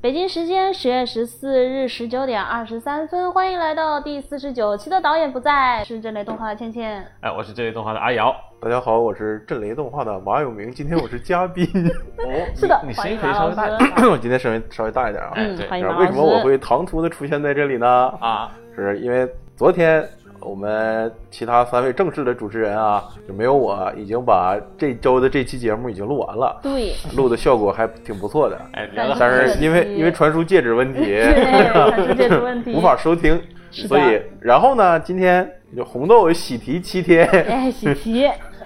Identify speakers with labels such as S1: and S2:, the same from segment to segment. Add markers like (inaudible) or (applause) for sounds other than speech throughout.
S1: 北京时间十月十四日十九点二十三分，欢迎来到第四十九期的导演不在，是这类动画的倩倩。
S2: 哎，我是这位动画的阿瑶。
S3: 大家好，我是震雷动画的马有明，今天我是嘉
S1: (laughs)
S3: 宾，
S2: 哦，
S1: 是的
S2: 你，你
S1: 欢
S2: 声
S1: 迎
S2: 音可以
S1: 马
S2: 稍
S1: 老
S2: 微大一
S1: 师
S2: 点。
S3: (coughs) 我今天声音稍微大一点啊。
S1: 嗯
S2: 对，
S1: 欢迎
S3: 然
S1: 马
S3: 后
S1: 老师。
S3: 为什么我会唐突的出现在这里呢？
S2: 啊！
S3: 是因为昨天我们其他三位正式的主持人啊，就没有我，已经把这周的这期节目已经录完了，
S1: 对，
S3: 录的效果还挺不错的。
S2: 哎，聊得
S1: 但
S3: 但
S2: 很
S3: 是因为因为传输介质问题，
S1: (laughs) 对，出这个问题，
S3: 无法收听，
S1: 是的
S3: 所以然后呢，今天就红豆喜提七天，
S1: (laughs) 哎，喜提，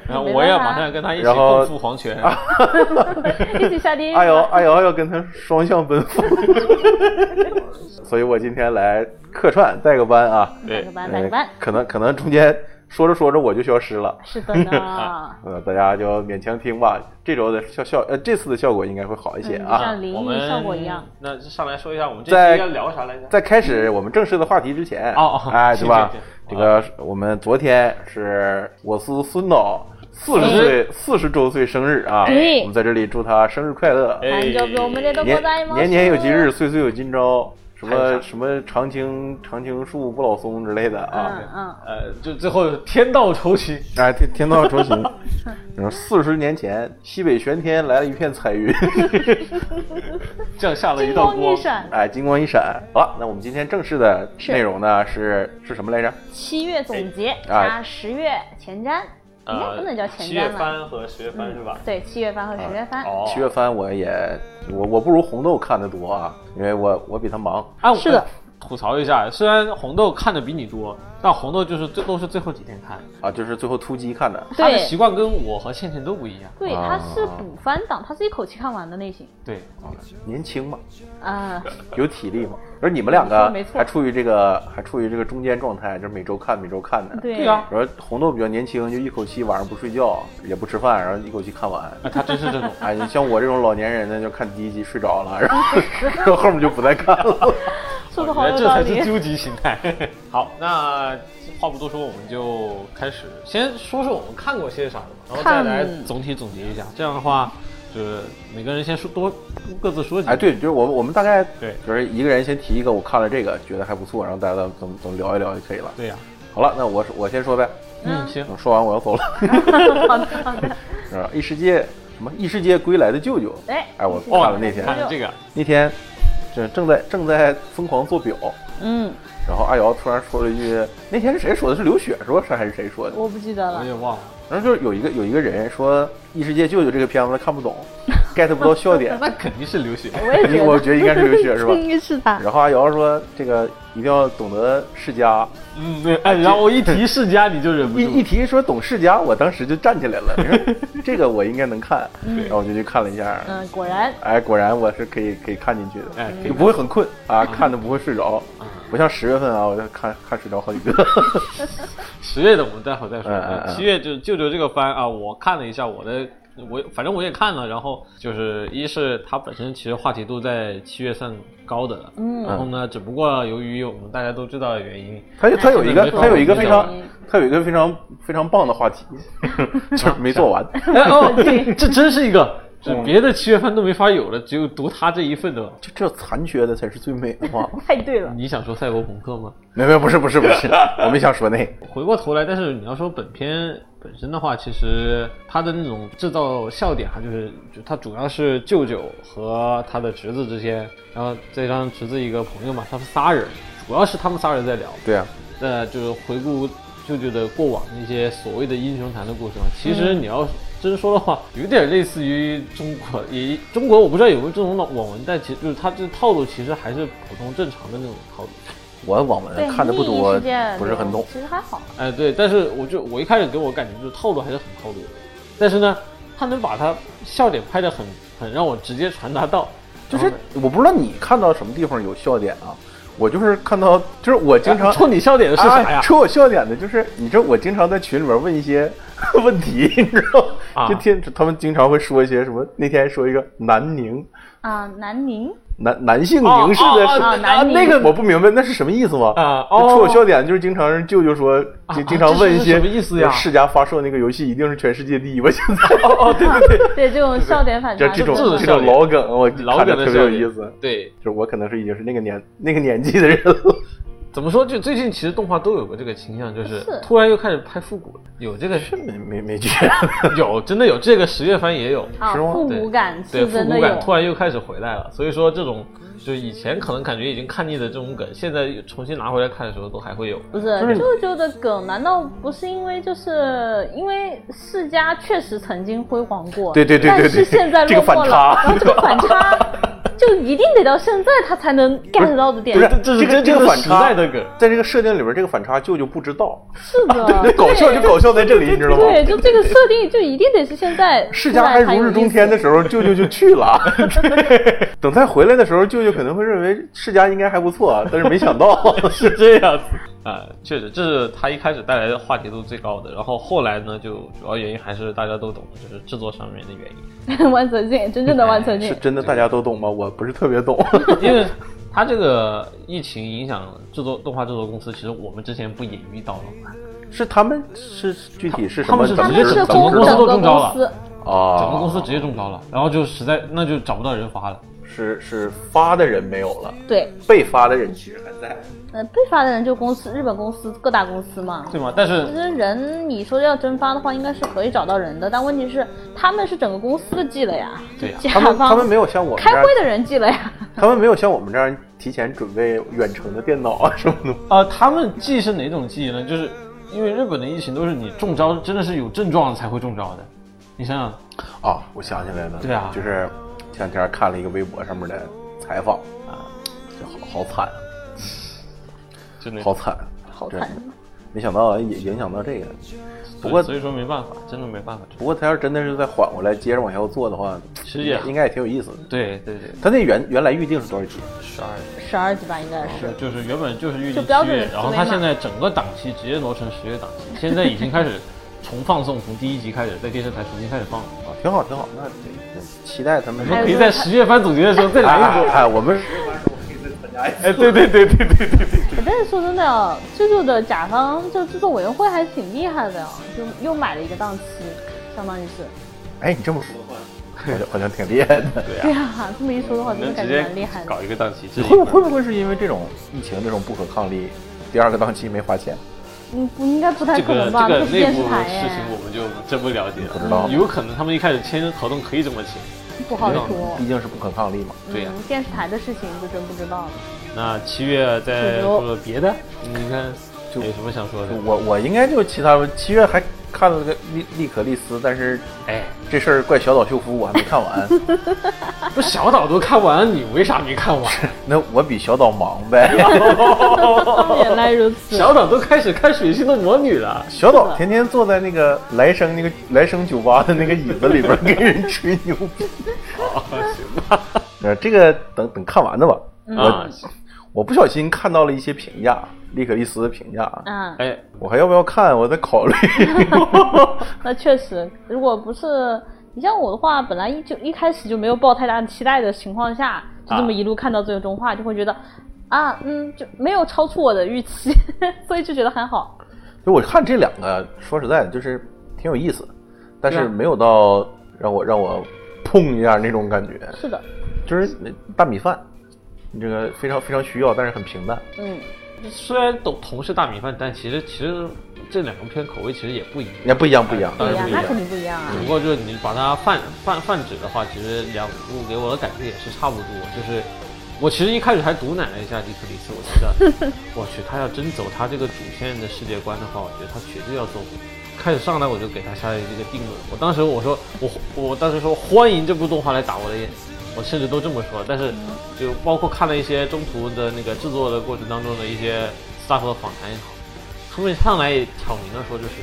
S2: 然后
S1: 没
S2: 我也
S1: 办法
S2: 马上要跟他一起
S3: 然后啊
S2: 共赴黄泉。
S1: 一起下
S3: (laughs)
S1: 地狱吧。
S3: 阿
S1: (laughs)
S3: 瑶阿瑶要哎跟他双向奔赴， (laughs) 所以我今天来客串带个班啊，
S1: 带
S2: 对
S1: 个，班，带个班
S3: 呃，可能可能中间说着说着我就消失了。
S1: 是的呢。
S3: 呃，大家就勉强听吧。这周的效效呃，这次的效果应该会好一些
S1: 嗯
S3: 啊。
S1: 像灵
S2: 我
S1: 异
S2: 们
S1: 效果一样。
S2: 那上来说一下，我们这
S3: 在
S2: 期要聊啥来着？
S3: 在开始我们正式的话题之前，
S2: 哦哦
S3: 哎，
S2: 行
S3: 对吧
S2: 行？
S3: 这
S2: 行
S3: 个我们昨天是我司孙导四十岁四十周岁生日啊，
S1: 对
S3: 我们在这里祝他生日快乐，
S2: 哎
S1: 한적이없는데도고
S3: 年
S1: 자이마스
S3: 年年有吉日，岁岁有今朝，什
S2: 还有
S3: 么
S2: 啥
S3: 什么常青常青树不老松之类的啊，
S1: 嗯嗯，
S2: 呃，就最后天道酬勤。
S3: 哎，天天道酬勤。
S1: (laughs)
S3: 然后四十年前，西北玄天来了一片彩云。
S2: 降下了一
S1: 金
S2: 道
S1: 光
S2: 光
S1: 一。闪，
S3: 哎，金光一闪。好了，那我们今天正式的
S1: 是
S3: 内容呢是是什么来着？
S1: 七月总结
S3: 哎
S1: 加十月前瞻，应该
S2: 呃，
S1: 不能叫
S2: 七
S1: 前
S2: 月
S1: 瞻吧？嗯
S2: 番和十月番是吧？
S1: 对，七月番和十月番。
S2: 哦，
S3: 七月番我也我我不如红豆看的多啊，因为我我比他忙。
S2: 哎，我
S1: 是的。
S2: 吐槽一下，虽然红豆看的比你多，但红豆就是最都是最后几天看，
S3: 啊，就是最后突击看的。
S2: 他的
S1: 对
S2: 习惯跟我和倩倩都不一样。
S1: 对，
S3: 啊
S1: 他是补番党，他是一口气看完的类型。
S2: 对，
S3: 年轻嘛， (laughs)
S1: 啊，
S3: 有体力嘛。而你们两个
S1: 没错没错
S3: 还处于这个还处于这个中间状态，就是每周看每周看的。。
S1: 对
S2: 对啊，
S3: 然后红豆比较年轻，就一口气晚上不睡觉，也不吃饭，然后一口气
S2: (laughs)
S3: 看完。
S2: 啊，他真是这种。
S3: 哎，你像我这种老年人呢，就看第一集睡着了， (laughs) 然后然后后面就不再看
S2: (laughs)
S3: 了。
S1: 说的 (laughs)
S2: 我觉
S1: 好
S2: 得
S1: 有
S2: 这
S1: 道
S2: 才是
S1: 理。
S2: 究极形态。好，那话不多说，我们就开始，先说说我们看过些啥的吧，然后再
S1: 看
S2: 来总体总结一下。这样的话，就是每个人先说多各自说几句。
S3: 哎，对，就是我们我们大概
S2: 对
S3: 就是一个人先提一个，我看了这个觉得还不错，然后大家咱咱咱聊一聊就可以了。
S2: 对呀、
S3: 好了，那我我先说呗，
S2: 嗯，行，
S3: 说完我要
S2: (laughs)
S3: 走了。
S1: (laughs) 好的
S3: (laughs)
S1: 好的，
S3: 是吧异世界什么异世界归来的舅舅？
S1: 哎
S3: 哎，我
S1: 哦
S3: 看了那天，
S2: 看这个，
S3: 那天正正在正在疯狂做表，
S1: 嗯，
S3: 然后阿瑶突然说了一句，那天是谁说的？是刘雪说是还是谁说的？
S1: 我不记得
S3: 哎
S2: 我
S1: 了。
S2: 也忘了。
S3: 然后就是有一个有一个人说《异世界舅舅》这个片子他看
S2: (laughs)
S3: 不懂，get 不到笑点，
S2: 那肯定是流血。
S1: 嗯我也觉得，
S3: 我觉得应该是刘雪是吧
S1: (laughs) 应该是他。
S3: 然后阿瑶说这个一定要懂得世家。
S2: 嗯，对，哎，然后我一提世家，你就忍不
S3: 一一
S2: 住。
S3: 提说董世家，我当时就站起
S2: (laughs)
S3: 来了，你说这个我应该能看，
S2: 嗯
S3: 然后我就去看了一下，
S1: 嗯，果然
S3: 哎，果然我是可以可以看进去的，
S2: 哎可以
S3: 就不会很困啊，看的不会睡着，不像十月份啊，我就看看睡着好几
S2: (laughs)
S3: 个，
S2: 十月的我们待会儿再
S3: 嗯嗯
S2: 说。
S3: 嗯
S2: 七月就舅舅这个番啊，我看了一下我的。我反正我也看了，然后就是一是它本身其实话题度在七月算高的，
S1: 嗯
S2: 然后呢，只不过由于我们大家都知道的原因，
S3: 他他有一
S2: 没
S3: 个
S2: 做
S3: 他有一个
S2: 没
S3: 非
S2: 做
S3: 常
S1: 完
S3: 他有一个非常非常棒的
S2: (laughs)
S3: 话题，就是没做完，
S2: 哎哦，这真是一个，这
S3: 嗯
S2: 别的七月份都没法有了，只有独他这一份的。
S3: 就这残缺的才是最美的嘛，
S1: 太对了。
S2: 你想说赛博朋克吗？
S3: 没有没有不是不是不是，我没想说那个，
S2: 回过头来，但是你要说本片本身的话，其实它的那种制造笑点哈，就是就它主要是舅舅和他的侄子之间，然后再加上侄子一个朋友嘛，他们仨人，主要是他们仨人在聊，
S3: 对啊，
S2: 那就是回顾舅舅的过往那些所谓的英雄坛的故事嘛。其实你要真说的话，有点类似于中国，也中国我不知道有没有这种网文，但其实就是它这套路其实还是普通正常的那种套路。
S3: 我网文
S1: 对，
S3: 嗯看的不
S1: 另一
S3: 多
S1: 世界，
S3: 不是很懂，
S1: 其实还好。
S2: 哎，对，但是我就我一开始给我感觉就是套路还是很套路的，但是呢，他能把他笑点拍得很很让我直接传达到，
S3: 就是我不知道你看到什么地方有笑点啊，我就是看到，就是我经
S2: (laughs)
S3: 常
S2: 哎冲你笑点的是啥呀
S3: 啊？戳我笑点的就是，你知道我经常在群里边问一些 (laughs) 问题，你知道吗？
S2: 啊
S3: 就天他们经常会说一些什么，那天说一个南宁，
S1: 啊，南宁
S3: 男男性凝视的
S2: 哦
S3: 是
S2: 哦
S1: 哦
S3: 啊，
S1: 男凝
S3: 那个我不明白那是什么意思吗？
S2: 啊
S3: 就
S2: 哦
S3: 出口笑点就是经常舅舅说，经经常问一些
S2: 啊这是什么意思呀
S3: 世嘉发售那个游戏一定是全世界第一吧？现在
S2: 哦哦，对对
S3: (laughs)
S2: 对，
S1: 对这种笑点反
S3: 这
S1: 差
S3: 这
S1: 是
S3: 种
S1: 真
S2: 这种
S1: 的，
S3: 这种老梗，我
S2: 老
S3: 看
S2: 梗的
S3: 着特别
S2: 笑
S3: 有
S2: 点
S3: 意思。
S2: 对，
S3: 就是我可能是已经是那个年那个年纪的人了， (laughs)
S2: 怎么说？就最近其实动画都有过这个倾向，就是
S1: 是
S2: 突然又开始拍复古了，有这个
S3: 没没没觉得。 (laughs)
S2: 有真的有这个十月番也有，
S1: 啊，
S3: 是吗
S1: 复
S2: 对
S1: 古感
S2: 对
S1: 是
S2: 复
S1: 真的
S2: 古
S1: 有
S2: 感，突然又开始回来了。所以说这种就以前可能感觉已经看腻的这种梗，现在又重新拿回来看的时候都还会有。
S1: 不
S3: 就是是
S1: 舅舅的梗，难道不是因为就是因为世家确实曾经辉煌过，
S3: 对对对对对
S1: 但是现在
S3: 这个
S1: 落魄
S3: 反
S1: 了，
S3: 差
S1: 然后这个反差就一定得到现在他才能 get 到的点
S3: 不，是
S2: 这是
S3: 这个
S2: 真
S3: 这
S2: 正
S3: 个
S2: 的
S3: 反
S2: 时
S3: 差
S2: 代的梗。
S3: 在这个设定里边，这个反差舅舅不知道， (laughs)
S1: 是
S2: 啊
S1: 的，
S3: 搞笑就搞笑在这里，你知道吗？
S1: 对，就这个设定就一定得是现在
S3: 世家还如日中天的
S1: 出
S3: 时候，舅舅就
S2: (laughs)
S3: 去了。对等他回来的时候，舅舅可能会认为世家应该还不错，啊但是没想
S2: (laughs)
S3: 到
S2: 是这样子啊、确实，这是他一开始带来的话题度最高的。然后后来呢，就主要原因还是大家都懂的，就是制作上面的原因。
S1: 来才有意思万岁进，真正的万岁
S3: 是
S1: 进，
S3: 真的大家都懂吗？我不是特
S2: (laughs)
S3: 别懂。
S2: 因为他这个疫情影响制作动画制作公司，其实我们之前不也遇到了吗？
S3: 是他们是具体是什
S2: 他
S3: 么？
S2: 们是
S3: 怎
S1: 他
S3: 么
S1: 们
S2: 直
S3: 知
S2: 接
S1: 是
S2: 整
S3: 怎
S2: 公
S3: 么
S1: 公
S2: 司
S3: 知
S1: 整
S2: 都
S3: 道
S1: 个
S2: 中招了
S1: 公司，
S3: 啊？
S2: 整个公司直接中招了，然后就实在那就找不到人发了。
S3: 是是发的人没有了，
S1: 对，
S3: 被发的人其实还
S2: (laughs)
S3: 在。
S1: 呃，被发的人就公司，日本公司各大公司嘛，
S2: 对吗？但
S1: 其
S2: 是
S1: 实人，你说要蒸发的话，应该是可以找到人的，但问题是他们是整个公司的记了呀，
S2: 对呀
S1: 甲
S3: 他们他们
S1: 方
S3: 没有像我们这
S1: 开
S3: 样
S1: 会，的人记了呀，
S3: 他们没有像我们这样提前准备远程的电脑啊什么的。
S2: 呃，他们记是哪种记呢？就是因为日本的疫情都是你中招，真的是有症状才会中招的。你想想，
S3: 啊，我想起来了，
S2: 对啊
S3: 就是前两天看了一个微博上面的采访
S2: 啊，
S3: 就好好惨啊，
S2: 真的
S3: 好惨，
S1: 好
S3: 真
S1: 惨
S3: 的，没想到也影响到这个。不
S2: 对
S3: 过
S2: 所以说没办法，真的没办法。
S3: 不过他要真的是再缓过来，接着往下做的话，
S2: 其实也
S3: 应该也挺有意思的。
S2: 对对对，
S3: 他那原原来预定是多少集？
S2: 十二
S1: 十二级吧，应该是。
S2: 就是原本就是预计
S1: 就标
S2: 七
S1: 准
S2: 月，
S1: 思维
S2: 然后他
S1: 嘛
S2: 现在整个档期直接挪成十月档期，现在已经开始重放送，从第一集开始在电视台重新开始放了。
S3: 啊，挺好挺好，那得期待他
S2: 我
S3: 们。
S2: 们可
S1: 就
S2: 以
S1: 是
S2: 在
S1: 他
S2: 十月番总结的时候再
S3: 哎
S2: 来一
S3: 哎
S2: 波。
S3: 哎，我们
S2: 啊 (laughs) 哎，对对对对对对对。
S1: 但是说真的哦，舅舅的甲方就制作委员会还挺厉害的哦，就又买了一个档期，相当于是。
S3: 哎，你这么说的话，好像好像挺厉害的。
S1: 对啊，这么一说的话，真的
S2: 能
S1: 感
S2: 直
S1: 觉
S2: 接
S1: 蛮厉害的。
S2: 搞一个档期，这
S3: 会不会不会是因为这种疫情这种不可抗力，第二个档期没花钱？
S1: 嗯，不应该不太
S2: 这
S1: 可
S2: 个
S1: 能
S2: 这
S1: 吧？
S2: 个
S1: 这是
S2: 内
S1: 电视
S2: 部
S1: 台
S2: 事
S1: 哎
S2: 情，我们就真不了解了，
S3: 不知道
S2: 有可能他们一开始签合同可以这么签。
S1: 不好
S2: 不知道
S1: 说。
S3: 毕竟是不可抗力嘛。
S2: 对呀
S1: 嗯，电视台的事情就真不知道了。
S2: 那七月
S1: 是
S2: 再
S1: 的哦
S2: 说说别的，你看有什么想说的？
S3: 我我应该就其他七月还看了个利利可利斯，但是
S2: 哎，
S3: 这事儿怪小岛秀夫，我还没看完。
S2: 不小岛都看完，你为啥没
S1: (laughs)
S2: 看完？
S3: 那我比小岛忙呗。
S2: 哦
S1: 原来如此。
S2: 小岛都开始看《水星的魔女》了。
S3: 小岛天天坐在那个来生那个来生酒吧的那个椅子里边跟人吹牛逼。
S2: (laughs) 哦，行吧。
S3: 呃，这个等等看完的吧。
S2: 啊，
S3: 我不小心看到了一些评价，利可利斯的评价，
S1: 嗯，
S2: 哎，
S3: 我还要不要看？我在考虑。 (laughs)
S1: 那确实，如果不是你像我的话，本来一就一开始就没有抱太大的期待的情况下，就
S2: 啊
S1: 这么一路看到最终话，就会觉得啊，嗯，就没有超出我的预期， (laughs) 所以就觉得还好。
S3: 就我看这两个，说实在的，就是挺有意思，但
S2: 对
S3: 是
S2: 啊
S3: 没有到让我让我碰一下那种感觉。
S1: 是的，
S3: 就是大米饭，你这个非常非常需要，但是很平淡。
S1: 嗯，
S2: 虽然都同是大米饭，但其实其实这两个片口味其实也不一样。
S3: 那不一样，不一样。
S1: 哎不一
S2: 当然
S1: 样，
S2: 不一
S1: 那
S2: 样
S1: 肯定不一样啊。
S2: 只不过就是你把它泛泛泛指的话，其实两部给我的感觉也是差不多。就是我其实一开始还毒奶了一下迪克里斯，我觉得我去，他要真走他这个主线的世界观的话，我觉得他绝对要做不了。开始上来我就给他下了一个定论，我当时我说我我当时说欢迎这部动画来打我的眼，我甚至都这么说。但是
S1: 嗯
S2: 就包括看了一些中途的那个制作的过程当中的一些 staff 的访谈也好，他们上来也挑明了说就是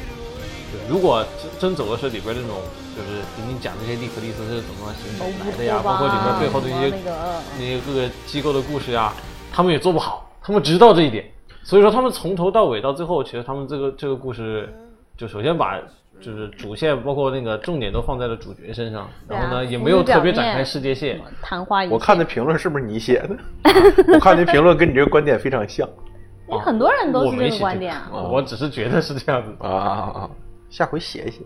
S2: 对，如果真真走的是里边那种，就是给你讲那些利弗利斯是怎么形成来的
S1: 哦
S2: 哎呀，包括里
S1: 啊
S2: 边背后的一些
S1: 那个，
S2: 那些各个机构的故事呀，他们也做不好，他们知道这一点，所以说他们从头到尾到最后，其实他们这个这个故事，就首先把就是主线包括那个重点都放在了主角身上，
S1: 对
S2: 然
S1: 啊
S2: 后呢也没有特别展开世界
S1: 什
S2: 线
S1: 么。昙花一现。
S3: 我看那评论是不是你写
S1: (laughs)
S3: 的？我看那评论跟你这个观点非常像
S1: 因为哎很多人都
S2: 我
S1: 是
S2: 没
S1: 这个
S2: 写
S1: 观点啊。
S2: 这个我只是觉得是这样子。
S3: 啊啊啊！啊下回写一写。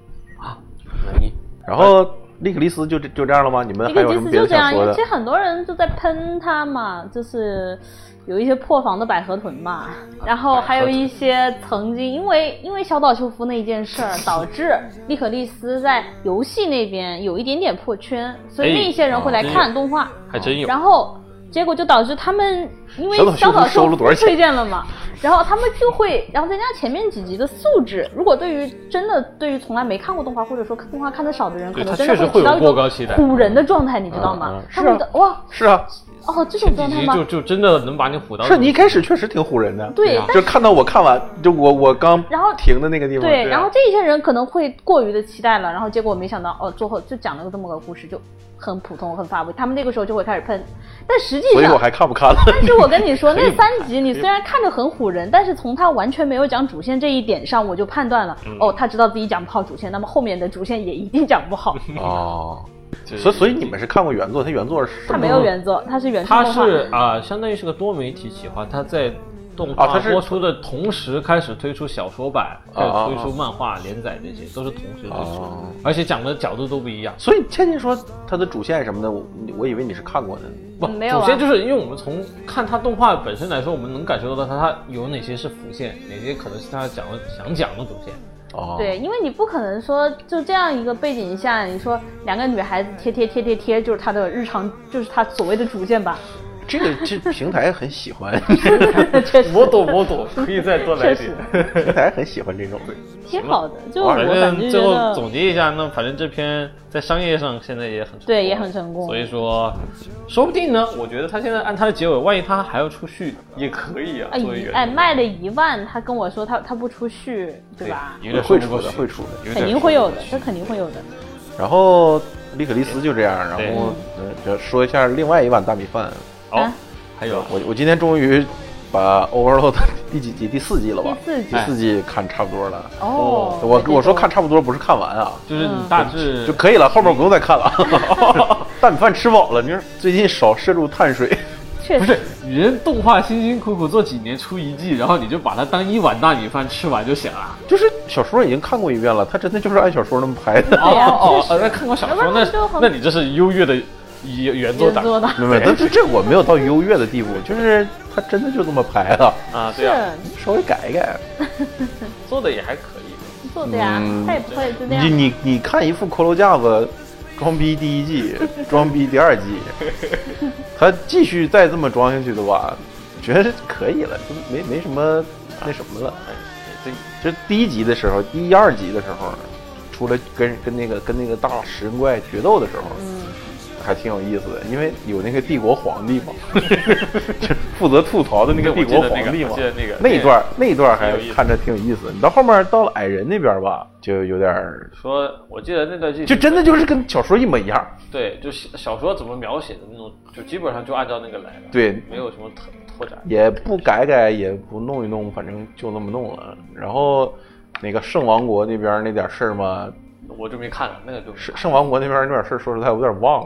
S2: 满意。
S3: 然后利克利斯就这就这样了吗？你们
S1: 这
S3: 还
S1: 个
S3: 有什
S1: 其实
S3: 么别
S1: 就
S3: 的
S1: 这样，
S3: 想
S1: 因
S3: 说
S1: 为
S3: 的
S1: 其？实很多人就在喷他嘛，就是有一些破防的百合臀
S3: 啊
S1: 嘛，然后还有一些曾经因为因为小岛秀夫那一件事儿，导致利可利斯在游戏那边有一点点破圈，所以
S2: 哎
S1: 那一些人
S3: 哦
S1: 会来
S2: 真有
S1: 看动画，
S2: 还真有。
S1: 然后结果就导致他们因为
S3: 小岛秀
S1: 小
S3: 夫
S1: 岛
S3: 收
S1: 秀
S3: 了
S1: 夫
S3: 多少钱
S1: 推荐了嘛，然后他们就会，然后再加上前面几集的素质，如果对于真的对于从来没看过动画或者说动画看的少的人，可
S2: 对
S1: 能
S2: 他
S1: 真的
S2: 确实
S1: 提到
S2: 会
S1: 一
S2: 有过高期
S1: 个
S2: 待
S1: 唬人的状态，你知道吗
S3: 嗯嗯？
S1: 他们
S3: 是
S1: 的哇
S3: 是啊，
S1: 哦这种状
S2: 以
S1: 态
S2: 及
S1: 吗
S2: 就？就真的能把你唬到。
S3: 是你一开始确实挺唬人的，
S1: 对
S2: 啊，
S1: 但
S3: 就看到我看完，就我我刚
S1: 然后
S3: 停的那个地方，
S1: 对，
S3: 啊
S1: 然后这些人可能会过于的期待了，然后结果没想到哦，最后就讲了个这么个故事，就很普通很乏味，他们那个时候就会开始喷，但实际
S3: 所以
S1: 上
S3: 我还看不看了？
S1: 但是我跟你说，那三集你虽然看着很唬人，但是从他完全没有讲主线这一点上，我就判断了，
S2: 嗯
S1: 哦，他知道自己讲不好主线，那么后面的主线也一定讲不
S2: (laughs)
S1: 好。
S3: 哦，
S2: 就是
S3: 所以所以你们是看过原作，它原作是
S1: 他没有原作，他是原创
S2: 它
S1: 动画。
S2: 是啊、相当于是个多媒体企划，它在动
S3: 啊它
S2: 画
S3: 是
S2: 播出的同时开始推出小说版，
S3: 啊
S2: 开
S3: 啊啊
S2: 始推出漫画连载这些，都是同时推出，
S3: 哦
S2: 而且讲的角度都不一样。
S3: 所以倩倩说它的主线什么的，我我以为你是看过的。
S2: 不，
S1: 嗯没有啊
S2: 首先就是因为我们从看它动画本身来说，我们能感受到它它有哪些是辅线，哪些可能是它讲的想讲的主线。
S3: 哦，
S1: 对，因为你不可能说就这样一个背景下，你说两个女孩子贴贴贴贴贴，就是她的日常，就是她所谓的主线吧。
S2: (laughs)
S3: 这个这
S1: (laughs)
S3: 平台很喜欢，
S1: 确实，
S2: 我懂，我懂，可以再多
S1: 来点确实。
S3: 平台很喜欢这种。
S1: 挺好的。就 (laughs) 我
S2: 反
S1: 感
S2: 正
S1: 觉
S2: 最
S1: 觉
S2: 后
S1: 得，
S2: 总结一下，那反正这篇在商业上现在也很成功
S1: 对也很成功
S2: 所以说，说不定呢，我觉得他现在按他的结尾，万一他还要出续也可以啊。
S1: 哎
S2: 作为
S1: 一
S2: 原
S1: 哎卖了一万，他跟我说他他不出续，对吧？
S2: 有点
S3: 会
S2: 说不过
S3: 出的，
S2: 去
S3: 会出的。
S2: 有点
S1: 肯定会有的，这肯定会有的。
S3: 然后利可利斯就这样，然
S2: 对
S3: 后呃说一下另外一碗大米饭。
S1: 啊
S2: 哦，还有
S3: 我我今天终于把 Overload 第几集？第四季了吧？
S1: 第四季
S3: 第四季看差不多了。
S1: 哦，
S3: 我
S1: 这
S3: 我说
S1: 个
S3: 看差不多不是看完啊，
S2: 就是你
S1: 嗯
S2: 大致
S3: 就可以了， (laughs) 后面不用再看
S1: (laughs)
S3: 了。大米饭吃饱了，你说最近少摄入碳水，
S1: 确
S2: 不
S1: 实
S2: 是人动画辛辛苦苦做几年出一季，然后你就把它当一碗大米饭吃完就行了。
S3: 就是小说已经看过一遍了，他真的就是按小说那么拍的。 (laughs)
S1: 对呀啊
S2: 哦哦哦，那看过小
S1: 要
S2: 说
S1: 不然就
S2: 那
S1: 很
S2: 那你这是优越的原原作
S1: 原
S2: 党
S1: 作的。
S3: 没有，没有但是这我没有到优越的地步，就是他真的就这么拍了，
S2: 啊，对啊，
S1: 是
S3: 稍微改一改。
S2: 做的也还可以。
S1: 做的呀
S3: 嗯，
S1: 他也不会就那
S3: 你
S1: 样。
S3: 你你看一副骷髅架子，装逼第
S1: (laughs)
S3: 一季，装逼第二季，他继续再这么装下去的话，觉得可以了，就没没什么那什么了。
S2: 哎
S3: 这这第一集的时候，第一二集的时候，出来跟跟那个跟那个大食人怪决斗的时候，
S2: 嗯
S3: 还挺有意思的，因为有那个帝国皇帝
S2: (laughs)
S3: 嘛，就负责吐槽的那个帝国皇帝嘛
S2: 我记得那个我记得那个，
S3: 一段那一段还
S2: 挺有意思
S3: 看着挺有意思。你到后面到了矮人那边吧，就有点儿
S2: 说，我记得那段剧
S3: 就真的就是跟小说一模一样。
S2: 对，就小小说怎么描写的那种，就基本上就按照那个来了，，
S3: 对，
S2: 没有什么特拓展。
S3: 也不改改，也不弄一弄，反正就那么弄了。然后那个圣王国那边那点事儿嘛，
S2: 我就没看了，那个就
S3: 圣圣王国那边那点事儿，说实在我有点忘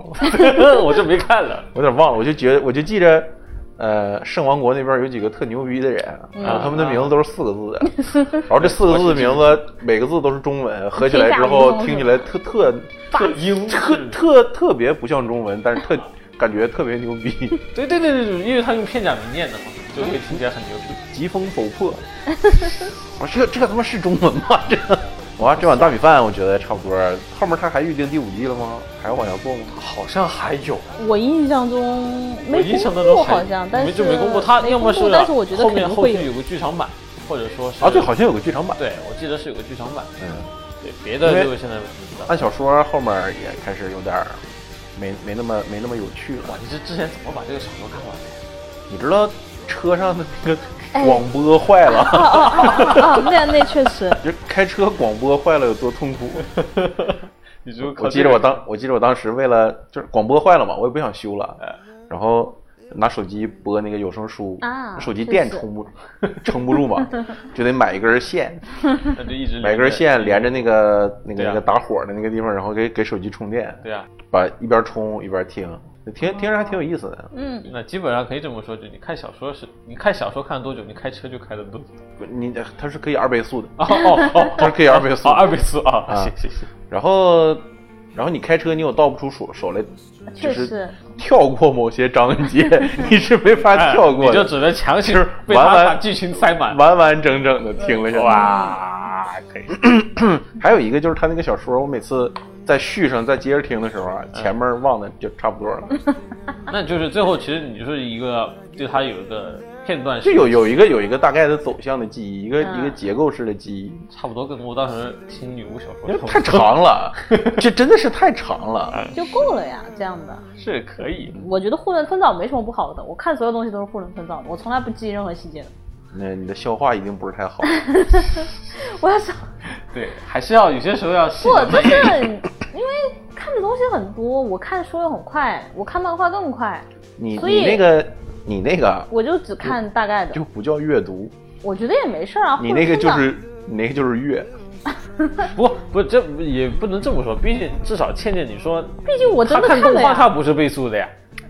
S2: (laughs)
S3: 了，
S2: 我就没看了。
S3: 我有点忘了，我就觉得我就记着。呃，圣王国那边有几个特牛逼的人，啊然后他们的名字都是四个字的，然后这四个字的名字每个字都是中文，合起来之后听起来特特特英特特特别不像中文，但是特感觉特别牛逼。
S2: 对对对对对，因为他用片假名念的嘛，就会听起来很牛逼。
S3: 疾风陡破。我说这这他妈是中文吗？这哇，这碗大米饭我觉得差不多。后面他还预定第五季了吗？还要往下做吗？
S2: 好像还有，
S1: 我印象中
S2: 我
S1: 没
S2: 印象当
S1: 公布，
S2: 中还
S1: 好像，但
S2: 没
S1: 是
S2: 就没公布。他
S1: 没
S2: 要么
S1: 公布但是我觉得
S2: 后
S1: 肯
S2: 面
S1: 定
S2: 后
S1: 会
S2: 续
S1: 有
S2: 有。个剧场版，或者说是
S3: 啊，对，好像有个剧场版。，
S2: 对，我记得是有个剧场版，
S3: 嗯，
S2: 对，别的
S3: 因为
S2: 就现在不知道。
S3: 按小说后面也开始有点儿没没那么没那么有趣了
S2: 哇，。你这之前怎么把这个小说看完的？
S3: 你知道车上的那个
S4: 哎
S3: 广播坏
S1: 哦
S3: 了，
S1: 哦 (laughs) 哦哦，那那确实，
S3: 就开车广播坏了有多
S4: (laughs)
S3: 痛苦？
S2: 你就
S4: 哎
S3: 我记得我当我记得我当时为了就是广播坏了嘛，我也不想修了，然后拿手机播那个有声书，
S1: 啊
S3: 手机电
S1: 真是
S3: 充不撑不
S4: (laughs)
S3: 住嘛，就得买一根线，
S4: 那就一直
S3: 买
S4: 连着
S3: 根线连着那个那个
S4: 对啊
S3: 那个打火的那个地方，然后给给手机充电，
S4: 对啊，
S3: 把一边充一边听，听听着还挺有意思的。
S1: 嗯，
S4: 那基本上可以这么说，就你看小说是，你看小说看多久，你开车就开得多久。
S3: 不你它是可以二倍速的，
S4: 哦哦哦，
S3: 它是可以二倍速
S4: 哦
S3: 的。
S4: 二倍速啊，
S3: 啊
S4: 行行行，
S3: 然后，然后你开车你又倒不出手手来，
S1: 确
S3: 就
S1: 实
S3: 是，跳过某些章
S4: (laughs)
S3: 节，你是没法
S4: 哎
S3: 跳过
S4: 你就
S3: 的，
S4: 只能强行
S3: 就是
S4: 被
S3: 完
S4: 他
S3: 完
S4: 把剧情塞满。
S3: 完完整整的听了下来。
S4: 哇，可以，
S3: (coughs) 还有一个就是他那个小说，我每次在续上再接着听的时候啊，
S4: 嗯
S3: 前面忘的就差不多了。
S4: 那就是最后其实你就是一个对他有一个片段
S3: 就是有有一个有一个大概的走向的记忆，一个
S1: 嗯
S3: 一个结构式的记忆，
S4: 差不多跟我当时听女巫小
S3: 因
S4: 说
S3: 为太长了， (laughs) 这真的是太长了。
S4: 嗯
S1: 就够了呀，这样的。
S4: 是可以的。
S1: 我觉得囫囵吞枣没什么不好的，我看所有东西都是囫囵吞枣的，我从来不记任何细节的。
S3: 那你的消化一定不是太好，
S1: 我要想，
S4: 对，还是要有些时候要细
S1: 不，
S4: 的
S1: 就是因为看的东西很多，我看书又很快，我看漫画更快，
S3: 你
S1: 所以
S3: 你那个你那个啊
S1: 我就只看大概的。
S3: 就不叫阅读，
S1: 我觉得也没事儿啊，
S3: 你那个
S1: 囫囵
S3: 就
S1: 吞枣
S3: 是你那个就是阅，
S4: 不不，这也不能这么说，毕竟至少倩倩你说，
S1: 毕竟我真
S4: 他
S1: 的
S4: 看动
S1: 了
S4: 画他
S1: 呀。
S4: 不是倍速的呀，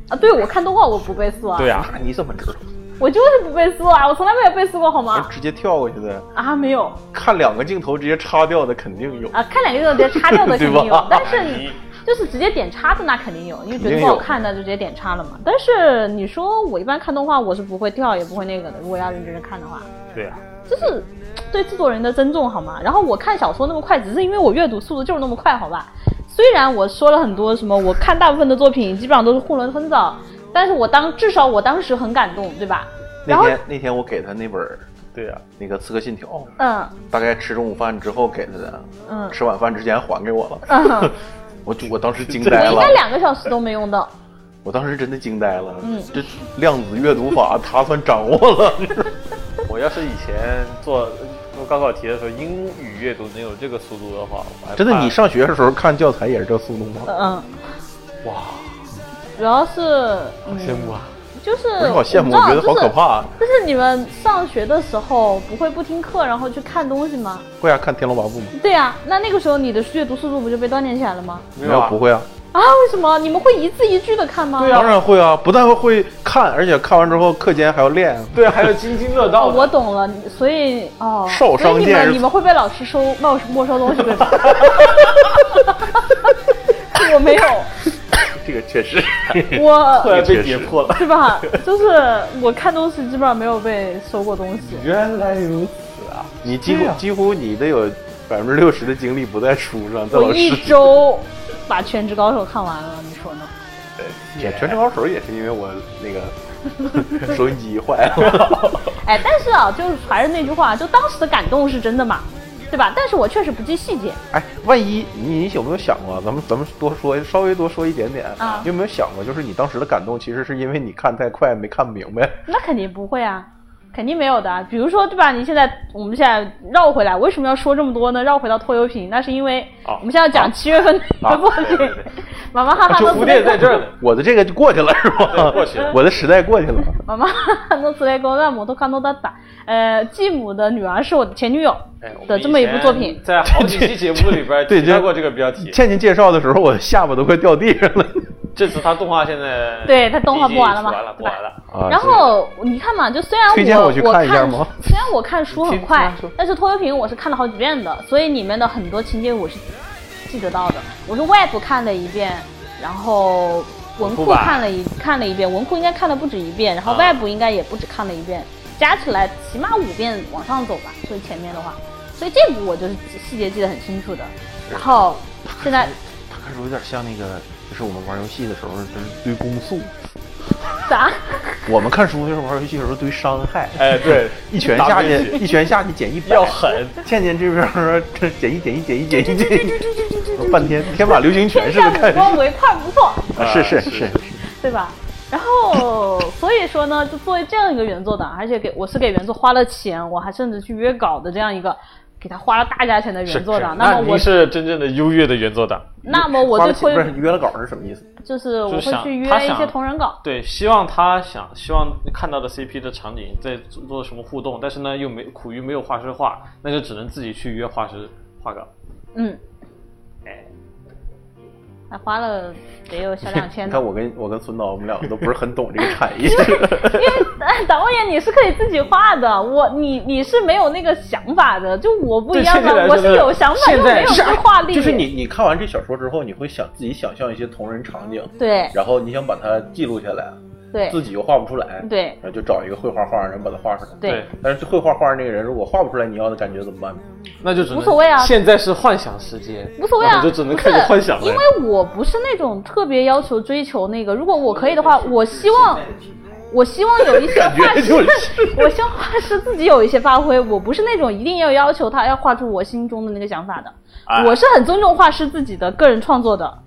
S1: 啊，对，我看动画我不背速啊，
S4: 对呀，
S3: 那 (laughs) 你怎么知道？
S1: 我就是不背速啊，我从来没有背速过好吗？
S3: 直接跳过去的，
S1: 啊，没有
S3: 看两个镜头直接插掉的肯定有，
S1: 啊，看两个镜头直接擦掉的肯定
S3: 对
S1: 有
S3: 吧，
S1: 但是你就是直接点叉的那肯定有，因为觉得不好看那就直接点叉了嘛。但是你说我一般看动画我是不会跳也不会那个的，如果要认真的看的话，
S4: 对啊呀，
S1: 就是对制作人的尊重好吗？然后我看小说那么快，只是因为我阅读速度就是那么快好吧。虽然我说了很多什么，我看大部分的作品基本上都是囫囵吞枣，但是我当至少我当时很感动，对吧？然
S3: 那
S1: 后
S3: 天那天我给他那本儿
S4: 对啊呀，
S3: 那个《刺客信条》，
S1: 嗯
S3: 大概吃中午饭之后给他的，
S1: 嗯
S3: 吃晚饭之前还给我了， (laughs)
S1: 嗯，
S3: 我就我当时惊
S1: 我
S3: 呆
S1: 应
S3: 了
S1: 该，两个小时都没用到。
S3: 我当时真的惊呆了，
S1: 嗯
S3: 这量子阅读法他算掌握了， (laughs)
S4: 我要是以前做做高考题的时候，英语阅读能有这个速度的话，我还
S3: 真的，
S4: 怕
S3: 你上学的时候看教材也是这速度吗？
S1: 嗯，
S4: 哇，
S1: 主要是
S3: 嗯
S1: 嗯
S4: 好羡慕啊！
S1: 就是
S3: 不是好羡慕，我觉得好可。怕啊。
S1: 就是就是你们上学的时候不会不听课，然后去看东西吗？
S3: 会啊，看《天龙八部》吗？
S1: 对呀、那那个时候你的阅读速度不就被锻炼起来了吗？
S4: 没
S3: 没
S4: 有啊
S3: 有，不会啊。
S1: 啊，为什么你们会一字一句的看吗？
S3: 当然会啊，不但会看，而且看完之后课间还要练啊。
S4: 对，还有津津乐道
S1: 哦，
S4: 的
S1: 我懂了，你所以哦，
S3: 少
S1: 所
S3: 商
S1: 以你
S3: 见
S1: 们
S3: 识
S1: 你们会被老师收没没收东西
S3: (laughs)
S1: 对吧？我没有，
S3: 这个确实，
S4: 后
S1: 我
S4: 来被解破了。
S1: 是吧？就是我看东西基本上没有被收过东西。
S4: 原来如此啊！
S3: 你几乎几乎你得有百分之六十的精力不在书上，在
S1: 我
S3: (laughs) 老
S1: 一
S3: 师。
S1: 周把《全职高手》看完了，你说呢？
S3: 全全职高手也是因为我那个 (laughs) 收音机坏了。
S1: 哎，但是啊，就是还是那句话，就当时的感动是真的嘛，对吧？但是我确实不记细节，
S3: 哎，万一你你有没有想过，咱们咱们多说稍微多说一点点，
S1: 啊
S3: 你有没有想过，就是你当时的感动，其实是因为你看太快没看明白，
S1: 那肯定不会啊，肯定没有的啊。比如说，对吧？你现在我们现在绕回来，为什么要说这么多呢？绕回到拖油瓶，那是因为
S4: 哦
S1: 我们现在要讲七月份 (laughs) 的作
S4: (laughs)
S1: 品，妈妈哈哈
S4: 啊就
S1: 诺
S4: 蝴
S1: 斯
S4: 蝶
S1: 雷
S4: 在
S1: 公，
S4: 这儿呢，
S3: 我的这个就过去了，是吧？
S4: 对过去了
S3: 我的时代过去了。
S1: 妈妈哈哈诺斯雷公让摩托康诺达达，呃，继母的女儿是我的前女友
S4: 哎我
S1: 的
S4: 们
S1: 这么一部作
S4: 以
S1: 品
S4: 前，在好几期节目里边
S3: 对
S4: 提到
S3: 就
S4: 过这个标题。
S3: 倩倩介绍的时候，我的下巴都快掉地上了。
S4: 这次他动画现在
S1: 对他动画播完了嘛
S4: 完了，
S1: 对
S4: 播
S1: 吧
S4: 完了。
S3: 啊
S1: 然后你看嘛，就虽然我
S3: 推荐我去看一下吗
S1: 我看虽然我看书很
S4: 听
S1: 快
S4: 听他说，
S1: 但是拖油瓶我是看了好几遍的，所以里面的很多情节我是记得到的。我是外部看了一遍，然后文
S4: 文库
S1: 库
S4: 吧
S1: 看了一看了一遍，文库应该看了不止一遍，然后
S4: 啊
S1: 外部应该也不止看了一遍，加起来起码五遍往上走吧。所以前面的话，所以这部我就是记细节记得很清楚的。然后现在
S3: 他开始有点像那个，就是我们玩游戏的时候，就是堆攻速；
S1: 咋？
S3: 我们看书就是玩游戏的时候堆伤害。
S4: 哎，
S3: (laughs)
S4: 对，
S3: 一拳
S4: 打
S3: 下
S4: 不
S3: 去，一拳下去减一百
S4: 要狠，
S3: 倩倩这边说这减一减一减一减一减一，我半天天马流星拳
S1: 天
S3: 似
S1: 下
S3: 的
S1: 武
S3: 看
S1: 功唯快不破。
S3: 啊，是是是，
S1: 对吧？然后，所以说呢，就作为这样一个原作党，而且给我是给原作花了钱，我还甚至去约稿的这样一个，给他花了大价钱的原作党，
S4: 那
S1: 么我
S4: 您是真正的优越的原作党，
S1: 那么我
S3: 发
S1: 就
S3: 不起不是
S1: 推，
S3: 约了稿是什么意思？
S1: 就是我
S4: 就
S1: 会
S4: 想
S1: 去约
S4: 他
S1: 一些
S4: 想
S1: 同人稿。
S4: 对，希望他想希望看到的 CP 的场景在做做什么互动，但是呢又没苦于没有画师画，那就只能自己去约画师画稿。
S1: 嗯，还花了得有小两千
S3: (laughs) 你
S1: 呢
S3: 看。我跟我跟孙导，我们两个都不是很懂这个产业。
S1: 哎，导演你是可以自己画的，我你你是没有那个想法的，就我不一样
S4: 对现在来
S1: 了，我
S4: 说
S1: 是有想法
S4: 现
S1: 又
S4: 在
S1: 没有那个画力。
S3: 就是你你看完这小说之后，你会想自己想象一些同人场景，
S1: 对
S3: 然后你想把它记录下来，
S1: 对
S3: 自己又画不出来，
S1: 对
S3: 然后就找一个会画画的人把它画出来。
S1: 对
S3: 但是会画画那个人如果画不出来你要的感觉怎么办？
S4: 那就只能
S1: 无所谓啊
S4: 现在是幻想时间，
S1: 无所谓啊，
S4: 那我就只能
S1: 不
S4: 开
S1: 是
S4: 始幻想了。
S1: 因为我不是那种特别要求追求那个，如果我可以的话，我希望。我希望有一些
S3: 感觉
S1: 画师
S3: 就是，
S1: 我希望画师自己有一些发挥。我不是那种一定要要求他要画出我心中的那个想法的，
S4: 哎嗯
S1: 我是很尊重画师自己的个人创作的。
S3: (laughs)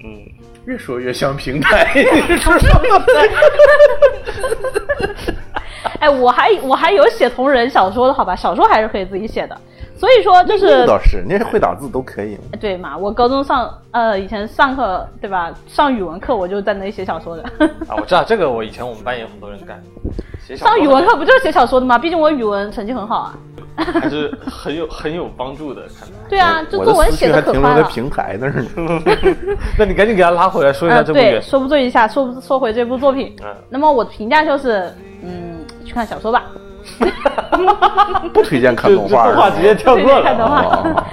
S3: 越说越像平台，
S1: 哎，我还我还有写同人小说的好吧，小说还是可以自己写的。所以说就
S3: 这
S1: 是
S3: 倒是，那会打字都可以。
S1: 对嘛，我高中上呃以前上课对吧，上语文课我就在那里写小说的。 (laughs)
S4: 啊，我知道这个，我以前我们班也有很多人干，写小
S1: 上
S4: 说
S1: 语文课不就是写小说的吗？毕竟我语文成绩很好啊。
S4: 还是很有很有帮助的，看来。
S1: 对啊，就
S3: 我
S1: 作文
S3: 思
S1: 写
S3: 绪
S1: 的
S3: 还
S1: 可啊
S3: 停
S1: 快
S3: 留在
S1: 了。
S3: 平台那儿呢。
S4: 那你赶紧给他拉回来，说一
S1: 嗯、
S4: 下这部
S1: 对，
S4: 剧。
S1: 说不对一下，说不说回这部作品。
S4: 嗯
S1: 那么我的评价就是，嗯，去看小说吧，
S3: 不推荐看
S4: 就
S3: 动
S4: 就
S3: 画，
S4: 动画直接跳
S1: 推
S4: 过
S1: 荐看动
S4: 了。啊
S1: 画。
S3: 哦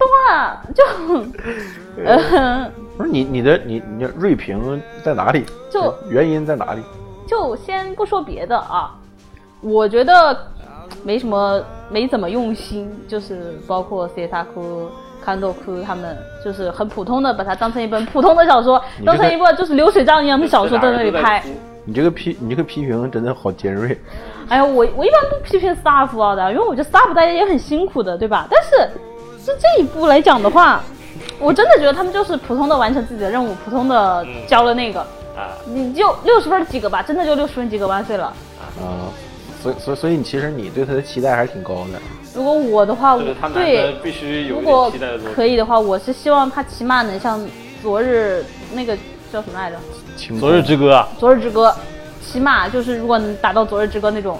S1: 动画就，呃，
S3: (laughs) 不是你你的你你的锐评在哪里？
S1: 就
S3: 原因在哪里？
S1: 就先不说别的啊，我觉得没什么，没怎么用心，就是包括 C 大哭、看豆哭他们，就是很普通的把它当成一本普通的小说，
S3: 你这
S1: 当
S3: 个
S1: 成一部就是流水账一样的小说在那里拍。
S3: 你这个批你这个批评真的好尖锐。
S1: 哎呀，我我一般不批评 staff 啊的，因为我觉得 staff 大家也很辛苦的，对吧？但是就这一步来讲的话，我真的觉得他们就是普通的完成自己的任务，普通的交了那个，
S4: 啊，
S1: 你就六十分及格吧，真的就六十分及格万岁了。
S3: 啊，所以所以所以你其实你对他的期待还是挺高的。
S1: 如果我的话，我
S4: 就是他男的
S1: 对，
S4: 必须有
S1: 如
S4: 一
S1: 果
S4: 点期待的作
S1: 可以的话，我是希望他起码能像昨日那个叫什么来着，
S3: 清
S4: 昨日之歌》啊，
S1: 《昨日之歌》，起码就是如果能达到《昨日之歌》那种，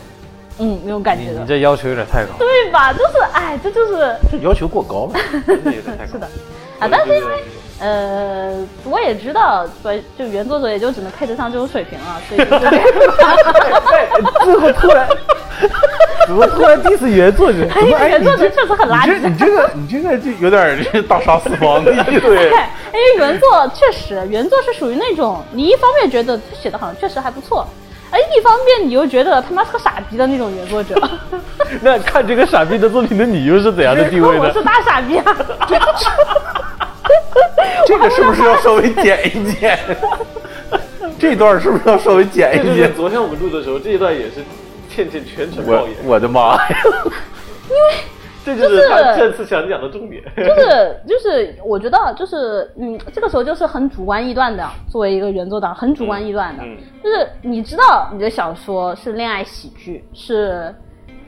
S1: 嗯，那种感觉的，
S4: 这要求有点太高，
S1: 对吧？就是哎，这就是
S3: 这要求过 (laughs) 高了。
S4: (laughs) 真的有点太高。
S1: 是的啊，但是因为呃，我也知道，所以就原作者也就只能配得上这种水平了，所以就是
S3: (laughs) 最后突然，
S4: 怎么突然 diss 原作者？
S1: 因为原作者确实很垃
S3: 哎你
S1: 圾。
S3: 这你这个你这个就有点这大杀四方的意思
S1: 对，。因为原作确实，原作是属于那种你一方面觉得他写的好像确实还不错，而一方面你又觉得他妈是个傻逼的那种原作者。
S4: 那看这个傻逼的作品的你又是怎样的 (laughs) 地位
S1: (laughs) 我
S4: 呢
S1: 是？大傻逼
S4: (laughs)
S1: 啊！
S3: 这个是不是要稍微剪一剪？这段是不是要稍微剪
S4: 这就
S3: 一
S4: 是
S3: 剪？
S4: 昨天我们录的时候，这一段也是倩倩全程爆
S3: 我
S4: 眼，
S3: 我的妈呀！
S4: 这就是他这次想讲的重 (laughs) 点。
S1: 就是就是，我觉得就是嗯，这个时候就是很主观臆断的，作为一个原作党，很主观臆断的，
S4: 嗯
S1: 就是你知道你的小说是恋爱喜剧，是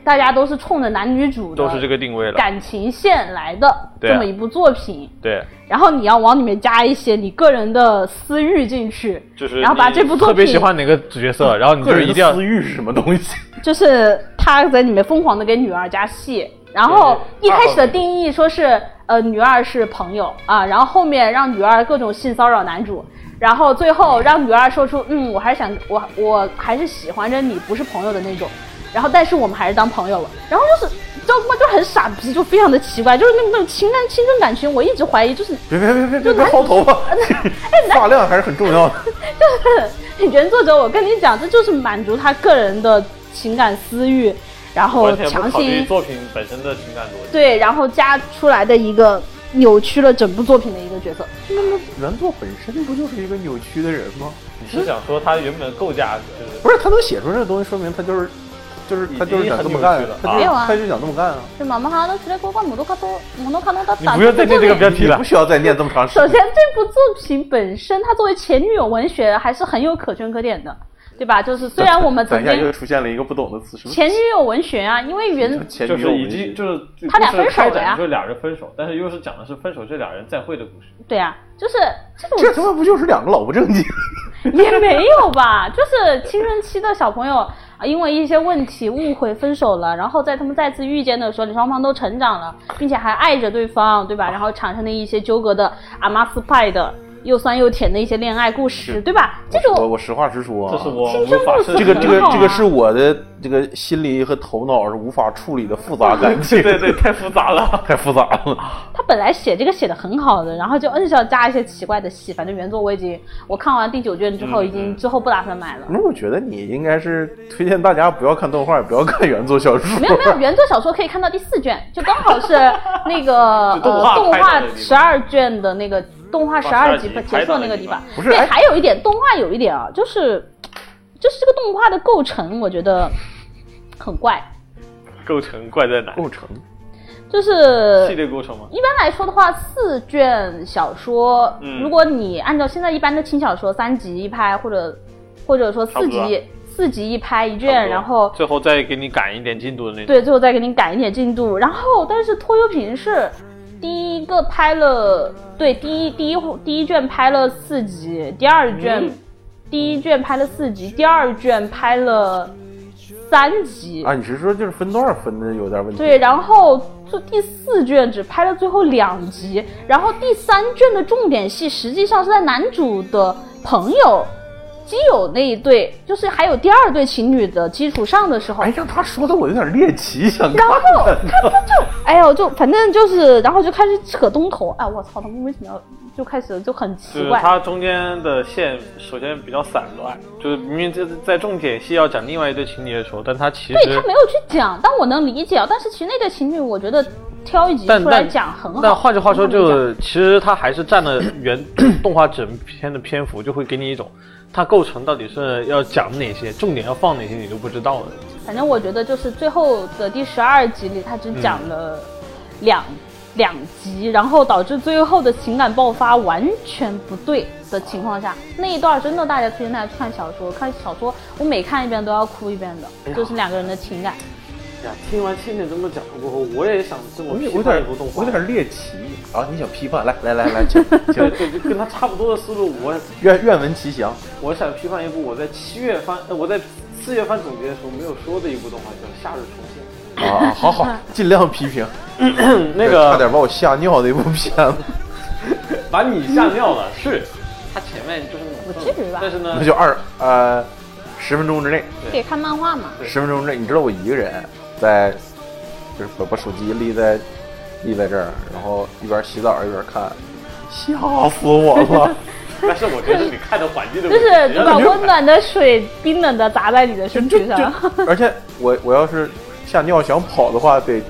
S1: 大家都是冲着男女主的
S4: 个定位，
S1: 感情线来的
S4: 对啊
S1: 这么一部作品，
S4: 对，
S1: 然后你要往里面加一些你个人的私欲进去，
S4: 就是
S1: 然后把
S4: 你
S1: 这部作品
S4: 哪个角色，然后你
S3: 个人的私欲是什么东西？
S1: 就是他在里面疯狂的给女二加戏，然后一开始的定义说是呃女二是朋友啊，然后后面让女二各种性骚扰男主，然后最后让女二说出嗯我还是想我我还是喜欢着你，不是朋友的那种，然后但是我们还是当朋友了，然后就是就他妈就很傻逼，就非常的奇怪，就是那种那种情感青春感情，我一直怀疑就是
S3: 别别别别别别薅头发，发量还是很重要的。
S1: 原作者，我跟你讲，这就是满足他个人的情感私欲，然后
S4: 完全
S1: 强
S4: 不考虑
S1: 行
S4: 作品本身的情感逻辑。
S1: 对，然后加出来的一个扭曲了整部作品的一个角色。
S3: 原作本身不就是一个扭曲的人吗？
S4: 你是想说他原本构架就是
S3: 不是，他能写出这东西，说明他就是，就是他就是想这么干
S4: 已经很扭曲了，
S3: 他就
S1: 没有啊
S3: 他就想这么干啊。
S1: 是妈妈哈那直接给我把摩托卡多摩托卡诺的打。
S4: 标
S3: 你不。需要再念这么长时
S1: 首
S3: 间。
S1: 先，这部作品本身，它作为前女友文学还是很有可圈可点的。对吧？就是虽然我们
S3: 等
S1: 曾
S3: 一下
S1: 经
S3: 又出现了一个不懂的词，什么
S1: 前女友文学啊，因为原
S3: 前
S2: 就
S3: 女友
S2: 是
S3: 文
S2: 已
S3: 学
S2: 经就是
S1: 他俩分手了呀
S2: 故事开展就是俩人分手，但是又是讲的是分手这俩人再会的故事。
S1: 对啊，就是这种
S3: 这他妈不就是两个老不正经？
S1: (laughs) 也没有吧，就是青春期的小朋友啊，因为一些问题误会分手了，然后在他们再次遇见的时候，双方都成长了，并且还爱着对方，
S3: 啊
S1: 对吧？然后产生了一些纠葛的阿妈斯派的又酸又甜的一些恋爱故事，
S3: 是
S1: 对吧？这
S3: 我
S1: 种
S3: 我实话实说、啊，
S2: 这是我
S1: 青
S2: 无
S1: 春
S2: 法
S1: 故
S2: 设
S1: 事
S3: (laughs) 这个
S2: 想
S3: 这
S1: 很
S3: 个
S1: 好啊
S3: 这个是我的这个心理和头脑是无法处理的复杂感
S4: (laughs)
S1: (laughs)
S3: 情，
S2: 对对，太复杂了。
S3: (laughs) 太复杂了。
S1: 他本来写这个写的很好的，然后就硬是要加一些奇怪的戏，反正原作我已经我看完第九卷之后，已经之后不打算买了。
S3: 那我觉得你应该是推荐大家不要看动画，也不要看原作小说。
S1: (laughs) 没有没有，原作小说可以看到第四卷，就刚好是那个
S2: (laughs) 就动
S1: 呃
S2: 画
S1: 动
S2: 拍到
S1: 画
S2: 的地方
S1: 十二卷的那个动画十二集
S2: 12集
S1: 结束的那个地方
S2: 拍到的地。
S3: 不是
S1: 对，
S3: 哎
S1: 还有一点，动画有一点啊，就是就是这个动画的构成，我觉得很怪，
S2: 构成怪在哪？
S3: 构成
S1: 就是
S2: 系列构成吗？
S1: 一般来说的话，四卷小说，
S2: 嗯
S1: 如果你按照现在一般的轻小说三集一拍，或者或者说
S2: 差
S1: 四
S2: 不多
S1: 集四集一拍一
S2: 差不
S1: 卷，
S2: 多
S1: 然后
S2: 最后再给你赶一点进度的那种。
S1: 对，最后再给你赶一点进度。然后，但是拖油瓶是第一个拍了，对，第一第一第一卷拍了四集，第二卷、第一卷拍了四集，第二卷拍了三集。
S3: 啊，你是说就是分段分的有点问题？
S1: 对，然后就第四卷只拍了最后两集，然后第三卷的重点戏实际上是在男主的朋友、基友那一对，就是还有第二对情侣的基础上的时候，
S3: 哎，让他说的我有点猎奇，想
S1: 然
S3: 看
S1: 后
S3: 看。
S1: 哎呦，就反正就是，然后就开始扯东头，哎，我操，他们为什么要就开始就很
S2: 就
S1: 奇
S2: 是
S1: 怪，
S2: 它中间的线，首先比较散乱，就是明明在在重点戏要讲另外一对情侣的时候，但它其
S1: 对
S2: 实
S1: 他没有去讲，但我能理解啊。但是其实那对情侣，我觉得挑一集
S2: 但
S1: 出来
S2: 但
S1: 讲很好。
S2: 但换句话说，
S1: 很好讲
S2: 就其实它还是占了原 (coughs) 动画整篇的篇幅，就会给你一种它构成到底是要讲哪些，重点要放哪些，你都不知道了。
S1: 反正我觉得就是最后的第十二集里，他只讲了两、两集，然后导致最后的情感爆发完全不对的情况下，那一段真的大家推荐大家去看小说，看小说我每看一遍都要哭一遍的，就是两个人的情感。
S2: 呀，听完倩倩这么讲过后，我也想这么
S3: 我有
S2: 批
S3: 我有
S2: 判
S3: 点
S2: 一部动画，
S3: 我有点猎奇啊！你想批判？来来来来，请请
S1: (laughs)
S2: 对，就跟他差不多的思路，我
S3: 愿愿闻其详。
S2: 我想批判一部我在七月番，呃我在四月番总结的时候没有说的一部动画叫《夏日重现》。
S3: 啊，好
S1: (laughs)
S3: 好，尽量批评。 (clears throat)
S2: 那
S3: 差
S2: 个
S3: 点把我吓尿的一部片
S2: (laughs)
S3: 子，
S2: 把你吓尿了，是，他前面就是那种
S1: 不至于吧
S2: 但是呢
S3: 那，就二呃十分钟之内，
S1: 可以看漫画嘛？
S2: 对
S3: 十分钟之内，你知道我一个人在，就是把把手机立在立在这儿，然后一边洗澡一边看，吓死我了。 (laughs)
S2: 但是我觉得你看的环境的
S1: 就
S2: 问题，
S1: 是
S2: 你
S1: 把
S2: 让你
S1: 温暖的水冰冷的砸在你的身体上。
S3: 而且我我要是吓尿想跑的话，得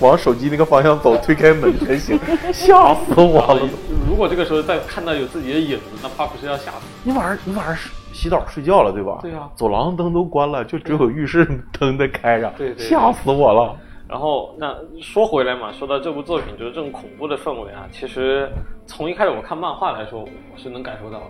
S3: 往手机那个方向走，推开门才行。 (laughs) 吓死我
S2: 好了
S3: 了！
S2: 如果这个时候再看到有自己的影子，那怕不是要吓死。
S3: 你晚上你晚上洗澡睡觉了对吧？
S2: 对啊
S3: 走廊灯都关了，就只有浴室灯在开着。
S2: 对对对
S3: 吓死我了。
S2: 然后那说回来嘛，说到这部作品，就是这种恐怖的氛围啊，其实从一开始我看漫画来说，我是能感受到的。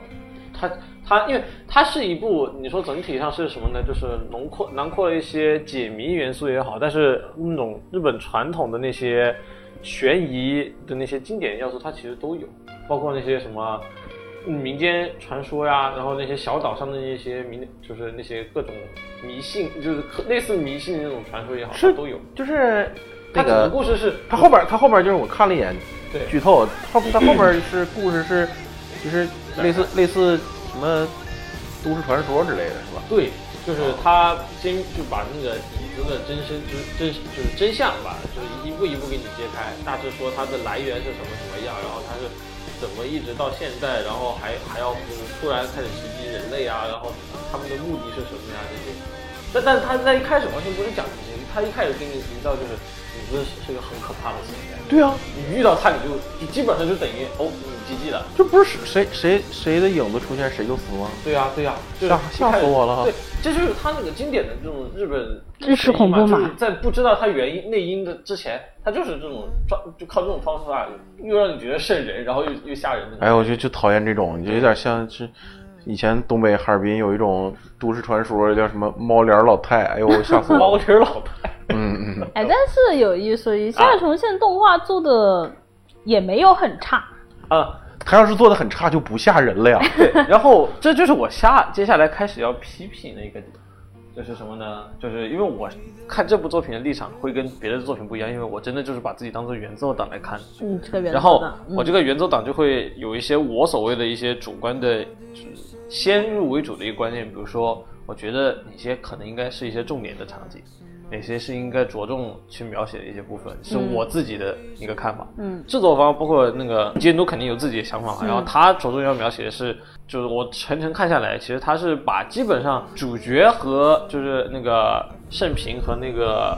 S2: 它它因为它是一部你说整体上是什么呢？就是囊括囊括了一些解谜元素也好，但是那种日本传统的那些悬疑的那些经典要素，它其实都有，包括那些什么。嗯民间传说呀，然后那些小岛上的那些民，就是那些各种迷信，就是类似迷信的那种传说也好，它
S3: 是
S2: 都有。
S3: 就是
S2: 它
S3: 那
S2: 整个
S3: 个
S2: 故事是
S3: 他后边他后边就是我看了一眼
S2: 对
S3: 剧透，他他后边是故事是就是类似类似什么都市传说之类的是吧？
S2: 对，就是他先就把那个椅子的真身之真就是真相吧，就是一步一步给你揭开，大致说它的来源是什么什么样，然后它是怎么一直到现在，然后还还要就是突然开始袭击人类啊，然后他们的目的是什么呀这些。但但他在一开始完全不是讲这些，他一开始给你营造就是椅子是是个很可怕的存在，
S3: 对啊，
S2: 你遇到他你就你基本上就等于哦你 GG 了。
S3: 这不是谁谁谁的影子出现谁就死吗？
S2: 对呀、对呀、就是
S3: 吓吓死我了
S2: 对，这就是他那个经典的这种日本
S1: 日式恐怖嘛
S2: 就是在不知道他原因内因的之前，他就是这种抓，就靠这种方
S3: 哎
S2: 式啊，又让你觉得瘆人，然后又又吓人的。
S3: 哎，我就就讨厌这种，就有点像是以前东北哈尔滨有一种都市传说叫什么猫脸老太，哎呦吓死我了！ (laughs)
S2: 猫脸老太，
S3: 嗯嗯，
S1: 哎，但是有一说一，
S2: 啊
S1: 夏虫线动画做的也没有很差，
S2: 啊，
S3: 他要是做的很差就不吓人 (laughs) 了呀。
S2: 对，然后这就是我下接下来开始要批评的一个点，就是什么呢？就是因为我看这部作品的立场会跟别的作品不一样，因为我真的就是把自己当做原作党来看，
S1: 嗯，这个原
S2: 然
S1: 作
S2: 后
S1: 的，
S2: 我这
S1: 个
S2: 个原作党就会有一些我所谓的一些主观的，就是先入为主的一个观念，比如说，我觉得哪些可能应该是一些重点的场景，哪些是应该着重去描写的一些部分，是
S1: 嗯
S2: 我自己的一个看法。
S1: 嗯
S2: 制作方包括那个监督肯定有自己的想法嘛，
S1: 嗯
S2: 然后他着重要描写的是，就是我全程看下来，其实他是把基本上主角和就是那个盛平和那个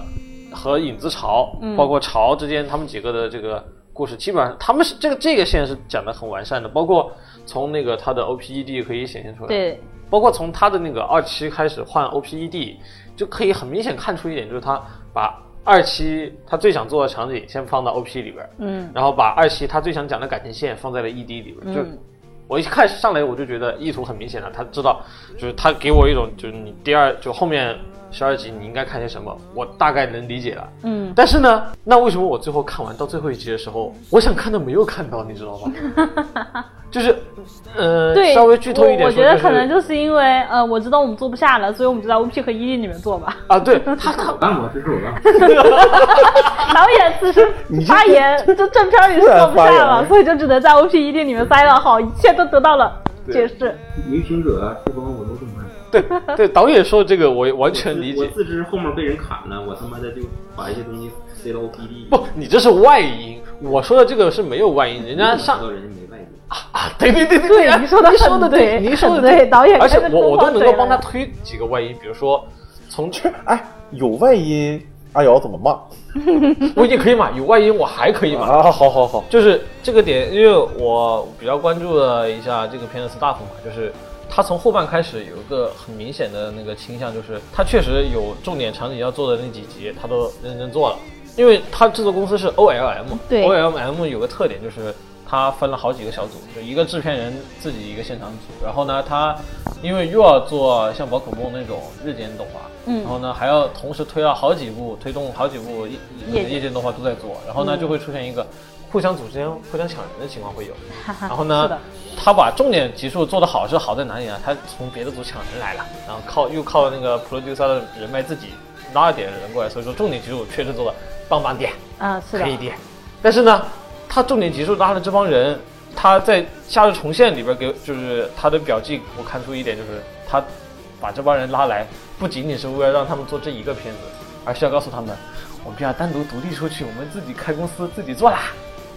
S2: 和影子潮，
S1: 嗯
S2: 包括潮之间他们几个的这个故事，基本上他们是这个这个线是讲的很完善的，包括从那个他的 OPED 可以显现出来，
S1: 对，
S2: 包括从他的那个二期开始换 OPED，就可以很明显看出一点，就是他把二期他最想做的场景先放到 OP 里边儿，
S1: 嗯
S2: 然后把二期他最想讲的感情线放在了 ED 里边儿。就
S1: 嗯
S2: 我一看上来我就觉得意图很明显了，他知道就是他给我一种就是你第二就后面十二集你应该看些什么，我大概能理解了。
S1: 嗯，
S2: 但是呢，那为什么我最后看完到最后一集的时候，我想看的没有看到，你知道吗？就是，呃，
S1: 对，
S2: 稍微剧透一点
S1: 我，我
S2: 说
S1: 觉得可能
S2: 就
S1: 就是因为呃，我知道我们做不下了，所以我们就在 OP 和 ED 里面做吧。 (laughs)
S2: 啊，对他他
S5: 我干过，这是我干过。 (laughs)
S1: 导演自
S2: (laughs)
S1: 身发言，就正片里是做不下了，所以就只能在 OP 一定里面塞了好，一切都得到了解释。
S5: 影评者、出风我都这么
S2: (laughs)
S5: 干。
S2: 对对导演说这个我完全理
S6: (laughs)
S5: 我
S2: 解。
S5: 自知后面被人砍了，我他妈的就把一些东西
S2: (laughs)
S5: 塞到 OPD。
S2: 不，你这是外因，我说的这个是没有外因，人家上
S5: 到人家没
S2: (laughs)
S5: 外界。
S2: 啊，对对对对对，
S1: 对你说得
S2: 你
S1: 很
S2: 说的
S1: 对
S2: 你说的
S1: 很对导演
S2: 而且
S1: 开始
S2: 我我都
S1: 疯狂
S2: 能够
S1: 怼
S2: 帮他
S1: 了
S2: 推几个外因，比如说从这，
S3: 哎，有外音，阿瑶怎么骂？
S2: 我也可以买，有外因我还可以买。
S3: 啊，好好好，
S2: 就是这个点，因为我比较关注了一下这个片的 staff 嘛，就是他从后半开始有一个很明显的那个倾向，就是他确实有重点场景要做的那几集，他都认真做了。因为他制作公司是 OLM，
S1: 对
S2: o l m 有个特点就是他分了好几个小组，就一个制片人自己一个现场组，然后呢，他因为又要做像宝可梦那种日间动画，
S1: 嗯
S2: 然后呢还要同时推了好几部，推动好几部一
S1: 夜嗯
S2: 夜间动画都在做，然后呢就会出现一个互相组之间互相抢人的情况会有。
S1: 哈哈
S2: 然后
S1: 啊是
S2: 呢
S1: 的，
S2: 他把重点集数做得好是好在哪里啊呢？他从别的组抢人来了，然后靠又靠那个 producer 的人脉自己拉了点人过来，所以说重点集数确实做的棒棒点，
S1: 啊，是的
S2: 可，以点。但是呢，他重点集数拉了这帮人，他在《夏日重现》里边给就是他的表记，我看出一点就是他把这帮人拉来，不仅仅是为了让他们做这一个片子，而是要告诉他们，我们要单独独立出去，我们自己开公司自己做啦。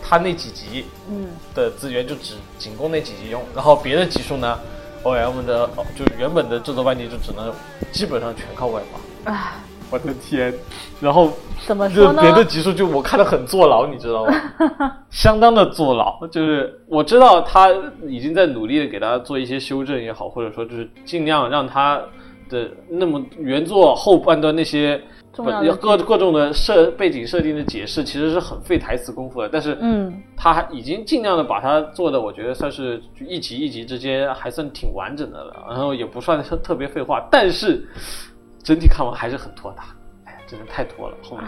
S2: 他那几集
S1: 嗯，
S2: 的资源就只仅供那几集用，然后别的集数呢，OM 的哦就原本的制作班底就只能基本上全靠外包。
S1: 唉，
S2: 我的天！然后
S1: 怎么
S2: 就
S1: 说呢？
S2: 别的集数就我看的很坐牢，你知道吗？
S1: (laughs)
S2: 相当的坐牢，就是我知道他已经在努力的给他做一些修正也好，或者说就是尽量让他的那么原作后半段那些
S1: 重要的
S2: 各各种的设背景设定的解释，其实是很费台词功夫的，但是
S1: 嗯，
S2: 他还已经尽量的把它做的，我觉得算是就一集一集之间还算挺完整的了，然后也不算是特别废话，但是整体看完还是很拖沓，哎呀，真的太拖了，后面。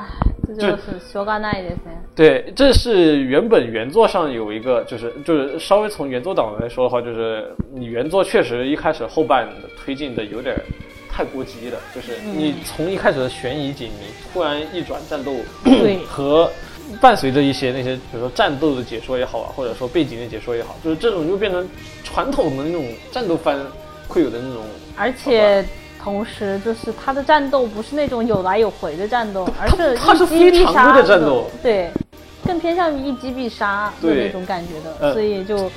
S1: 这就是修改那一点噻。
S2: 对，这是原本原作上有一个，就是就是稍微从原作党来说的话，就是你原作确实一开始后半推进的有点太过激了，就是你从一开始的悬疑紧密，突然一转战斗，
S1: 对
S2: 和伴随着一些那些，比如说战斗的解说也好啊，或者说背景的解说也好，就是这种就变成传统的那种战斗番会有的那种
S1: 而且同时，就是他的战斗不是那种有来有回的战斗，而是
S2: 他是
S1: 一击必
S2: 非常
S1: 杀
S2: 规的战斗，
S1: 对，更偏向于一击必杀的
S2: 对
S1: 那种感觉的，
S2: 呃
S1: 所以
S2: (laughs)
S1: 就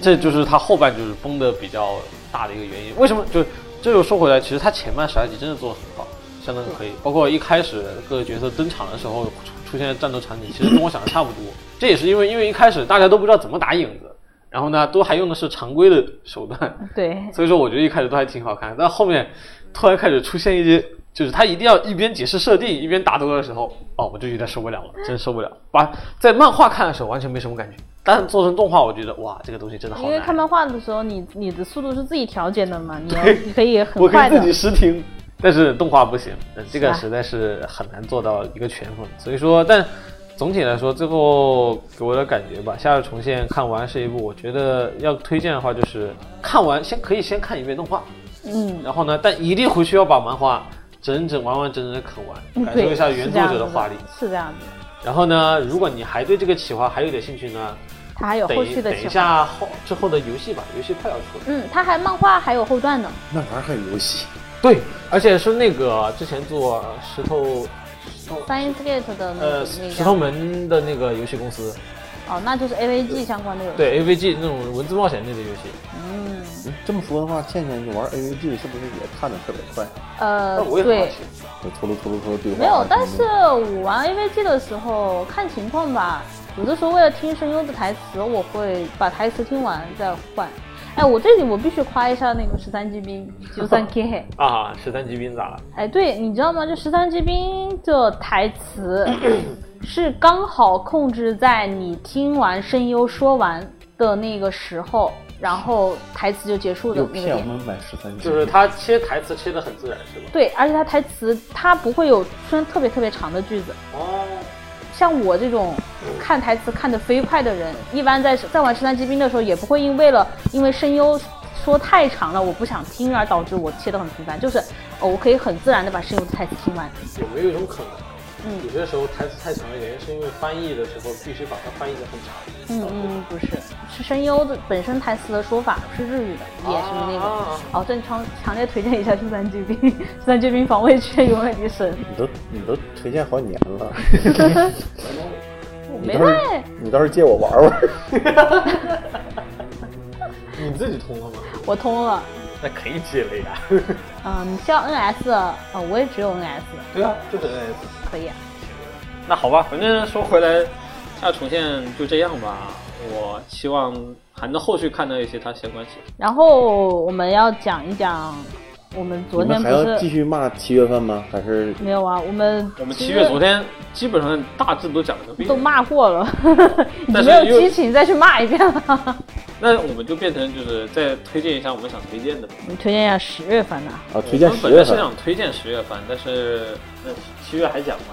S2: 这就是他后半就是崩的比较大的一个原因。为什么？就这又说回来，其实他前半十二集真的做的很好，相当可以。包括一开始各个角色登场的时候出出现的战斗场景，其实跟我想的差不多。这也是因为因为一开始大家都不知道怎么打影子，然后呢，都还用的是常规的手段，
S1: 对，
S2: 所以说我觉得一开始都还挺好看，但后面突然开始出现一些，就是他一定要一边解释设定一嗯边打斗的时候，哦，我就有点受不了了，真受不了。把在漫画看的时候完全没什么感觉，但做成动画，我觉得哇，这个东西真的好
S1: 因为看
S2: 难。
S1: 漫画的时候，你你的速度是自己调节的嘛，你要你可
S2: (laughs)
S1: 以很
S3: 我可
S1: 快
S3: 以自己
S1: 的。
S3: 试听。
S2: 但是动画不行，呃这个
S1: 是吧
S2: 实在是很难做到一个全粉。所以说，但总体来说，最后给我的感觉吧，《夏日重现》看完是一部，我觉得要推荐的话，就是看完先可以先看一遍动画，
S1: 嗯，
S2: 然后呢，但一定回去要把漫画整整完完整整的啃完，感受
S1: 嗯对，
S2: 一下
S1: 是
S2: 原
S1: 这
S2: 作
S1: 样
S2: 者
S1: 子
S2: 的画力。
S1: 是这样子的。
S2: 然后呢，如果你还对这个企划还有点兴趣呢，
S1: 他还有
S2: 等
S1: 呃后
S2: 一
S1: 续的
S2: 等一
S1: 情况。
S2: 下后之后的游戏吧，游戏快要出了。
S1: 嗯，他还漫画还有后段呢。
S3: 那玩意儿还有游戏，
S2: 对，而且是那个之前做石头，石头
S1: Science Gate 的那
S2: 呃
S1: 个
S2: 石
S1: 那
S2: 头
S1: 个
S2: 门的那个游戏公司，
S1: 哦，那就是 AVG 相关的游戏。
S2: 对 AVG 那种文字冒险类的游戏。
S1: 嗯，
S3: 嗯这么说的话，倩倩你玩 AVG 是不是也看的特别快？
S1: 呃
S2: 那，我也很好
S1: 对
S2: 奇，，
S3: 就突噜突噜突噜对话啊什么的。
S1: 没有，但是我玩 AVG 的时候看情况吧，有的时候为了听声优的台词，我会把台词听完再换。哎，我这里我必须夸一下那个十三级兵，九三
S2: (laughs)
S1: K。
S2: 啊，十三级兵咋了？
S1: 哎，对，你知道吗？这十三级兵的台
S2: (coughs)
S1: 词是刚好控制在你听完声优说完的那个时候，然后台词就结束的
S3: 又
S1: 那个
S3: 骗我
S1: 点。
S3: 们买十三级，
S2: 就是他切台词切的很自然，是吧？
S1: 对，而且它台词它不会有出现特别特别长的句子，
S2: 哦，
S1: 像我这种看台词看得飞快的人，一般在在玩《十三机兵》的时候，也不会因为了因为声优说太长了，我不想听而导致我切得很频繁，就是、哦、我可以很自然的把声优的台词听完。
S2: 有没有一种可能？
S1: 嗯
S2: 有些时候台词太长的原因是因为翻译的时候必须把它翻译的很长。
S1: 嗯嗯，不是，是声优的本身台词的说法是日语的，也是那个。
S2: 啊
S1: 哦，正强强烈推荐一下《十三机兵》，《十三机兵》防卫区永远的神，
S3: 你都你都推荐好几年了，
S1: 没卖。
S3: 你倒是借我玩玩。
S2: 你自己通了吗？
S1: 我通了。
S2: 那可以啊接了呀。
S1: 嗯，你需要 NS 啊、哦我也只有 NS，
S2: (laughs) 对啊，就是 NS。
S1: 可以、
S2: 那好吧，反正说回来，下重现就这样吧。我希望还能后续看到一些它相关性。
S1: 然后我们要讲一讲，我们昨
S3: 你
S1: 天
S3: 们
S1: 不
S3: 还要继
S1: 是
S3: 续骂七月份吗？还是
S1: 没有啊？我们
S2: 我们
S1: 其
S2: 七
S1: 实
S2: 月昨天基本上大致都讲了个遍
S1: 都，骂过了，已
S2: (laughs)
S1: 经
S2: 但是
S1: 没有
S2: 又
S1: 激情再去骂一遍了。 (laughs)
S2: 那我们就变成就是再推荐一下我们想推荐的吧。
S1: 我们推荐一下十月份的，
S3: 啊？推荐
S2: 我们
S3: 十
S2: 本来
S3: 月
S2: 是
S3: 份？
S2: 想推荐十月番，但是那七月还讲吗？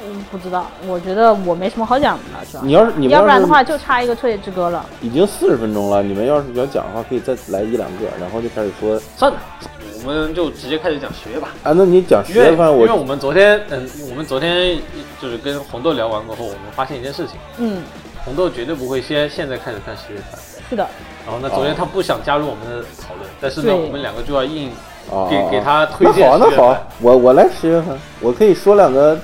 S1: 嗯，不知道，我觉得我没什么好讲的了，是吧？
S3: 你要是你们
S1: 要不然
S3: 是
S1: 的话，就差一个《彻夜之歌》了。
S3: 已经四十分钟了，你们要是要讲的话，可以再来一两个，然后就开始说
S2: 算了，我们就直接开始讲十月吧。
S3: 啊，那你讲十
S2: 因为
S3: 月份
S2: 因为我
S3: 我
S2: 们昨天嗯，我们昨天就是跟红豆聊完过后，我们发现一件事情，
S1: 嗯，
S2: 红豆绝对不会先现在开始看十月番。
S1: 是的，
S2: 然后呢，昨天他不想加入我们的讨论，但是呢，
S1: 对
S2: 我们两个就要硬
S3: 啊
S2: 给给他推
S3: 那
S2: 荐。
S3: 好啊那好啊，，我我来十月份，我可以说两个，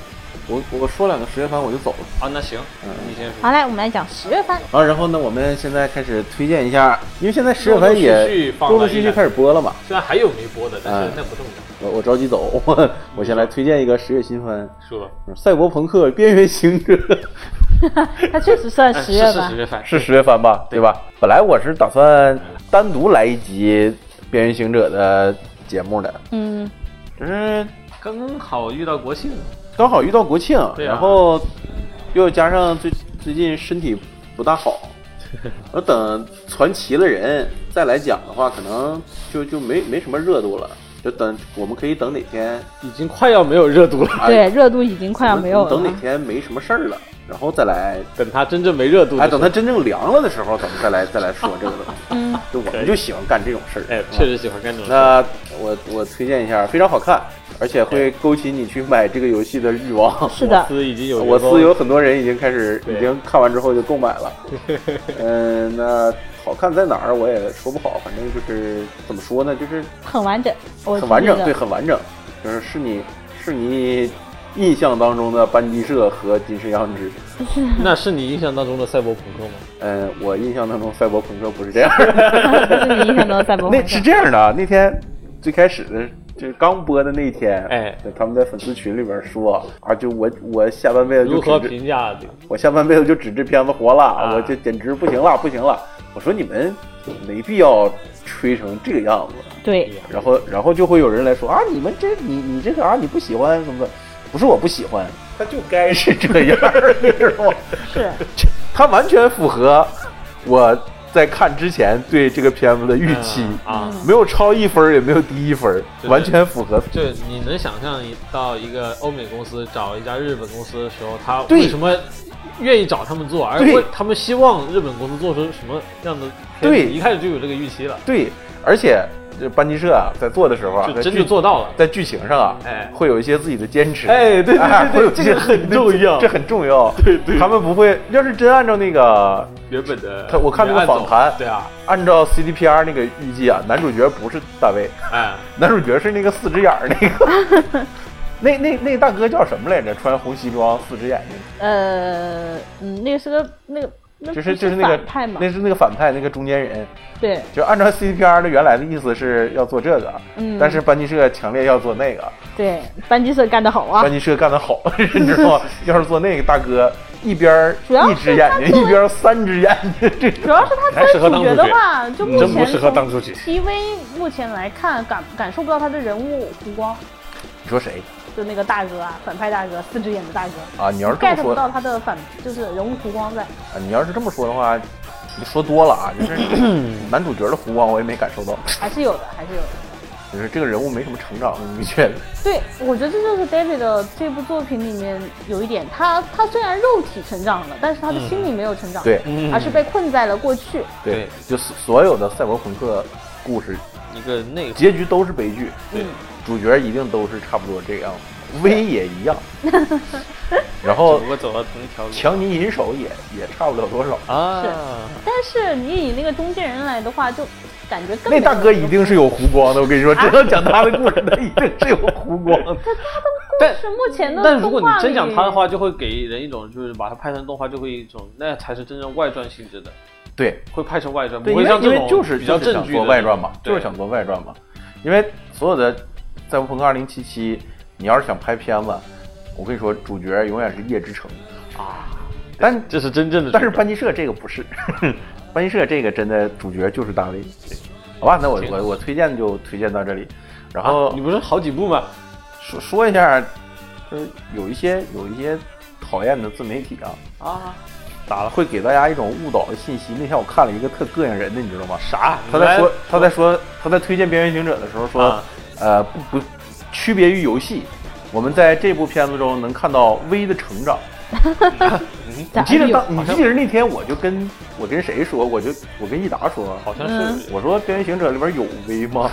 S3: 我我说两个十月份我就走了。
S2: 啊，那行，
S3: 嗯
S2: 你先说。
S1: 好嘞，我们来讲十月份。 (laughs)
S3: 啊，然后呢，我们现在开始推荐一下，因为现在十月
S2: 陆
S3: 份
S2: 陆续续
S3: 也
S2: 放了
S3: 陆陆续
S2: 一
S3: 续
S2: 两
S3: 开始播了嘛。
S2: 虽然还有没播的，但是
S3: 嗯
S2: 那不重要，
S3: 我我着急走，我我先来推荐一个十月新番，
S2: 输了。
S3: 《赛博朋克：边缘行者》 (laughs)
S1: 它确实算
S2: 哎
S1: 十月
S2: 是是十
S1: 份，
S2: 月份，
S3: 是十月番吧？对吧？本来我是打算单独来一集《边缘行者》的节目的，
S1: 嗯，
S3: 只是
S2: 刚好遇到国庆，
S3: 刚好遇到国庆，
S2: 对啊
S3: 然后又加上最最近身体不大好，
S2: (laughs)
S3: 我等攒齐了人再来讲的话，可能就就没没什么热度了。就等我们可以等哪天
S2: 已经快要没有热度了。
S1: 对，热度已经快要
S3: 哎我
S1: 没
S3: 们
S1: 有
S3: 等哪
S1: 了。
S3: 天没什么事儿了，然后再来
S2: 等他真正没热度的时候，
S3: 哎，等它真正凉了的时候，咱们
S2: (laughs)
S3: 再来再来说这个东西。
S1: 嗯，
S3: 就我们就喜欢干这种事儿。啊
S2: 哎，确实喜欢干这种事。
S3: 那我我推荐一下，非常好看，而且会勾起你去买这个游戏的欲望。
S1: 是的，
S2: 司已经有
S3: 我
S2: 员工
S3: 司有很多人已经开始，
S2: 对
S3: 已经看完之后就购买
S2: (laughs)
S3: 了。嗯，那好看在哪儿我也说不好，反正就是怎么说呢，就是
S1: 很完整，我
S3: 很完整，
S1: 觉
S3: 对，
S1: 得
S3: 很完整，就是是你是你印象当中的班级社和金氏央之。
S2: 那是你印象当中的赛博朋克吗？
S3: 嗯，我印象当中赛博朋克不是这样。
S1: (laughs) 这是你印象中的赛
S3: (laughs)
S1: 博朋
S3: 那
S1: 克
S3: 是这样的啊，那天最开始的就是刚播的那一天，
S2: 哎，
S3: 他们在粉丝群里边说啊，就我我下半辈子哎就
S2: 如何
S3: 指着
S2: 评价这个？
S3: 我下半辈子就指这片子活了，
S2: 啊
S3: 我就简直不行了，不行了。我说你们没必要吹成这个样子，
S1: 对，
S3: 然后然后就会有人来说啊，你们这你你这个啊你不喜欢什么的，不是我不喜欢，他就该是这样，你知道吗？
S1: 是，
S3: 它完全符合我在看之前对这个片子的预期
S2: 嗯啊，
S3: 没有超一分儿也没有低一分儿，
S2: 对
S3: 完全符合。
S2: 就你能想象一到一个欧美公司找一家日本公司的时候，他
S3: 对
S2: 为什么愿意找他们做，而
S3: 对
S2: 会他们希望日本公司做出什么样的片子？
S3: 对
S2: 一开始就有这个预期了，
S3: 对，而且这班级社啊在做的时候啊，
S2: 就
S3: 在
S2: 真
S3: 剧
S2: 的做到了。
S3: 在剧情上啊，
S2: 哎
S3: 会有一些自己的坚持。
S2: 哎，对
S3: 哎会有一些这
S2: 这
S3: 很重要。
S2: 对对
S3: 他们不会，要是真按照那个
S2: 原本的
S3: 他我看那个访谈
S2: 原案走对啊，
S3: 按照 CDPR 那个预计啊，男主角不是大卫，
S2: 哎，
S3: 男主角是那个四只眼儿那个，
S1: (laughs)
S3: 那那那大哥叫什么来着？穿红西装，四只眼睛，
S1: 呃，嗯，那个是个那个，那
S3: 就
S1: 不
S3: 是
S1: 是
S3: 就是那个
S1: 反派嘛，
S3: 那是那个反派那个中间人，
S1: 对，
S3: 就按照 CDPR 的原来的意思是要做这个，
S1: 嗯
S3: 但是班级社强烈要做那个，
S1: 对，班级社干得好啊
S3: 班！级社干得好， (laughs) 你知道吗？要是做那个大哥，一边儿
S1: 主要
S3: 一
S1: 是
S3: 只眼睛，
S1: 他
S3: 一边儿三只眼睛，这
S1: 主要是他
S7: 还适
S1: 作
S7: 合当主角
S1: 为主角的话，
S2: 嗯
S1: 就目
S7: 真不
S1: 前
S7: 适合当主角
S1: TV 目前来看，感感受不到他的人物弧光，
S3: 你说谁
S1: 就那个大哥啊，反派大哥，四只眼的大哥
S3: 啊？你要是这
S1: ，get
S3: 么
S1: 不
S3: 说
S1: 到他的反，就是人物弧光在。
S3: 啊，你要是这么说的话，你说多了啊，就是男主角的弧光我也没感受到，
S1: 还是有的，还是有的。
S3: 就是这个人物没什么成长，你觉得？
S1: 对，我觉得这就是 David 的这部作品里面有一点，他他虽然肉体成长了，但是他的心理没有成长，
S3: 对
S1: 而是被困在了过去。
S3: 对
S2: 对，
S3: 就所所有的赛博朋克故事
S2: 一个内
S3: 结局都是悲剧，
S1: 嗯
S2: 对，
S3: 主角一定都是差不多这样，V 也
S1: (laughs)
S3: 一样，然后
S7: 我走到同一条路
S3: 哦强尼银手也也差不了多少。
S2: 啊，
S1: 但是你以那个中间人来的话，就感觉更
S3: 那大哥一定是有弧光的，我跟你
S1: 啊
S3: 说，只要讲他的故事，他一定是有弧光的。
S2: 但
S1: 是目前的
S2: 但如果
S1: 动画
S2: 你真讲
S1: 里
S2: 他的
S1: (laughs)
S2: 话，就会给人一种就是把它拍成动画，就会一种那才是真正外传性质的，
S3: 对，
S2: 会拍成外传，
S3: 对，
S2: 不
S3: 因为
S2: 会像
S3: 因
S2: 这
S3: 为
S2: 种
S3: 就是
S2: 比较
S3: 就是
S2: 正
S3: 想
S2: 剧
S3: 做
S2: 的
S3: 外传嘛，
S2: 对
S3: 就是想做外传嘛。因为所有的《赛博朋克2077》，你要是想拍片子，我跟你说，主角永远是夜之城
S2: 啊。
S3: (laughs) 但
S2: 这是真正的主角，
S3: 但是班级社这个不是， (laughs) 班级社这个真的主角就是大卫。好吧，那我我我推荐就推荐到这里，然后、
S2: 啊，你不是好几部吗？
S3: 说说一下，就是有一些有一些讨厌的自媒体啊，
S2: 啊，
S3: 咋了？会给大家一种误导的信息。那天我看了一个特膈应人的，你知道吗？
S2: 啥？
S3: 他在说他在说他在推荐《边缘行者》的时候说，
S2: 啊
S3: 呃，不不，区别于游戏，我们在这部片子中能看到 V 的成长。
S2: 嗯
S3: 你记得当你记得那天我就跟我跟谁说，我就我跟益达说，
S2: 好像
S1: 嗯
S2: 是，
S3: 我说《边缘行者》里边有 V (laughs) 吗？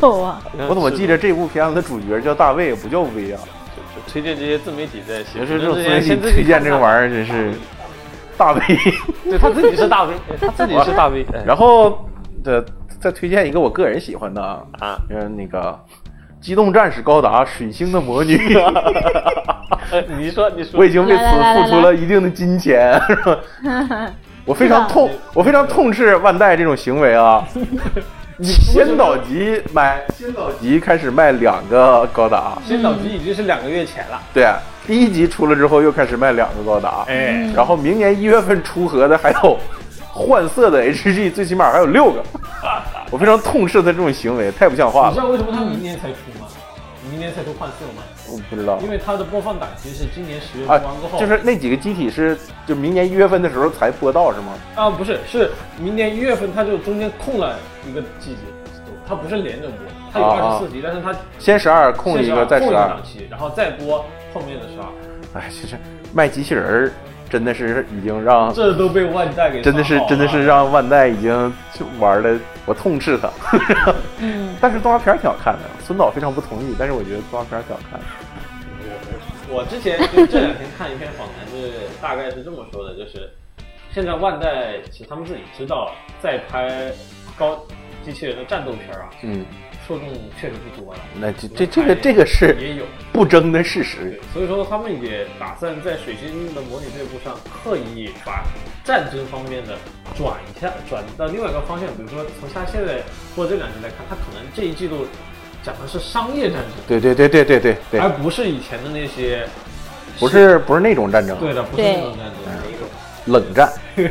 S1: 有
S2: (laughs)
S1: 啊，
S3: 我怎么记得这部片子的主角叫大卫，不叫 V 啊？
S2: 就就推荐这些自媒体在写
S3: 也是这种
S2: 之
S3: 自
S2: 前
S3: 媒体
S2: 先自己
S3: 推荐这 (laughs) 个
S2: 意
S3: 玩意儿，真是大卫。
S2: 儿，对他自己是大 V，哎他自己是大
S3: (laughs)
S2: V，哎
S3: 然后，呃，再推荐一个我个人喜欢的啊，
S2: 啊，
S3: 就是那个《机动战士高达：水星的魔女》 (laughs)
S2: (laughs) 哎你说你说，
S3: 我已经为此
S1: 来来来来
S3: 付出了一定的金钱，是吧？
S1: (laughs)
S3: 我非常痛，我非常痛斥万代这种行为
S1: (laughs)
S3: 啊！先导级买先导级开始卖两个高达，
S2: 先导集已经是两个月前了，
S3: 对，第一集出了之后又开始卖两个高达，
S1: 嗯
S2: 嗯
S7: 哎，
S3: 然后明年一月份出盒的还有换色的 HG，最起码还有六个。我非常痛斥他这种行为，太不像话
S2: 你知
S3: 了。
S2: 道为什么他明年才出吗？明年才出换色吗？
S3: 我不知道
S2: 因为它的播放档期是今年十月
S3: 啊
S2: 份嗯完过后，，
S3: 就是那几个机体是就明年一月份的时候才播到是吗？
S2: 啊不是是明年一月份，它就中间空了一个季节，它不是连着播，它有
S3: 啊啊
S2: 二十四集，但是它
S3: 先十二空一
S2: 先
S3: 个
S2: 12
S3: 再
S2: 空
S3: 十
S2: 一个
S3: 二
S2: 档，期，然后再播后面的十二，
S3: 哎，其实卖机器人儿真的是已经让
S2: 这都被万代给
S3: 真的是
S2: 上好了啊
S3: 真的是让万代已经就玩的我痛斥他。
S2: 嗯
S3: (laughs) 但是动画片儿挺好看的，孙导非常不同意，但是我觉得动画片儿挺好看的。
S2: 我之前就这两天看一篇访谈，就是大概是这么说的，就是现在万代其实他们自己知道，在拍高机器人的战斗片儿啊，
S3: 嗯，
S2: 受众确实不多了。
S3: 那这这这个这个是
S2: 也有，
S3: 不争的事实
S2: 对。，所以说他们也打算在《水星的魔女》这部上刻意把战争方面的转一下，转到另外一个方向。比如说从他现在或者这两年来看，他可能这一季度讲的是商业战争，
S3: 对对对对对对
S2: 而
S3: 对，
S2: 不是以前的那些
S3: 不是不是那种战争，
S2: 对的，不是
S1: 对
S2: 那种战争。
S5: 哪一种？
S3: 冷战。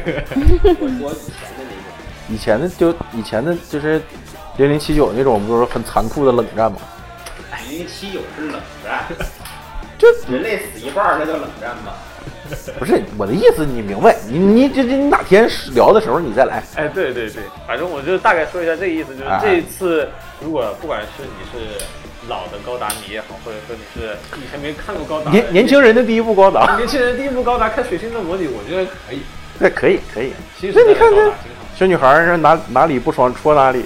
S5: 我说以前的那种，
S3: 以前的就以前的就是零零七九那种，不是很残酷的冷战吗？
S5: 哎零零七九是冷战，
S2: (laughs)
S3: 这
S5: 人类死一半儿那叫冷战吗？
S3: 不是我的意思，你明白？你你这这你哪天聊的时候你再来。
S2: 哎，对对对，反正我就大概说一下这个意思，就是
S3: 啊
S2: 这一次，如果不管是你是老的高达迷也好，或者说你是以前没看过高达的
S3: 年年轻人的第一部高 (laughs) 达，
S2: 年轻人第一部高达看水星的模拟，我觉得可以。
S3: 那可以可以。
S2: 其实
S3: 那你看
S2: 高
S3: 看
S2: 达挺好。
S3: 小女孩儿说哪哪里不爽戳哪里，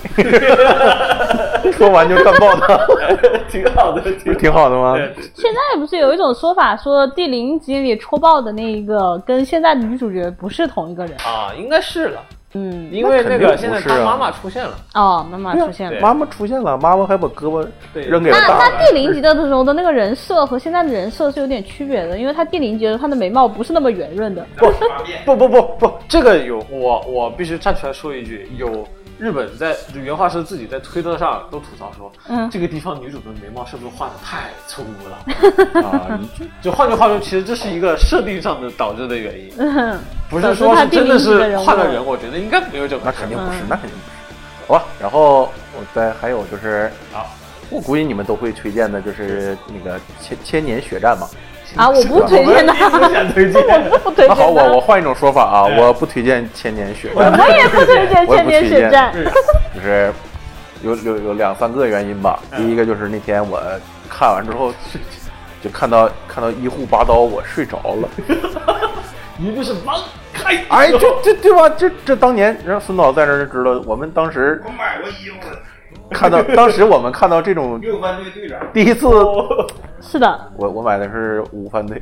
S3: (laughs) 戳完就干爆 (laughs) 她，
S2: (laughs) 挺好的，
S3: 不
S2: 挺
S3: 是挺好的吗？
S1: 现在不是有一种说法，说第零集里戳爆的那一个跟现在的女主角不是同一个人。
S2: 啊，应该是了，
S1: 嗯，
S2: 因为那
S3: 肯定
S2: 个
S3: 不
S2: 现在
S3: 是
S2: 他
S3: 啊
S2: 妈妈出现了，
S1: 哦，妈妈出现了。
S3: 妈妈出现了，妈妈还把胳膊
S2: 对
S3: 扔给
S1: 那
S3: 了
S1: 那
S3: 大人。
S1: 第零集的时候的那个人设和现在的人设是有点区别的，因为他第零集的时候他的眉毛不是那么圆润的。
S2: 不不不不，这个有我我必须站出来说一句，有日本在就原画师自己在推特上都吐槽说，
S1: 嗯
S2: 这个地方女主的眉毛是不是画的太粗了？
S3: 啊，你这
S2: 就换句话说，其实这是一个设定上的导致的原因，
S1: 嗯， (laughs)
S2: 不是
S1: 导
S2: 说
S1: 致他
S2: 是真的
S1: 第零集的
S2: 是
S1: 人物
S2: 换了人，我觉得应该没有这回
S3: 那
S2: 事
S3: 肯
S2: 儿
S3: 定。不是
S1: 嗯，
S3: 那肯定不是。好吧，然后我再还有就是
S2: 啊，
S3: 我估计你们都会推荐的就是那个千千年血战嘛。
S1: 啊，我不推荐的，
S2: 想推 (laughs) 荐，
S1: 我 (laughs) 不推
S3: 那
S1: 荐
S3: 好，
S1: 的
S3: 我我换一种说法啊，我不推荐千年血
S1: (laughs)
S3: 战。
S1: 我也不推荐《
S3: (laughs) 我也
S1: 千
S3: 不嗯
S1: 年
S3: 推
S1: 血
S3: 荐
S1: 战》。
S3: 就是有有有两三个原因吧。第一个就是那天我看完之后，就看到看到医护拔刀，我睡着了。
S2: 一定是王开，
S3: 哎，这这对吧？这这当年让孙导在那儿就知道，我们当时
S5: 我买过衣服的，
S3: 看到，当时我们看到这种
S5: 六番队队长，
S3: 第一次，
S1: 是的，
S3: 我我买的是五番队，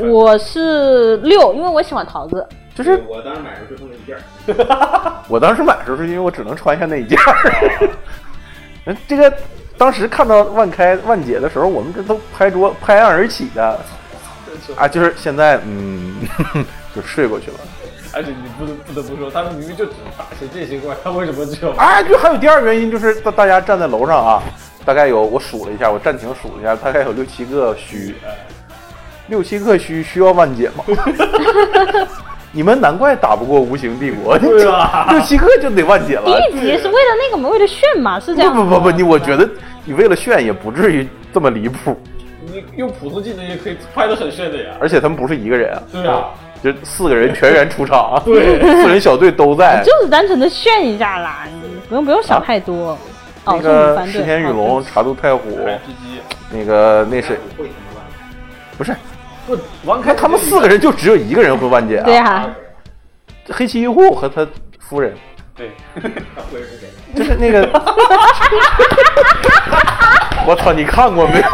S1: 我是六，因为我喜欢桃
S3: 啊
S1: 子。
S3: 就是
S5: 我当时买的就这么一件儿，
S3: 我当时买的时候是因为我只能穿下那一件儿。 (laughs) 嗯这个当时看到万开万姐的时候，我们这都拍桌拍案而起的啊！就是现在，嗯， (laughs) 就睡过去了。
S2: 而且你不得不得不说，他们明明就只打些这些怪，他为什么只有
S3: 啊，就还有第二个原因就是大大家站在楼上啊，大概有我数了一下，我暂停数了一下，大概有六七个虚，六七个虚需要万解吗？ (laughs) 你们难怪打不过无形帝国，
S2: 对啊
S3: 六七个就得万解
S1: 第
S3: 了。
S1: 一集是为了那个嘛，为了炫嘛，是这样
S3: 不
S1: 子的。
S3: 不不不，你我觉得你为了炫也不至于这么离谱，
S2: 你用普通技能也可以拍的很炫的呀？
S3: 而且他们不是一个人啊，
S2: 对啊，
S3: 就四个人全员出场，
S2: 对
S3: 四人小队都在。
S1: 就是单纯的炫一下啦，你不用不用想太多。哦，
S3: 啊那
S1: 是女
S3: 个
S1: 番队
S3: 石田雨
S1: 哦
S3: 龙、茶渡太虎，
S2: 机
S3: 那个那谁
S5: 不会他妈玩。
S3: 不是？
S2: 不，王
S3: 那
S2: 开
S3: 他们四个人就只有一个人会万解啊？
S1: 对啊，
S3: 黑崎一护和他夫人，
S2: (laughs) 对，
S5: 他会是谁？
S3: 就是那个，我操，你看过没有？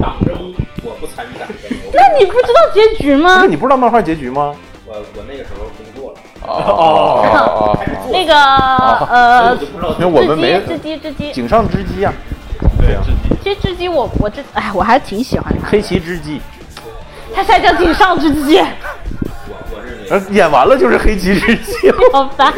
S5: 党争我不参与党争，我
S1: (laughs) 那你不知道结局
S3: 不
S1: 吗
S3: 是？你不知道漫画结局吗？
S5: 我我那个时候工作了，
S3: 哦，
S1: 那个呃
S5: 我，就不知道
S3: 因啊为我们没
S1: 织姬，织姬，织姬，
S3: 井上织姬啊，
S1: 其实织姬我我这哎，我还是挺喜欢他，
S3: 黑崎织姬，
S1: 他才叫井上织姬，
S5: 我我认为
S3: 呃演完了就是黑崎织姬。
S1: 好烦。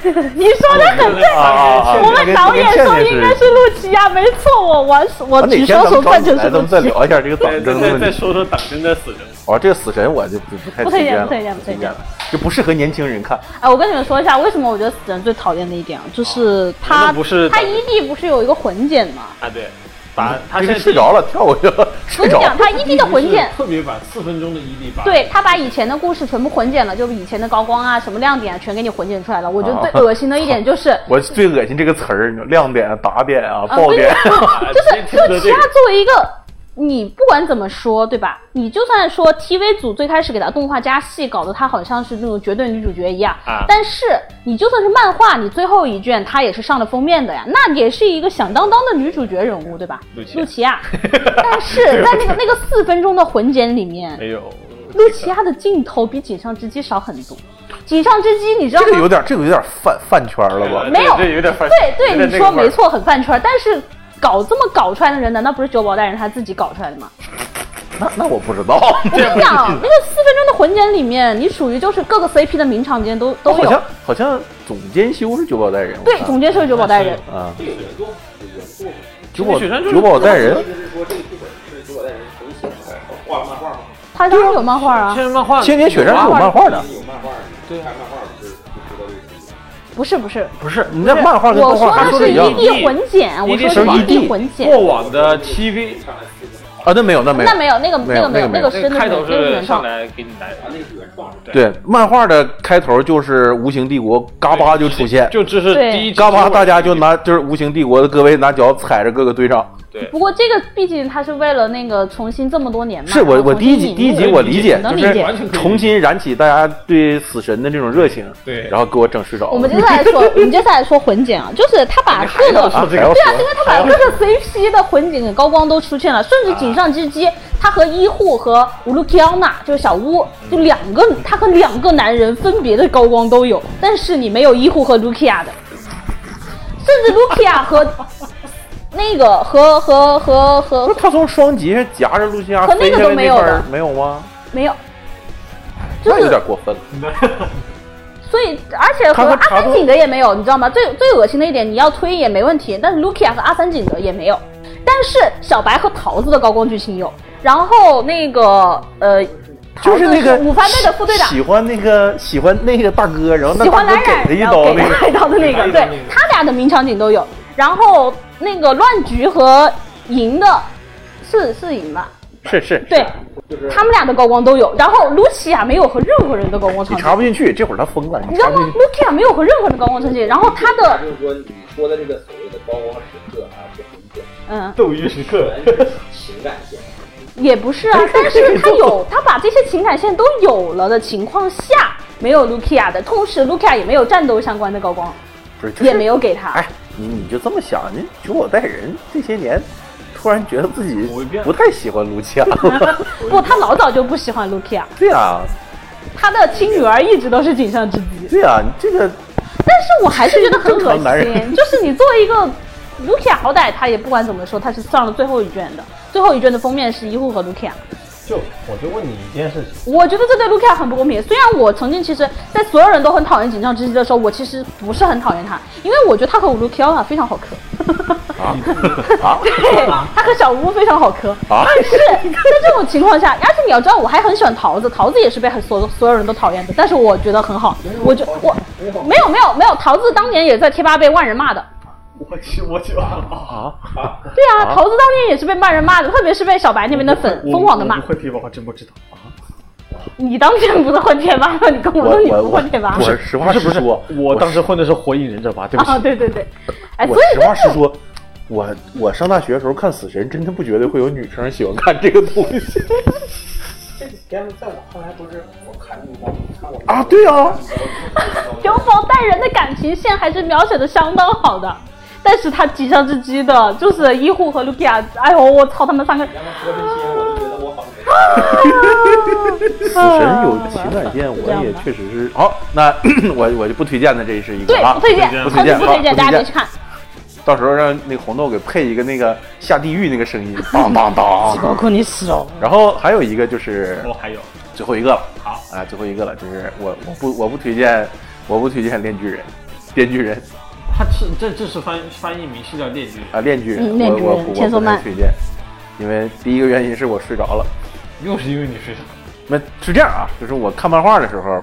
S5: 我应该我认为应该。
S1: 你说的很对，
S3: 啊啊啊！
S1: 我们导演说应该是露琪亚，没错，我我我
S3: 哪
S1: (laughs) 举
S3: 天
S1: 双
S3: 咱
S1: 手
S3: 们找
S1: 赞成
S3: 啊你来，
S1: 是
S3: 咱
S1: 露
S3: 们再
S1: 琪亚。
S3: 聊一下这个党
S2: 再再
S3: 争的
S2: 再
S3: 问题。
S2: 说说党争的死人，
S3: 哦，这个死神我就不不太
S1: 不推荐
S3: 了，
S1: 不推荐
S3: 不
S1: 不推荐
S3: 了，就不适合年轻人看。
S1: 哎，我跟你们说一下，为什么我觉得死人最讨厌的一点啊，就是
S2: 难
S1: 他
S2: 道不是
S1: 他一 D 不是有一个混剪吗？
S2: 啊，对，把他
S3: 嗯
S2: 现
S3: 这个
S2: 在
S3: 睡着了，跳过去了，
S1: 我
S3: 睡
S1: 跟你
S3: 着
S1: 讲，
S3: 了。
S1: 他一 D 的混剪
S2: 就是特别版四分钟的伊利吧，，
S1: 对他把以前的故事全部混剪了，就以前的高光啊、什么亮点啊，全给你混剪出来了。我觉得
S3: 啊
S1: 最恶心的一点就是，
S3: 我最恶心这个词儿，亮点、打点啊，
S1: 啊
S3: 爆
S1: 对
S3: 点。
S1: 就是
S2: 听得
S1: 就
S2: 这
S1: 其
S2: 个
S1: 他作为一个，你不管怎么说，对吧？你就算说 TV 组最开始给他动画加戏，搞得他好像是那种绝对女主角一样，
S2: 啊
S1: 但是你就算是漫画，你最后一卷她也是上了封面的呀，那也是一个响当当的女主角人物，对吧
S2: 露？琪亚啊
S1: 露琪
S2: (laughs)
S1: 亚，但是在那个那个四分钟的混剪里面，
S2: 没有，
S1: 露琪啊亚的镜头比井上织姬少很多。井上织姬，你知道
S3: 这个
S1: 吗？
S3: 有点，这个有点饭饭圈了吧？
S1: 没有
S2: 这有点犯，
S1: 对对，
S2: 有点
S1: 你
S2: 那个
S1: 说
S2: 味儿
S1: 没，错，很饭圈儿。但是搞这么搞出来的人，难道不是九保代人他自己搞出来的吗？
S3: 那那我不知道，
S1: 我跟你讲，那个四分钟的混剪里面，你属于就是各个 CP 的名场景都 (laughs) 都
S3: 哦好
S1: 有
S3: 像。好像总监修是九保代人，
S1: 对，总监是九保代人，
S3: 啊，
S5: 这有原作，有原作吗？
S3: 九保
S2: 其实雪山就是
S3: 九保代
S5: 我
S3: 人
S5: 一直是说这个剧本是九保代人重写的，画了漫画吗？
S1: 他当然有漫画啊
S2: 千。人漫画，
S3: 千年雪山是有漫画的
S5: 有漫画的，对，看漫画不是不知道这个。
S1: 不是不是，
S2: 不是
S3: 你那漫画跟
S1: 我
S3: 动画
S1: 说
S3: 还
S1: 的
S3: 说
S1: 是
S3: 一样
S1: 一地混剪，我说
S2: 一地哦
S1: 的是
S3: 是
S1: 一
S3: 一
S1: 地
S3: 地
S1: 混剪。
S2: 过往的 TV
S3: 啊，那没有，那没有，
S1: 那没有那个
S3: 没
S1: 那
S3: 有
S1: 个没有
S3: 那
S1: 那
S3: 个
S1: 个是
S2: 那个
S1: 那
S2: 开
S1: 个
S2: 头
S1: 那个
S2: 是
S1: 原创，
S2: 上来给你来
S5: 他那是原创的，
S3: 对，漫画的开头就是无形帝国嘎巴就出现，
S2: 就这是
S1: 对
S2: 第一集
S3: 嘎巴大家就拿就是无形帝国的各位拿脚踩着各个队上。
S2: 对
S1: 不过这个毕竟它是为了那个重新这么多年嘛，
S3: 是我
S1: 然后
S3: 我
S1: 重
S3: 第
S1: 新
S3: 一集
S1: 引
S3: 第一
S1: 入
S3: 集我理解，
S1: 能
S3: 就
S1: 理
S3: 是
S1: 解
S5: 完全可以
S3: 重新燃起大家对死神的这种热情，
S5: 对
S3: 然后给我整睡着了。
S1: 我们接下来说，我们接下来说混剪啊，就是他把各个，
S3: 说这个
S1: 对啊，因为他把各个 CP 的混剪给高光都出现了，甚至井上之基，他和医护和乌鲁基昂娜就是小屋，就两个，他和两个男人分别的高光都有，但是你没有医护和卢基亚的，甚至卢基亚
S3: (laughs)
S1: 和那个和和和
S3: 不
S1: 和
S3: 是他从双极上夹着露西亚
S1: 可那
S3: 飞
S1: 个
S3: 下
S1: 都
S3: 来
S1: 没
S3: 那
S1: 有
S3: 块儿
S1: 的
S3: 没有吗？
S1: 没有，就
S3: 那有
S1: 是
S3: 点过分了。
S1: 所以，而且和
S3: 他和
S1: 阿
S3: 查
S1: 三
S3: 多
S1: 井的也没有，你知道吗？最最恶心的一点，你要推也没问题，但是 Lukia 和阿三井的也没有，但是小白和桃子的高光剧情有，然后那个呃，桃
S3: 就
S1: 子
S3: 那个
S1: 午饭队的副队长。
S3: 喜欢那个喜欢那个大哥，然后那
S1: 喜欢
S3: 大
S1: 蓝
S3: 哥
S1: 染，
S3: 给他一
S1: 然后 (laughs)
S3: 刀
S1: 给
S3: 那个，
S1: 他一刀的那个，对他俩的名场景都有。然后那个乱局和赢的，是是赢吧？
S3: 是是，
S1: 对，他们俩的高光都有。然后卢奇亚没有和任何人的高光
S3: 你
S1: 场景
S3: 插，不进去，这会儿他疯了，
S1: 你
S3: 你
S1: 知道
S3: 插
S1: 吗
S3: 不进去。
S1: ？Lukia 没有和任何人的高光场景，然后他的
S5: 就是说你说的这个所谓的高光时刻啊，是很简
S1: 嗯，
S2: 斗鱼时刻
S5: 单，全是情感线。
S1: 也不是
S3: 哎
S1: 啊，但是他有，他把这些情感线都有了的情况下，没有 Lukia 的，同时 Lukia 也没有战斗相关的高光，
S3: 不是，就是
S1: 也没有给他。
S3: 哎， (laughs) 你你就这么想，你九我代人这些年，突然觉得自己
S2: 我一变
S3: 不太喜欢卢奇亚了。
S1: (laughs) 不，他老早就不喜欢 Lukia，
S3: (laughs) 对啊，
S1: 他的亲女儿一直都是井上之
S3: (laughs)
S1: 基。
S3: 对啊，你这个
S1: 但是我还是觉得很
S3: 正常男
S1: 恶心，
S3: 人
S1: 就是你作为一个 Lukia，好歹他也不管怎么说，他是上了最后一卷的，最后一卷的封面是一护和 Lukia。
S4: 就我就问你一件事情，
S1: 我觉得这对 Luca 很不公平。虽然我曾经其实，在所有人都很讨厌井上之基的时候，我其实不是很讨厌他，因为我觉得他和 Luca 非常好磕。 (laughs)
S3: 啊
S1: 对，他和小屋非常好磕。
S3: 啊，
S1: 是在这种情况下，而且你要知道，我还很喜欢桃子，桃子也是被很所所有人都讨厌的，但是我觉得很好。我觉我没有没有没有，桃子当年也在贴吧被万人骂的。
S2: 我去我去啊！
S1: 对啊，桃子当年也是被万人骂的，特别是被小白那边的粉疯狂的骂
S2: 我。会贴吧，我真不知道。
S1: 你当年不是混贴吧吗？你跟我
S3: 我
S1: 说你
S3: 我
S1: 不
S3: 我
S1: 混贴吧？
S3: 我实话实说，
S2: 我当时混的是火影忍者吧？对不起
S1: 啊，，对对对，哎，所
S3: 我
S1: 以
S3: 实话实说，我我上大学的时候看《死神》，真的不觉得会有女生喜欢看这个东西
S5: 这个片子在我看来不是我看你吧，你看我
S3: 啊！对啊，
S1: 刘宝带人的感情线还是描写的相当好的，但是他挤上之基的就是医护和卢比亚，哎呦我操他们三个，
S5: 然后说这些，我就觉得我好没。
S3: 《死神》
S1: 呃
S3: 有情感线，我也确实是好。那 (coughs) 我我就不推荐的这是一个
S1: 对
S3: 啊，
S1: 不推荐，
S3: 不
S1: 超
S3: 推
S1: 级
S3: 荐，
S1: 不
S3: 啊
S1: 推荐，大家别去看。
S3: 到时候让那个红豆给配一个那个下地狱那个声音，当当
S1: (laughs)
S3: 当。
S1: 括你死哦！
S3: 然后还有一个就是
S2: 我还有
S3: 最后一个了，好啊，最后一个了，就是我我不我不推荐我不推荐链锯人，电锯人
S2: 他是这这是翻翻译名是叫《恋剧
S3: 啊链锯人，
S1: 嗯链锯
S3: 我
S1: 人
S3: 我不
S1: 千
S3: 我
S1: 颂
S3: 不
S1: 曼
S3: 太推荐，因为第一个原因是我睡着了。
S2: 又是因为你睡着。
S3: 那是这样啊，就是我看漫画的时候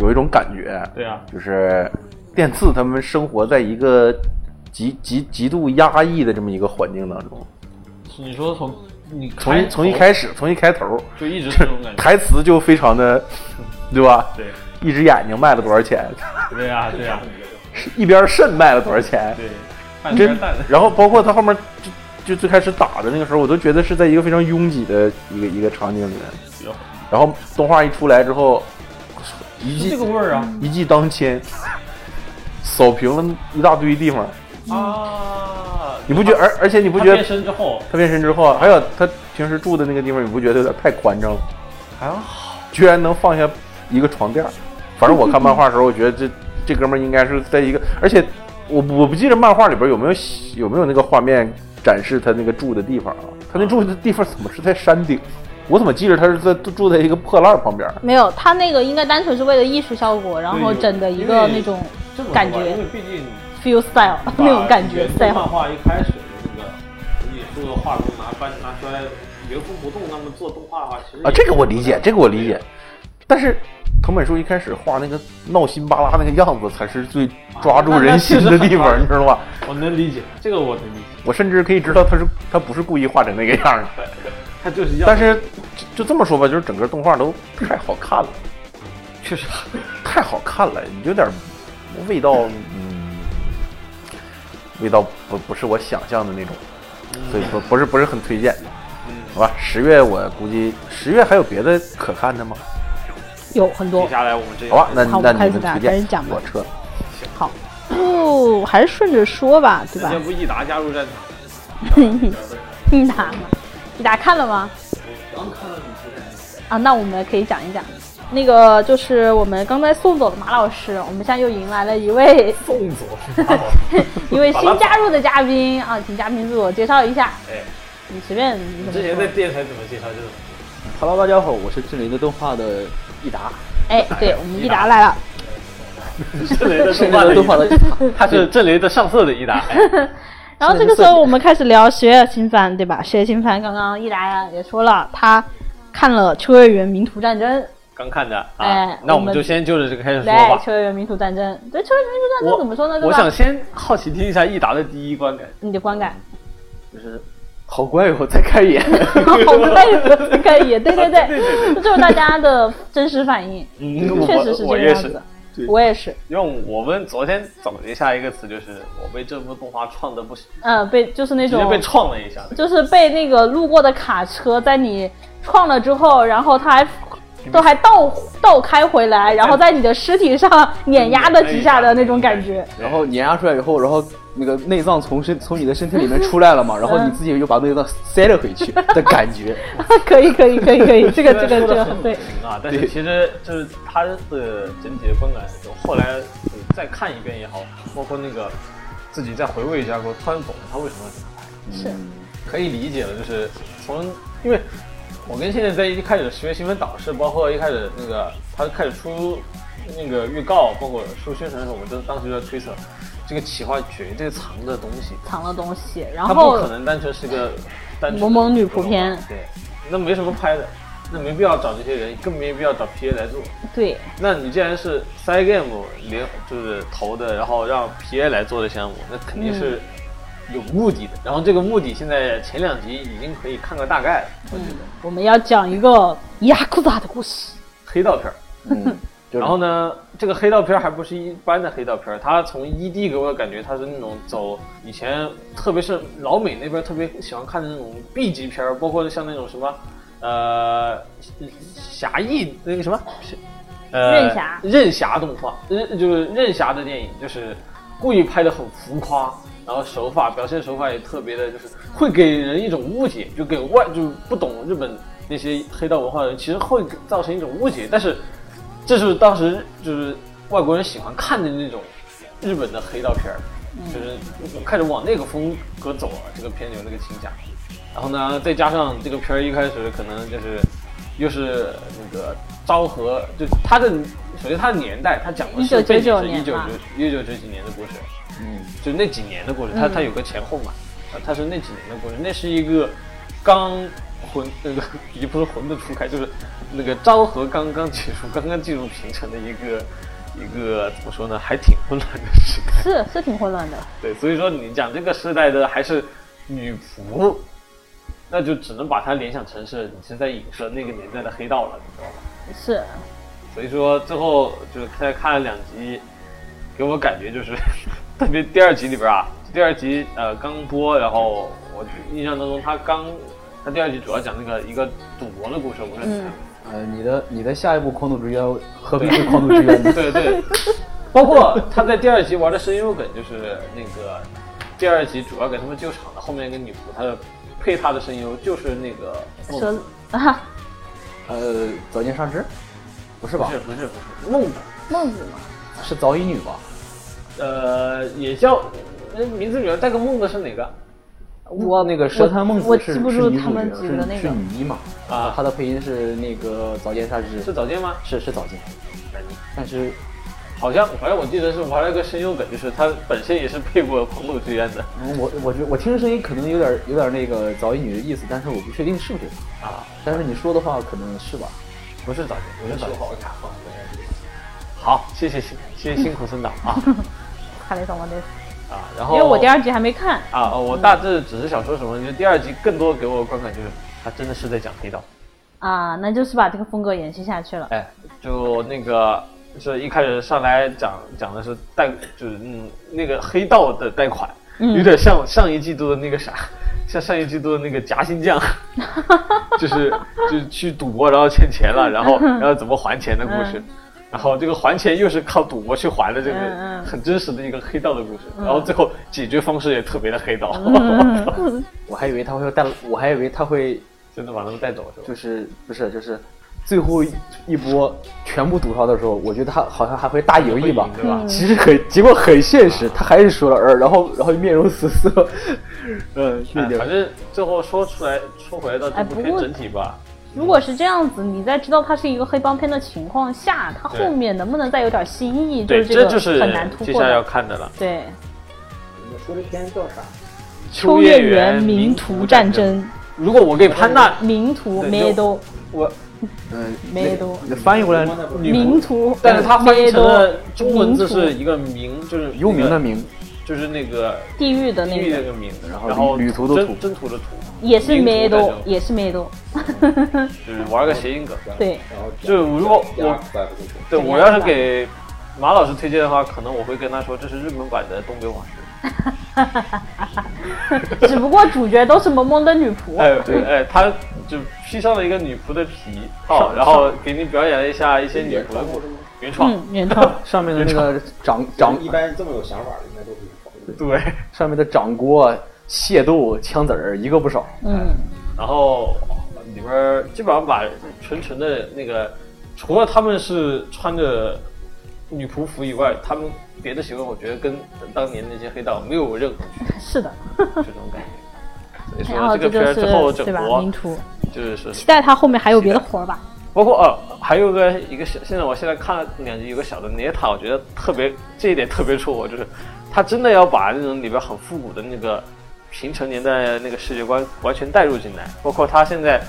S3: 有一种感觉，
S2: 对啊，
S3: 就是电次他们生活在一个极极极度压抑的这么一个环境当中，
S2: 你说从你
S3: 从一从一
S2: 头
S3: 开始，从一开头，
S2: 就一直这种感觉。
S3: (laughs) 台词就非常的，对吧？
S2: 对
S3: 一只眼睛卖了多少钱， (laughs)
S2: 对呀对呀
S3: 一边肾卖了多少钱，
S2: 对，半
S3: 真
S2: 边蛋。
S3: 然后包括他后面就就最开始打的那个时候，我都觉得是在一个非常拥挤的一个一个场景里面。然后动画一出来之后，一
S2: 这
S3: 季
S2: 个味儿啊
S3: 一骑当千， (laughs) 扫平了一大堆地方。
S2: 啊！
S3: 你不觉而而且你不
S2: 他
S3: 觉得
S2: 变身之后
S3: 他变身之后，啊还有他平时住的那个地方，你不觉得有点太宽敞了？
S2: 还好，
S3: 居然能放下一个床垫儿。反正我看漫画的时候，我觉得这这哥们儿应该是在一个，而且我不我不记得漫画里边有没有有没有那个画面展示他那个住的地方啊？他那住的地方怎么是在山顶？我怎么记着他是在住在一个破烂儿旁边儿？啊
S1: 没有，他那个应该单纯是为了艺术效果，然后整的一个那种
S2: 这么说吧
S1: 感觉
S2: 因为毕竟
S1: feel style
S2: 啊
S1: (laughs) 那种感觉
S2: 原著
S1: style
S2: 漫。画一开始的那个你说的画工拿搬拿出来原封不动，那么做动画的话，其实
S3: 啊，这个我理解，这个我理解。但是藤本树一开始画那个闹心巴拉那个样子，才是最抓住人心的
S4: 那那
S3: 地
S4: 确实
S3: 方，
S4: 很
S3: 你知道吧？
S4: 我能理解，这个我能理解，
S3: 我甚至可以知道他是他不是故意画成那个样儿的。
S4: 他就是要，
S3: 但是就就这么说吧，就是整个动画都太好看了，
S8: 嗯
S4: 确实
S3: (laughs) 太好看了，有点味道，嗯，味道不不是我想象的那种，
S8: 嗯
S3: 所以不不是不是很推荐。好吧，十月我估计十月还有别的可看的吗？
S1: 有很多
S2: 接下来我们这
S3: 好吧，那
S9: 好
S3: 那你
S9: 开始
S3: 们推
S9: 吧开始
S3: 荐
S9: 讲，吧
S3: 我撤了。
S9: 不，哦还是顺着说吧，对吧？
S2: 要不益达加入战场？
S1: (laughs) 你打吗？你打看了吗？啊，那我们可以讲一讲，那个就是我们刚才送走了马老师，我们现在又迎来了一位
S2: 送走是吧？
S1: (laughs) 一位新加入的嘉宾啊，请嘉宾自我介绍一下。
S2: 哎
S1: 你随便你
S2: 你
S1: 怎么
S2: 之前在
S1: 说？
S2: 电台怎么介绍这种？
S8: Hello，大家好，我是智联的动画的益达，
S1: 哎，对我们益
S9: 益
S1: 达
S9: 达
S1: 来
S9: 来了，
S2: 这雷的动
S8: 智联
S2: 画的
S8: 的动画的益达，
S4: 他是这雷的上色的益达，哎
S1: 然后这个时候我们开始聊学业新番，对吧？学业新番刚刚益达也说了，他看了《秋叶原名图战争》，
S4: 刚看的啊
S1: 哎，
S4: 那我
S1: 我
S4: 们
S1: 们
S4: 就先就着这个开始说
S1: 来《
S4: 吧。
S1: 秋叶原名图战争》。对，《秋叶原名图战争》怎么说呢？对
S4: 我
S1: 吧
S4: 想？先好奇听一下益达的第一观感，
S1: 你的观感，
S8: 就是好怪哦，再看一眼。
S1: (laughs) 好累的，可以，对 (laughs) 对对，这就是大家的真实反应，
S2: 嗯
S1: 确实是这
S2: 我我
S1: 个
S2: 也
S1: 样
S2: 是
S1: 子。我也是，
S2: 用我们昨天总结下一个词，就是我被这部动画创的不行，
S1: 嗯，被就是那
S2: 直接
S1: 种
S2: 被创了一下。
S1: 就是被那个路过的卡车在你撞了之后，然后他还都还倒倒开回来，
S2: 哎
S1: 然后在你的尸体上碾压了几下的那种感觉。
S8: 然后碾压出来以后，然后那个内脏从身从你的身体里面出来了
S2: (laughs)
S8: 嘛，然后你
S2: 嗯
S8: 自己又把内脏塞了回去的感觉。
S1: (laughs) 可以可以可以可
S2: (laughs)
S1: 以，这个这
S2: 虽然
S1: 个这个
S2: 哎说得
S1: 很
S2: 很
S1: 对
S2: 不。行啊，但是其实就是他的整体的观感，就后来嗯再看一遍也好，包括那个自己再回味一下过，突然懂了他为什么
S1: 是
S2: 可以理解了，就是从因为我跟现在在一开始十月新闻导师，包括一开始那个他开始出那个预告，包括出宣传的时候，我们都当时就在推测，这个企划绝对藏着东西，
S1: 藏了东西，然
S2: 他不
S1: 后
S2: 可能单纯是个单纯的
S1: 萌萌女仆片
S2: 对，那没什么拍的，那没必要找这些人，更没必要找 PA 来做。
S1: 对
S2: 那你既然是 Cygame 联就是投的，然后让 PA 来做的项目，那肯定是有目的的。然后这个目的现在前两集已经可以看个大概了，我觉得
S1: 我们要讲一个雅库扎的故事，
S2: 黑道片儿。
S8: 嗯，就是
S2: 然后呢，这个黑道片儿还不是一般的黑道片儿，它从 ED 给我的感觉，它是那种走以前，特别是老美那边特别喜欢看的那种 B 级片儿，包括像那种什么，呃，侠义那个什么，呃，
S1: 任侠
S2: 任侠动画，任就是任侠的电影，就是故意拍的很浮夸，然后手法表现手法也特别的，就是会给人一种误解，就给外就不懂日本那些黑道文化的人，其实会造成一种误解，但是。这是当时就是外国人喜欢看的那种日本的黑道片儿，嗯就是开始往那个风格走了。这个片有那个倾向，然后呢，再加上这个片儿一开始可能就是又是呃那个昭和，就它的首先它的年代，它讲的是背景
S1: 1999
S2: 是一
S1: 年
S2: 九
S1: 吧
S2: 九一九九几年的故事，嗯，就那几年的故事，它它有个前后嘛，啊它是那几年的故事，那是一个刚混那个也不是混沌初开，就是那个昭和刚刚结束，刚刚进入平成的一个一个怎么说呢，还挺混乱的时代。
S1: 是是挺混乱的。
S2: 对，所以说你讲这个时代的还是女仆，那就只能把它联想成是你是在影射那个年代的黑道了，你知道吧？
S1: 是，
S2: 所以说最后就是在看了两集，给我感觉就是特别第二集里边啊，第二集呃刚播，然后我印象当中他刚他第二集主要讲那个一个赌博的故事，我是、
S8: 呃，你的你的下一步狂赌之渊何必是狂赌之渊呢？ (laughs)
S2: 对对， (laughs) 包括他在第二集玩的声优梗，就是那个第二集主要给他们救场的后面一个女仆，她的配她的声优就是那个孟
S1: (laughs) 蛇啊，
S8: 呃，早见上之，不是吧
S2: 不？是不是不是孟子，
S1: 孟子嘛，
S8: 是早乙女吧？
S2: 呃，也叫那名字里面带个孟的是哪个
S1: 我
S8: 那个蛇滩梦
S1: 我
S8: 子是
S1: 记不
S8: 是
S1: 住
S8: 女
S1: 他
S8: 主
S1: 们
S8: 角
S1: 几个那
S8: 是是
S1: 个
S8: 女一嘛？
S2: 啊？
S8: 她的配音是那个早见上之，
S2: 是早见吗？
S8: 是是早见，但是
S2: 好像反正我记得是玩了一个声优梗，就是他本身也是配过《狂赌之渊》的
S8: 嗯我我觉我听着声音可能有点有点那个早乙女的意思，但是我不确定是不是。
S2: 啊。
S8: 但是你说的话可能是吧？
S3: 不是早间，不是早间。
S2: 好，谢谢辛谢谢辛苦孙导啊
S1: 看了一场完的，
S2: 啊！然后
S1: 因为我第二集还没看，
S2: 啊，呃我大致只是想说什么，就第二集更多给我的观感就是，他真的是在讲黑道。
S1: 啊，那就是把这个风格延续下去了。
S2: 哎，就那个是一开始上来讲讲的是贷，就是嗯那个黑道的贷款，
S1: 嗯
S2: 有点像上一季度的那个啥，像上一季度的那个夹
S1: (laughs)
S2: 心酱，就是就是去赌博然后欠钱了，
S1: (laughs)
S2: 然后然后怎么还钱的故事。然后这个还钱又是靠赌博去还的，这个
S1: 嗯嗯
S2: 很真实的一个黑道的故事。然后最后解决方式也特别的黑道，
S1: 嗯
S8: 我还以为他会带，我还以为他会
S2: (laughs) 真的把他们带走是吧？
S8: 就是不是就是最后一波全部赌上的时候，我觉得他好像还会大赢一把
S2: 会赢对吧，
S8: 其实很结果很现实，他还是输了，呃，然后然后面容死色， (laughs) 嗯，那
S2: 哎
S8: 点
S2: 反正最后说出来，说回来到这
S1: 哎
S2: 部
S1: 不
S2: 片
S1: 过
S2: 整体吧，
S1: 如果是这样子，你在知道它是一个黑帮片的情况下，它
S2: 对
S1: 后面能不能再有点新意，就
S2: 对，
S1: 是这
S2: 这就
S1: 个
S2: 是
S1: 很难突
S2: 接
S1: 破
S2: 下来要
S1: 的。
S2: 看的了。
S1: 对，
S5: 你们说这片叫啥？
S1: 秋叶原民途战。争，
S2: 如果我给潘娜
S1: 民途
S2: 对
S1: m 都
S8: 嗯，
S1: 没都
S8: 那翻译过来，
S1: 民途，
S2: 但是它翻译成
S1: 梅
S2: 了
S1: 多
S2: 中文字是
S1: 民途
S2: 一个名，就是
S8: 幽冥的
S2: 名，
S8: 冥，
S2: 就是那个
S1: 地狱的
S2: 地
S1: 那
S2: 狱那
S1: 个，
S2: 个名，然
S8: 后
S2: 然后
S8: 旅途的
S2: 征
S8: 途
S2: 征途的途，
S1: 也是
S2: 民
S1: 梅
S2: 族战
S1: 都
S2: 争，
S1: 也是梅都，
S2: 就是玩个谐音梗。
S8: 嗯
S1: 对，
S2: 就是如果我
S5: 怪不清楚。
S2: 对我要是给马老师推荐的话，可能我会跟他说这是日本版的《东北往事
S1: 只不过主角都是萌萌的女仆》。。
S2: 哎，对，哎，他就披上了一个女仆的皮套，然后给你表演了一下一些女仆的故事原创。
S1: 嗯，原
S2: 哎
S1: 创
S8: 上面的那个掌掌
S5: 一般这么有想法的，应该都是否定。
S2: 对，
S8: 上面的掌锅、啊械斗、枪子儿一个不少，
S1: 嗯
S2: 然后里边儿基本上把纯纯的那个，除了他们是穿着女仆服以外，他们别的行为我觉得跟当年那些黑道没有任何区
S1: (laughs) 是的，
S2: 别，这种感觉。所以
S1: 然
S2: 说
S1: 后
S2: 这个
S1: 哎就
S2: 片儿
S1: 是
S2: 之后整
S1: 对吧？
S2: 活
S1: 民途，
S2: 就是
S1: 期待他后面还有别的活儿吧。
S2: 包括哦，还有个一个小，现在我现在看了两集，有个小的涅塔，我觉得特别这一点特别戳我，就是他真的要把那种里边很复古的那个平成年代那个世界观完全带入进来，包括他现在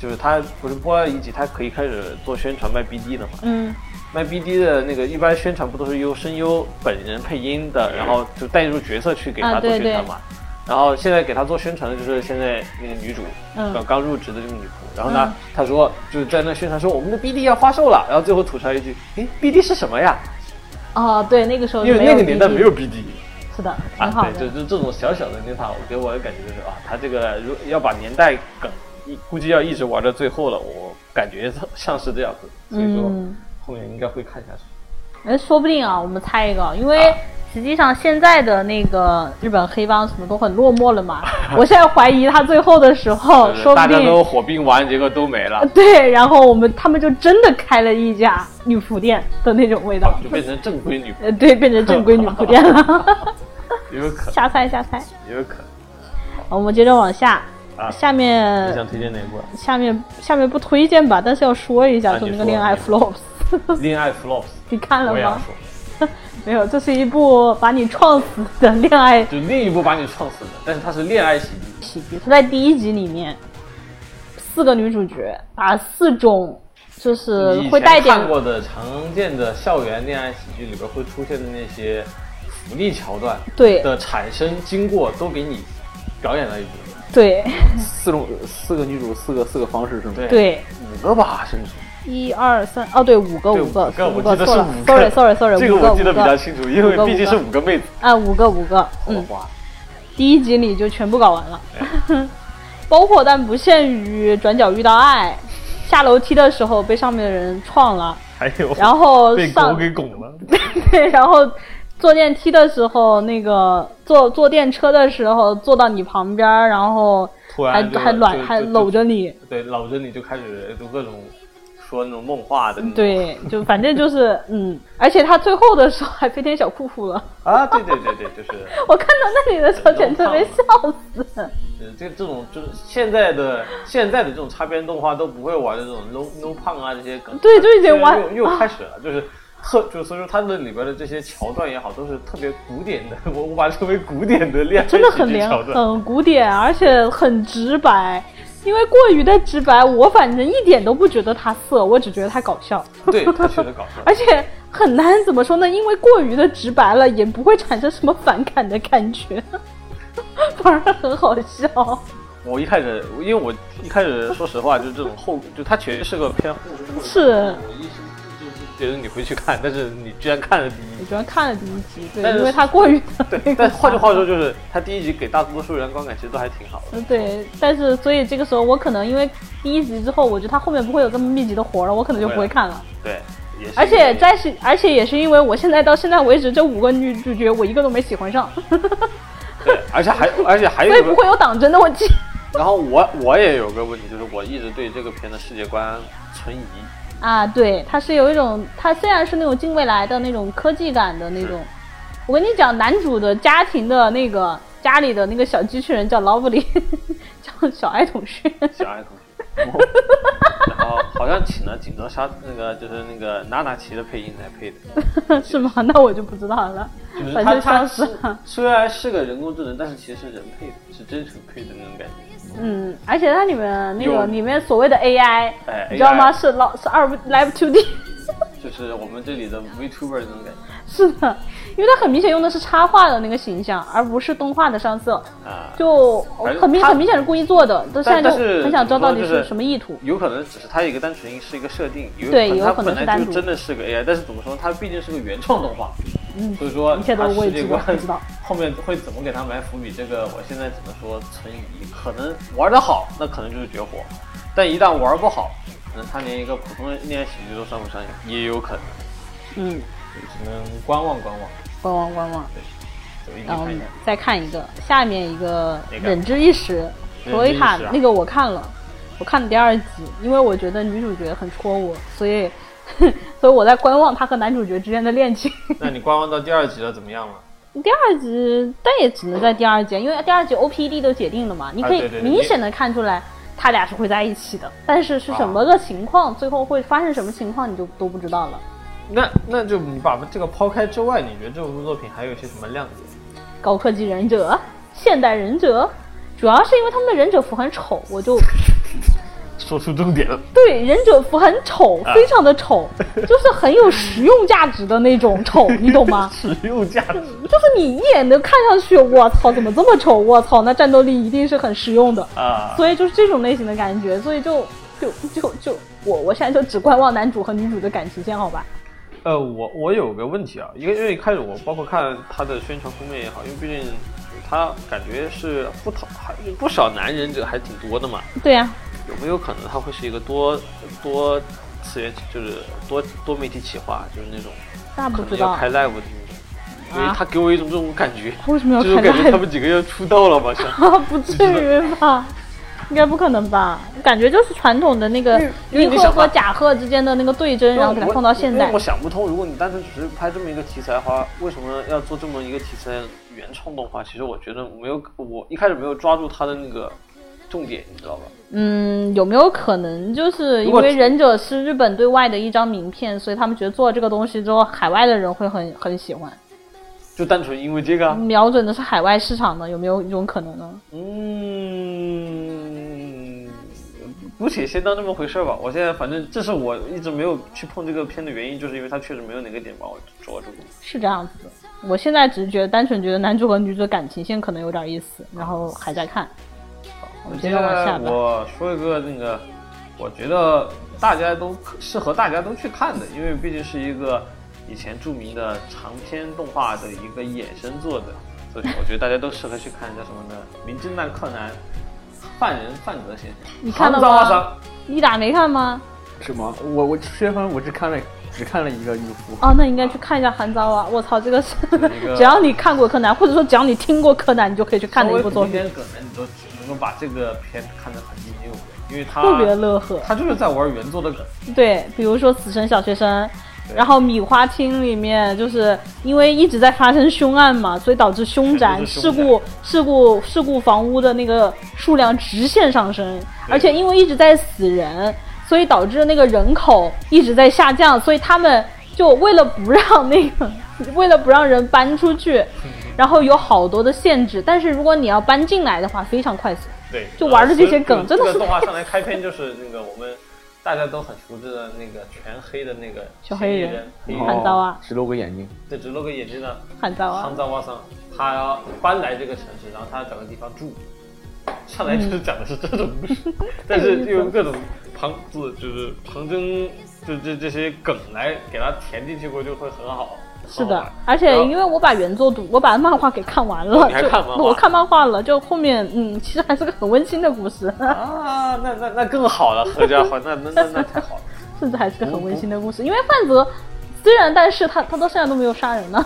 S2: 就是他不是播了一集，他可以开始做宣传卖 BD 了嘛？
S1: 嗯，
S2: 卖 BD 的那个一般宣传不都是由声优本人配音的，然后就带入角色去给他
S1: 啊
S2: 做
S1: 对
S2: 宣传
S1: 对
S2: 嘛？然后现在给他做宣传的就是现在那个女主，
S1: 嗯
S2: 刚刚入职的这个女仆。然后呢，她说就是在那宣传说我们的 BD 要发售了，然后最后吐槽一句：“诶 b d 是什么呀
S1: 哦，对，那个时？”候
S2: 因为
S1: 没
S2: 那
S1: 有
S2: 个年代
S1: BD
S2: 没有 BD
S1: 是的，挺好
S2: 啊，
S1: 的。
S2: 对，就就这种小小的那塔，我给我的感觉就是啊，他这个如要把年代梗一估计要一直玩到最后了，我感觉像是这样子，所以说
S1: 嗯
S2: 后面应该会看下去。
S1: 哎，说不定啊，我们猜一个，因
S2: 啊
S1: 为实际上现在的那个日本黑帮什么都很落寞了
S2: (laughs)
S1: 嘛。我现在怀疑他最后的时候，
S2: 就是
S1: 哦说
S2: 大
S1: 不
S2: 家都
S1: 定
S2: 火并完，结果都没了，
S1: (laughs) 对，然后我们他们就真的开了一家女仆店的那种味道，
S2: 啊就变成正规女仆，
S1: 呃，对，变成正规女仆店
S2: (laughs)
S1: 了。
S2: 也有可
S1: 瞎猜瞎猜，
S2: 能，也有可能。
S1: 我们接着往下，
S2: 啊
S1: 下
S2: 你
S1: 面
S2: 想推荐哪部啊？
S1: 下面下面不推荐吧，但是要说一
S2: 啊
S1: 下，就
S2: 你
S1: 那个
S2: 说
S1: 恋爱
S2: 你说
S1: flops，
S2: 恋爱 flops，
S1: 你看了
S2: 我也要
S1: 呃嗯吗？
S2: 说，
S1: 没有，这是一部把你撞死的恋爱
S2: 就另一部把你撞死的，但是它是恋爱喜剧，
S1: 喜剧。它在第一集里面，四个女主角把四种就是
S2: 你以
S1: 呃会
S2: 前
S1: 带点
S2: 看过的常见的校园恋爱喜剧里边会出现的那些福利桥段
S1: 对
S2: 的产生经过都给你表演了一遍。
S1: 对
S8: 四种四个女主，四个四个方式是吗？
S2: 对，
S1: 对，
S8: 五个吧，甚至
S1: 一二三哦对，五个
S2: 对
S1: 五个
S2: 五个我记
S1: 错
S2: 得是
S1: 了
S2: 五
S1: ，sorry
S2: 个
S1: sorry sorry，
S2: 这个
S1: 呃五个
S2: 我记得
S1: 五
S2: 比较清楚，因
S1: 五
S2: 为
S1: 个
S2: 毕竟
S1: 五
S2: 是
S1: 个
S2: 五个妹子。
S1: 啊，五个五个，嗯，第一集里就全部搞完了，
S2: 哎
S1: (laughs) 包括但不限于转角遇到爱，下楼梯的时候被上面的人撞了，
S2: 还有
S1: 然后
S2: 被狗
S1: 上
S2: 给拱了，
S1: 对，然后坐电梯的时候，那个坐坐电车的时候坐到你旁边儿，然后 (laughs)
S2: 突
S1: 还
S2: 然就
S1: 还
S2: 就
S1: 软还
S2: 就
S1: 搂着你，
S2: 对，老着你就开始就各种说那种梦话的那
S1: 嗯
S2: 种。
S1: 对，就反正
S2: (laughs)
S1: 就是嗯，而且他最后的时候还飞天小裤裤了， (laughs)
S2: 啊，对对对对，就是
S1: 我看到那里的时
S2: 哎
S1: 候简直被笑死。
S2: 呃这这种就是现在的现在的这种擦边动画都不会玩的这种 no no 胖啊这些梗，
S1: 对就已经
S2: 就是
S1: 玩
S2: 又又开始了，就是特就是所以说它的里边的这些桥段也好，都是特别古典的，我我把它称为古典的恋爱
S1: 真的
S2: 喜
S1: 很嗯
S2: 剧
S1: 良
S2: 桥段，
S1: 很古典，而且很直白。因为过于的直白，我反正一点都不觉得他色，我只觉得他搞笑，
S2: 对他确实搞笑。
S1: 而且很难怎么说呢？因为过于的直白了，也不会产生什么反感的感觉，反而很好笑。
S2: 我一开始，因为我一开始说实话，就这种后，就它确实是个偏后，
S1: 是
S2: 我一就是觉得你回去看，但是你居然看了第一
S1: 我
S2: 集。
S1: 居然看了第一集，对，
S2: 但是
S1: 因为他过于的 (laughs)
S2: 对，但换句话说，就是他第一集给大多数人观感其实都还挺好的。
S1: 嗯，对，但是所以这个时候我可能因为第一集之后，我觉得他后面不会有这么密集的活了，我可能就不会看了。
S2: 对，也是
S1: 而
S2: 因为
S1: 且但是而且也是因为我现在到现在为止这五个女主角我一个都没喜欢上，
S2: 对，而且还而且还有
S1: 所以
S2: 一个
S1: 不会有党争的问题。
S2: 然后我我也有个问题，就是我一直对这个片的世界观存疑。
S1: (laughs) 啊，对，它是有一种，它虽然是那种近未来的那种科技感的那种，我跟你讲，男主的家庭的那个家里的那个小机器人叫劳布里， (laughs) 叫小爱同学，
S2: 小爱同学，
S1: (laughs)
S2: 然后好像请了锦泽沙那个就是那个娜娜奇的配音才配的，
S1: 是 (laughs) 吗？那我就不知道了，
S2: 就是
S1: 反
S2: 他
S1: 正啊
S2: 他
S1: 消失
S2: 是
S1: 了。
S2: 虽然是个人工智能，但是其实是人配的，是真实配的那种感觉。
S1: 嗯，而且它里面那
S2: 有
S1: 个里面所谓的 AI，
S2: 哎
S1: 你知道吗？
S2: AI
S1: 是老是二 Live Two D，
S2: 就是我们这里的 VTuber 那种感觉
S1: (laughs) 是的，因为它很明显用的是插画的那个形象，而不是动画的上色，
S2: 啊，
S1: 就
S2: 反正
S1: 很明
S2: 它
S1: 很明显是故意做的。但现在
S2: 但
S1: 就
S2: 是
S1: 很想知道到底
S2: 怎么说就是
S1: 是什么意图。
S2: 有可能只是它一个单纯是一个设定，有
S1: 对
S2: 可能
S1: 有
S2: 它
S1: 可能
S2: 本
S1: 是
S2: 来
S1: 单
S2: 就
S1: 独
S2: 真的是个 AI，但是怎么说，它毕竟是个原创动画，嗯，所以说
S1: 一切都
S2: 它
S1: 是未
S2: 世界
S1: 知的不
S2: 观
S1: 知道
S2: (laughs) 后面会怎么给它埋伏笔，这个我现在只能说存疑。可能玩得好，那可能就是绝活，但一旦玩不好，可能它连一个普通的恋爱喜剧都算不上，也有可能，
S1: 嗯，
S2: 只能观望观望，
S1: 观望观望，
S2: 有一定
S1: 然后
S2: 看一下。
S1: 再看一个下面一个
S2: 哪
S1: 《
S2: 个
S1: 忍之一时》
S2: 忍
S1: 罗
S2: 之
S1: 伊
S2: 一
S1: 塔
S2: 时啊
S1: 那个我看了，我看了第二集，因为我觉得女主角很戳我，所以 (laughs) 所以我在观望她和男主角之间的恋情。
S2: 那你观望到第二集了，怎么样了？
S1: 第二集，但也只能在第二集，因为第二集 OPD 都解定了嘛，你可
S2: 啊对
S1: 以
S2: 对对
S1: 明显的看出来他俩是会在一起的，但是是什么个情况，最后会发生什么情况，你就都不知道了。
S4: 那那就你把这个抛开之外，你觉得这部作品还有一些什么亮点？
S1: 高科技忍者、现代忍者，主要是因为他们的忍者服很丑，我就
S4: 说出重点了， (laughs)
S1: 对忍者服很丑，
S2: 啊
S1: 非常的丑，就是很有实用价值的那种丑，你懂
S2: (laughs)
S1: 吗？
S4: 实用价值。
S1: 就是你一眼能看上去，我操，怎么这么丑？我操，那战斗力一定是很实用的
S2: 啊
S1: 所以就是这种类型的感觉，所以就就就就我我现在就只观望男主和女主的感情线，好吧？
S2: 呃，我我有个问题啊，因为因为一开始我包括看他的宣传封面也好，因为毕竟他感觉是不讨还不少男忍者还挺多的嘛，
S1: 对呀、
S2: 有没有可能他会是一个多多次元就是多多媒体企划，就是那种
S1: 那不
S2: 可
S1: 知
S2: 能要
S1: 道
S2: 开 live 的那种，因为他给我一种这种感觉，
S1: 为什么要
S2: 就是
S1: 开
S2: 感觉他
S1: live？
S2: 们几个要出道了嘛，像
S1: 不至于吧？应该不可能吧？感觉就是传统的那个
S2: 因为
S1: 一
S2: 你
S1: 赫
S2: 想
S1: 和
S2: 吧
S1: 甲赫之间的那个对争，然后给它
S2: 我
S1: 放到现
S2: 因
S1: 代
S2: 为我。想不通，如果你单纯只是拍这么一个题材的话，为什么要做这么一个题材原创动画？其实我觉得没有，我一开始没有抓住它的那个重点，你知道吧？
S1: 嗯，有没有可能就是
S2: 如
S1: 因
S2: 果
S1: 为忍者是日本对外的一张名片，所以他们觉得做了这个东西之后，海外的人会很很喜欢，
S2: 就单纯因为这个啊，
S1: 瞄准的是海外市场呢？有没有一种可能呢？
S2: 嗯，姑且先当这么回事儿吧。我现在反正这是我一直没有去碰这个片的原因，就是因为它确实没有哪个点把我捉住。
S1: 是这样子的。我现在只是觉得，单纯觉得男主和女主的感情线可能有点意思，然后还在看。我们接着往下吧。
S2: 我说一个那个，我觉得大家都适合大家都去看的，因为毕竟是一个以前著名的长篇动画的一个衍生作的，所以我觉得大家都适合去看，叫什么呢？《名侦探柯南》犯人范德先生，
S1: 你看了
S2: 行藏阿
S1: 吗？
S2: 桑
S1: 你俩没看吗？
S8: 什么？我我宣传我只看了只看了一个女仆，
S1: 哦，那你应该去看一下《寒糟》啊！我操，这个是
S2: 那个
S1: (laughs) 只要你看过柯南，或者说只要你听过柯南，你就可以去看的一部作品，
S2: 稍微懂一点梗呢，你都只能够把这个片看得很津津有味，因为它
S1: 特别乐呵。
S2: 它就是在玩原作的梗。
S1: 对，比如说《死神小学生》，然后米花厅里面就是因为一直在发生凶案嘛，所以导致凶宅、
S2: 全都是
S1: 事
S2: 凶宅
S1: 故、事故、事故房屋的那个数量直线上升，而且因为一直在死人，所以导致那个人口一直在下降，所以他们就为了不让那个，为了不让人搬出去，然后有好多的限制，但是如果你要搬进来的话，非常快速。
S2: 对，
S1: 就玩的这些
S2: 呃
S1: 梗真的是
S2: 这个动画上来开篇就是那个我们大家都很熟知的那个全黑的那个
S1: 小黑人
S2: 人，黑
S1: 汉
S2: 人，
S1: 糟啊，
S8: 只哦露个眼睛，
S2: 对，只露个眼睛的
S1: 汉糟啊
S2: 汉，藏瓦桑，他要搬来这个城市，然后他要找个地方住。上来
S1: 嗯
S2: 就是讲的是这种故事，
S1: (laughs)
S2: 但是用各种旁字就是旁征，就这这些梗来给它填进去过，就会很好。
S1: 是
S2: 很好
S1: 的
S2: 玩，
S1: 而且
S2: 哦然后
S1: 因为我把原作读，我把漫画给看完了，
S2: 你还
S1: 就
S2: 看漫画
S1: 我看漫画了，就后面嗯，其实还是个很温馨的故事， (laughs)
S2: 啊，那那那更好了，何家欢，那那那那太好了。
S1: 甚至还是个很温馨的故事。因为范泽虽然，但是他他到现在都没有杀人
S2: (laughs)
S1: 呢，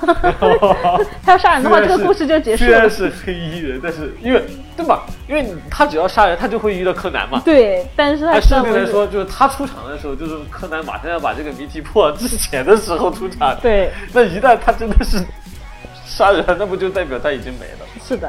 S1: 他要杀人的话，
S2: 虽然
S1: 这
S2: 是
S1: 个故事就结束
S2: 虽然
S1: 了。
S2: 是黑衣人，但是因为对吧？因为他只要杀人，他就会遇到柯南嘛。
S1: 对，啊但是他
S2: 按
S1: 虽
S2: 设
S1: 然
S2: 定
S1: 为
S2: 来
S1: 止，
S2: 说，就是他出场的时候，就是柯南马上要把这个谜题破之前的时候出场。，
S1: 对，
S2: 那一旦他真的是杀人，那不就代表他已经没了
S1: 是的。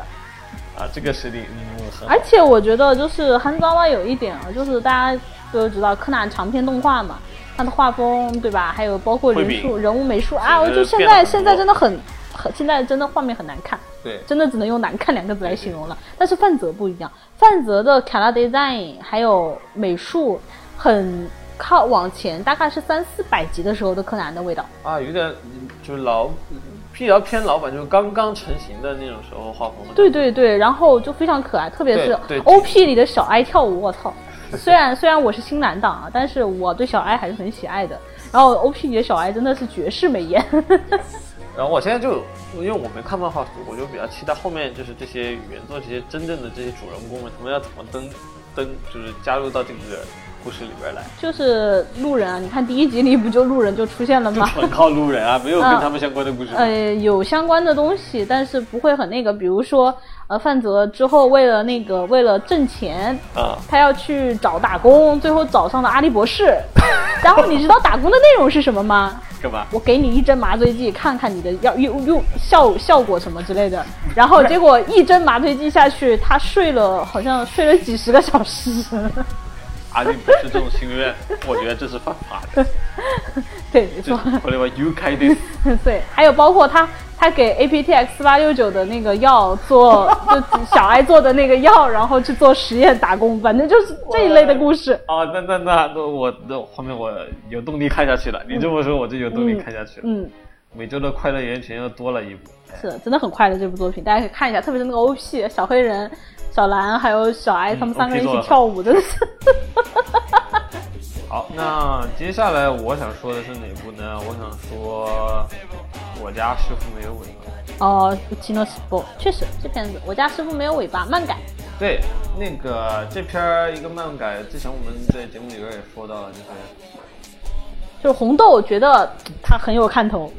S2: 啊？这个设定嗯很好
S1: 而且我觉得就是憨昭啊，有一点啊，就是大家都知道柯南长篇动画嘛，它的画风对吧，还有包括人
S2: 绘
S1: 数、人物美术啊，我
S2: 简直
S1: 就现
S2: 变了
S1: 在
S2: 很多
S1: 现在真的很很现在真的画面很难看，
S2: 对
S1: 真的只能用难看两个字来形容了。但是范泽不一样，范泽的 color design 还有美术很靠往前，大概是三四百集的时候的柯南的味道。
S2: 啊，有点嗯就是老比较偏老版，就是刚刚成型的那种时候画风。
S1: 对对对，然后就非常可爱，特别是
S2: 对对
S1: O P 里的小哀跳舞，我
S2: (laughs)
S1: 操！虽然虽然我是新男党啊，但是我对小哀还是很喜爱的。然后 O P 里的小哀真的是绝世美颜， (laughs)
S2: 然后我现在就因为我没看漫画书，我就比较期待后面就是这些原作这些真正的这些主人公们，他们要怎么登登，就是加入到这个故事里边来，
S1: 就是路人啊！你看第一集里不就路人就出现了
S2: 就
S1: 吗？
S2: 纯靠路人啊，没有跟他们相关
S1: (laughs)
S2: 的故事。
S1: 呃，有相关的东西，但是不会很那个。比如说，呃，范泽之后为了那个为了挣钱，
S2: 啊，
S1: 他要去找打工，最后找上了阿笠博士。 (laughs) 然后你知道打工的内容是什么吗？
S2: 干嘛？
S1: 我给你一针麻醉剂，看看你的药用用效效果什么之
S2: (laughs)
S1: 类的。然后结果一针麻醉剂下去，他睡了，好像睡了几十个小
S2: (laughs)
S1: 时。
S2: 阿笠啊不是这种心愿，我觉得这是犯法的。
S1: 对，没
S2: 这
S1: 错，
S2: 是 whatever you can do。
S1: (laughs) 对。还有包括他，他给 APTX 八六九的那个药做，就小爱做的那个药，然后去做实验打工，反正就是这一类的故事。
S2: 啊，那那那那我那后面我有动力看下去了。你这么说，我就有动力看下去了。
S1: 嗯，
S2: 每周的快乐源泉又多了一步。
S1: 是的真的很快乐这部作品，大家可以看一下，特别是那个 OP 小黑人、小兰还有小爱他们三个人一
S2: OP 嗯
S1: 起
S2: 做得
S1: 跳舞，真的是。
S2: 好，那接下来我想说的是哪部呢？我想说，我家师傅没有尾巴。
S1: 哦，奇诺斯不，确实这片子我家师傅没有尾巴，漫改。
S2: 对，那个这篇儿一个漫改，之前我们在节目里边也说到了，就是，
S1: 就是红豆，我觉得嗯他很有看头，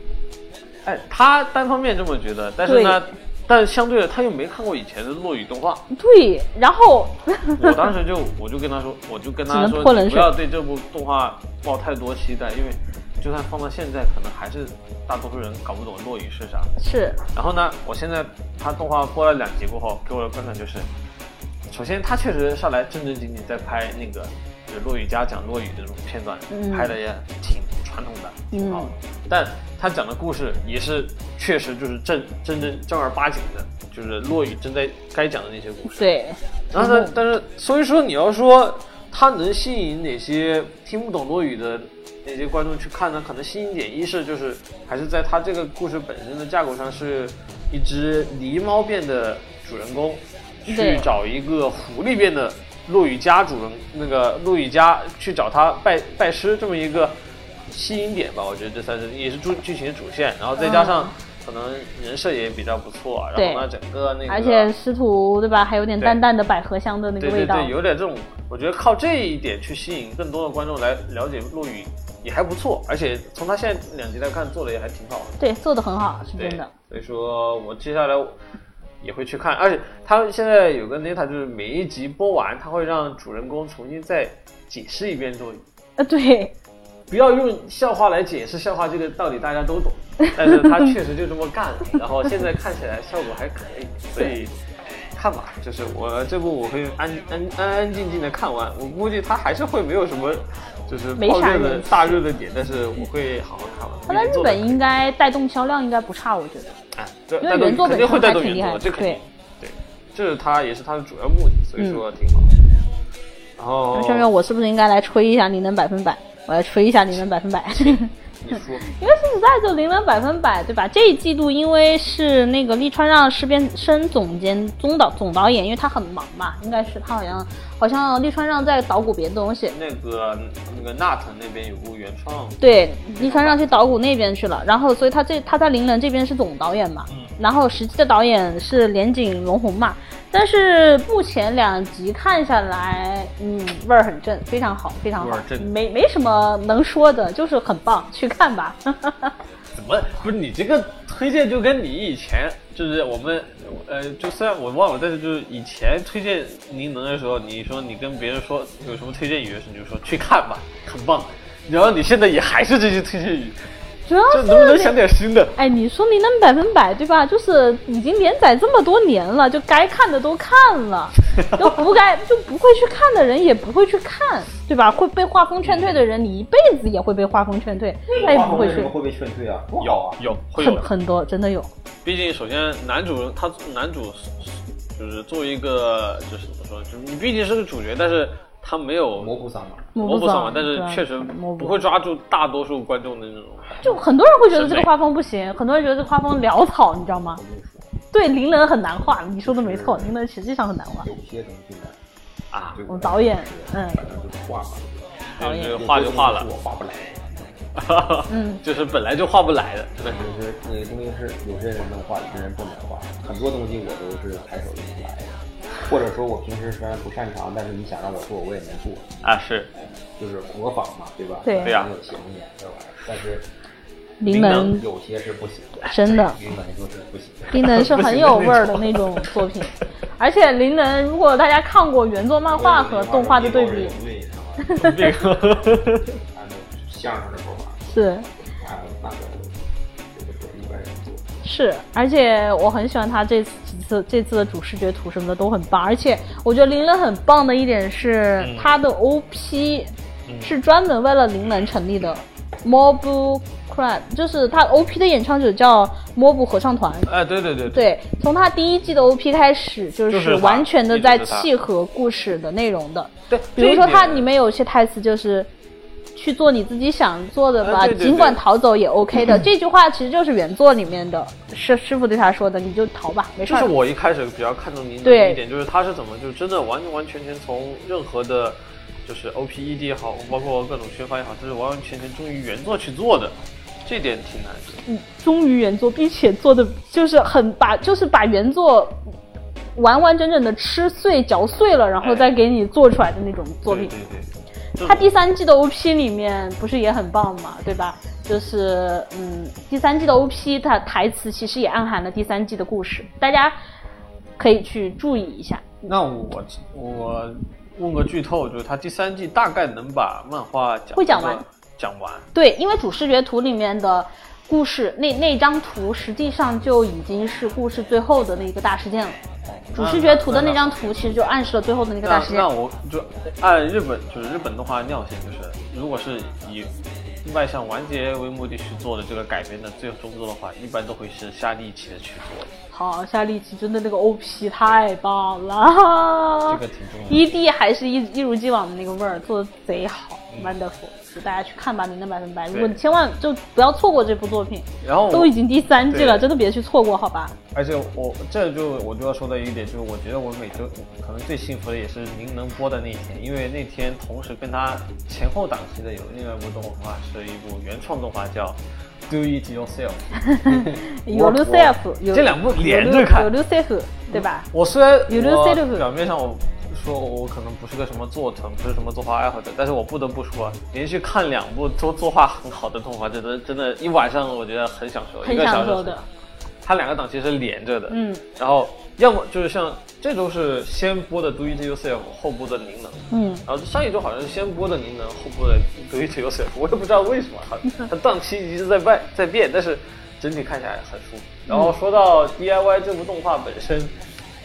S2: 哎，他单方面这么觉得，但是呢，但相对的他又没看过以前的落语动画，
S1: 对，然后
S2: 我当时就我就跟他说，我就跟他
S1: 只
S2: 说，
S1: 能泼冷
S2: 你不
S1: 水
S2: 要对这部动画抱太多期待，因为就算放到现在，可能还是大多数人搞不懂落语是啥。
S1: 是
S2: 然后呢，我现在他动画播了两集过后，给我的观感就是，首先他确实上来正正经经在拍那个就是落雨家讲落雨的这种片段，
S1: 嗯
S2: 拍的也挺传统的，挺好的。但他讲的故事也是确实就是正正正正儿八经的，就是落雨正在该讲的那些故事。
S1: 对，
S2: 然后呢，但是所以说你要说它能吸引哪些听不懂落语的那些观众去看呢？可能吸引点一是就是还是在它这个故事本身的架构上，是一只狸猫变的主人公去
S1: 对
S2: 找一个狐狸变的落雨家主人，那个落雨家去找他拜拜师这么一个吸引点吧，我觉得这算是也是剧剧情的主线，然后再加
S1: 嗯
S2: 上可能人设也比较不错，然后呢整个那个
S1: 而且师徒对吧，还有点
S2: 对
S1: 淡淡的百合香的那个
S2: 对
S1: 味
S2: 对
S1: 道，
S2: 对，有点这种，我觉得靠这一点去吸引更多的观众来了解陆羽也还不错，而且从他现在两集来看，做的也还挺好的。
S1: 对做的很好，是
S2: 对
S1: 真的。，
S2: 所以说我接下来也会去看，而且他现在有个 Neta 就是每一集播完，他会让主人公重新再解释一遍落雨，
S1: 呃，对，
S2: 不要用笑话来解释笑话这个道理，大
S1: (laughs)
S2: 家都懂。但是他确实就这么干了，然后现在看起来效果还可以，所以看吧，就是我这部我会
S1: (laughs)
S2: 安安安安静静的看完，我估计他还是会没有什么就是
S1: 没啥
S2: 爆热的
S1: 人气
S2: 大热的点，但是我会好好看完。
S1: 他在日
S2: 做得
S1: 本应该带动销量应该不差，我觉得，
S2: 哎，对，
S1: 因为
S2: 带动
S1: 原作
S2: 肯
S1: 本身
S2: 定会带动
S1: 还挺
S2: 原
S1: 厉害
S2: 作，
S1: 的
S2: 这肯定
S1: 对嗯
S2: 对，这是他也是他的主要目的，
S10: 所以说挺好。然
S2: 哦
S10: 后
S1: 上面我是不是应该来吹一下《灵能百分百》？我来吹一下《灵能百分百》。 (laughs)
S10: 你说
S1: 因为说实在，就零能百分百，对吧？这一季度因为是那个利川让是变升总监、总导、总导演，因为他很忙嘛，应该是他好像好像利川让在捣鼓别的东西。
S10: 那个那个纳腾那边有部原创，
S1: 对，利川让去捣鼓那边去了，然后所以他这他在灵能这边是总导演嘛，
S2: 嗯
S1: 然后实际的导演是连井龙宏嘛。但是目前两集看下来，嗯，味儿很正，非常好，非常
S10: 味
S1: 好
S10: 儿，正
S1: 没没什么能说的，就是很棒，去看吧。 (laughs)
S2: 怎么不是你这个推荐就跟你以前就是我们呃，就虽然我忘了，但是就是以前推荐您能的时候，你说你跟别人说有什么推荐语的时候，你就说去看吧，很棒。然后你现在也还是这些推荐语，
S1: 主要
S2: 这
S1: 是
S2: 能不能想点新的？
S1: 哎，你说你能百分百对吧？就是已经连载这么多年了，就该看的都看
S2: (laughs)
S1: 了，就不该就不会去看的人也不会去看，对吧？会被画风劝退的人，你一辈子也会被画风劝退，他也不会
S6: 为什
S1: 去
S6: 么。会被劝退啊？
S2: 有有会有
S1: 很
S2: 的，
S1: (laughs) 很多真的有，
S2: 毕竟首先男主人他男主是是就是作为一个就是怎么说，就是你毕竟是个主角，但是他没有
S6: 蘑菇桑嘛，
S2: 萝
S1: 不啊
S2: 卜
S1: 爽
S2: 桑嘛，但是确实不会抓住大多数观众的那种。
S1: 就很多人会觉得这个
S2: 审美
S1: 画风不行，很多人觉得这个画风潦草，你知道吗？对，灵人很难画，你说的没错，灵人实际上很难画。
S6: 有些东西呢，
S2: 啊，
S6: 对我
S1: 我们导演，嗯
S6: 反正就是画嘛，
S1: 导演
S2: 这个画就画了
S6: 我，画不来。
S1: 嗯，
S2: (laughs) 就是本来就画不来的，真的。
S6: 就是那个东西是有些人能画，有些人不能画。很多东西我都是抬手就能来，或者说我平时虽然不擅长，但是你想让我做，我也能做。
S2: 啊，是
S1: (laughs)
S6: 就是模仿嘛，对吧？
S1: 对对
S2: 呀
S6: 很有形象这玩意儿，但是
S1: 灵
S2: 能
S1: 能
S6: 有些是不行的，
S1: 真的。
S6: 云南就是不行。
S1: 灵能是很有味儿的那种作品，而且灵能如果大家看过原作漫画和动画的对比，
S6: 对，他妈
S2: 那个
S6: 按照相声的说法，
S1: 是
S6: 按那个就是说一般人做。
S1: 是，而且我很喜欢他这次几次这次的主视觉图什么的都很棒，而且我觉得灵能很棒的一点是他的 OP 是专门为了灵能成立的 Mob Crab，就是他 OP 的演唱者叫 Mob 合唱团，
S2: 哎，对对对，
S1: 对，从他第一季的 OP 开始，就
S2: 就是
S1: 是
S2: 他
S1: 完全的在
S2: 一直是他
S1: 契合故事的内容的。
S2: 对
S1: 比如说它
S2: 这一点
S1: 里面有些台词就是。去做你自己想做的吧，
S2: 啊对对对
S1: 尽管逃走也 OK 的。 (clears throat) 这句话其实就是原作里面的师师傅对他说的，你就逃吧，没事
S2: 就
S1: 儿
S2: 是
S1: 的。
S2: 我一开始比较看重您的
S1: 对
S2: 一点，就是他是怎么，就是真的完完全全从任何的，就是 O P E D 也好，包括各种宣发也好，就是完完全全忠于原作去做的，这点挺难的。
S1: 嗯忠于原作，并且做的就是很把，就是把原作完完整整的吃碎、嚼碎了，然后再给你做出来的那种作
S2: 对
S1: 品。
S2: 对对，
S1: 他第三季的 OP 里面不是也很棒嘛，对吧？就是嗯，第三季的 OP 它台词其实也暗含了第三季的故事，大家可以去注意一下。
S2: 那我我问个剧透，就是他第三季大概能把漫画讲
S1: 会讲完，
S2: 讲完。
S1: 对，因为主视觉图里面的故事那那张图实际上就已经是故事最后的那个大事件了。主视觉图的那张图其实就暗示了最后的那个大
S2: 那
S1: 事件
S2: 那。我就按日本就是日本动画的尿性，就是如果是以迈向完结为目的去做的这个改编的最终作的话，一般都会是下力气的去做的。
S1: 好，夏利奇真的那个 OP 太棒了，
S2: 这个挺重要的
S1: ED 还是哦一一如既往的那个味儿，做的贼好、w
S2: 嗯
S1: o n d e r f u l 就大家去看吧，您的百分百。如果你千万就不要错过这部作品，
S2: 然哦后我
S1: 都已经第三季了，
S2: 对
S1: 真的别去错过，好吧？
S2: 而且我这就我就要说到一点，就是我觉得我每周可能最幸福的也是您能播的那一天，因为那天同时跟他前后档期的有另外一部动画，是一部原创动画叫《Do It Yourself》。
S1: 有 Lucef，有
S2: 这两部连着看嗯
S1: 有 Lucef，对吧？
S2: 我虽然
S1: 有这个
S2: 我
S1: C 六十
S2: 表面上我说我可能不是个什么作者，不是什么作画爱好者，但是我不得不说，啊连续看两部作作画很好的动画，真的真的，一晚上我觉得很享受，
S1: 很
S2: 一个小
S1: 享
S2: 时
S1: 受的，，
S2: 它两个档期是连着的，
S1: 嗯
S2: 然后要么就是像这周是先播的《Do It Yourself》，后播的《灵能》，
S1: 嗯，
S2: 然后上一周好像是先播的《灵能》，后播的《Do It Yourself》，我也不知道为什么，它它档期一直在变在变，但是整体看起来很舒服。然后说到 DIY 这部动画本身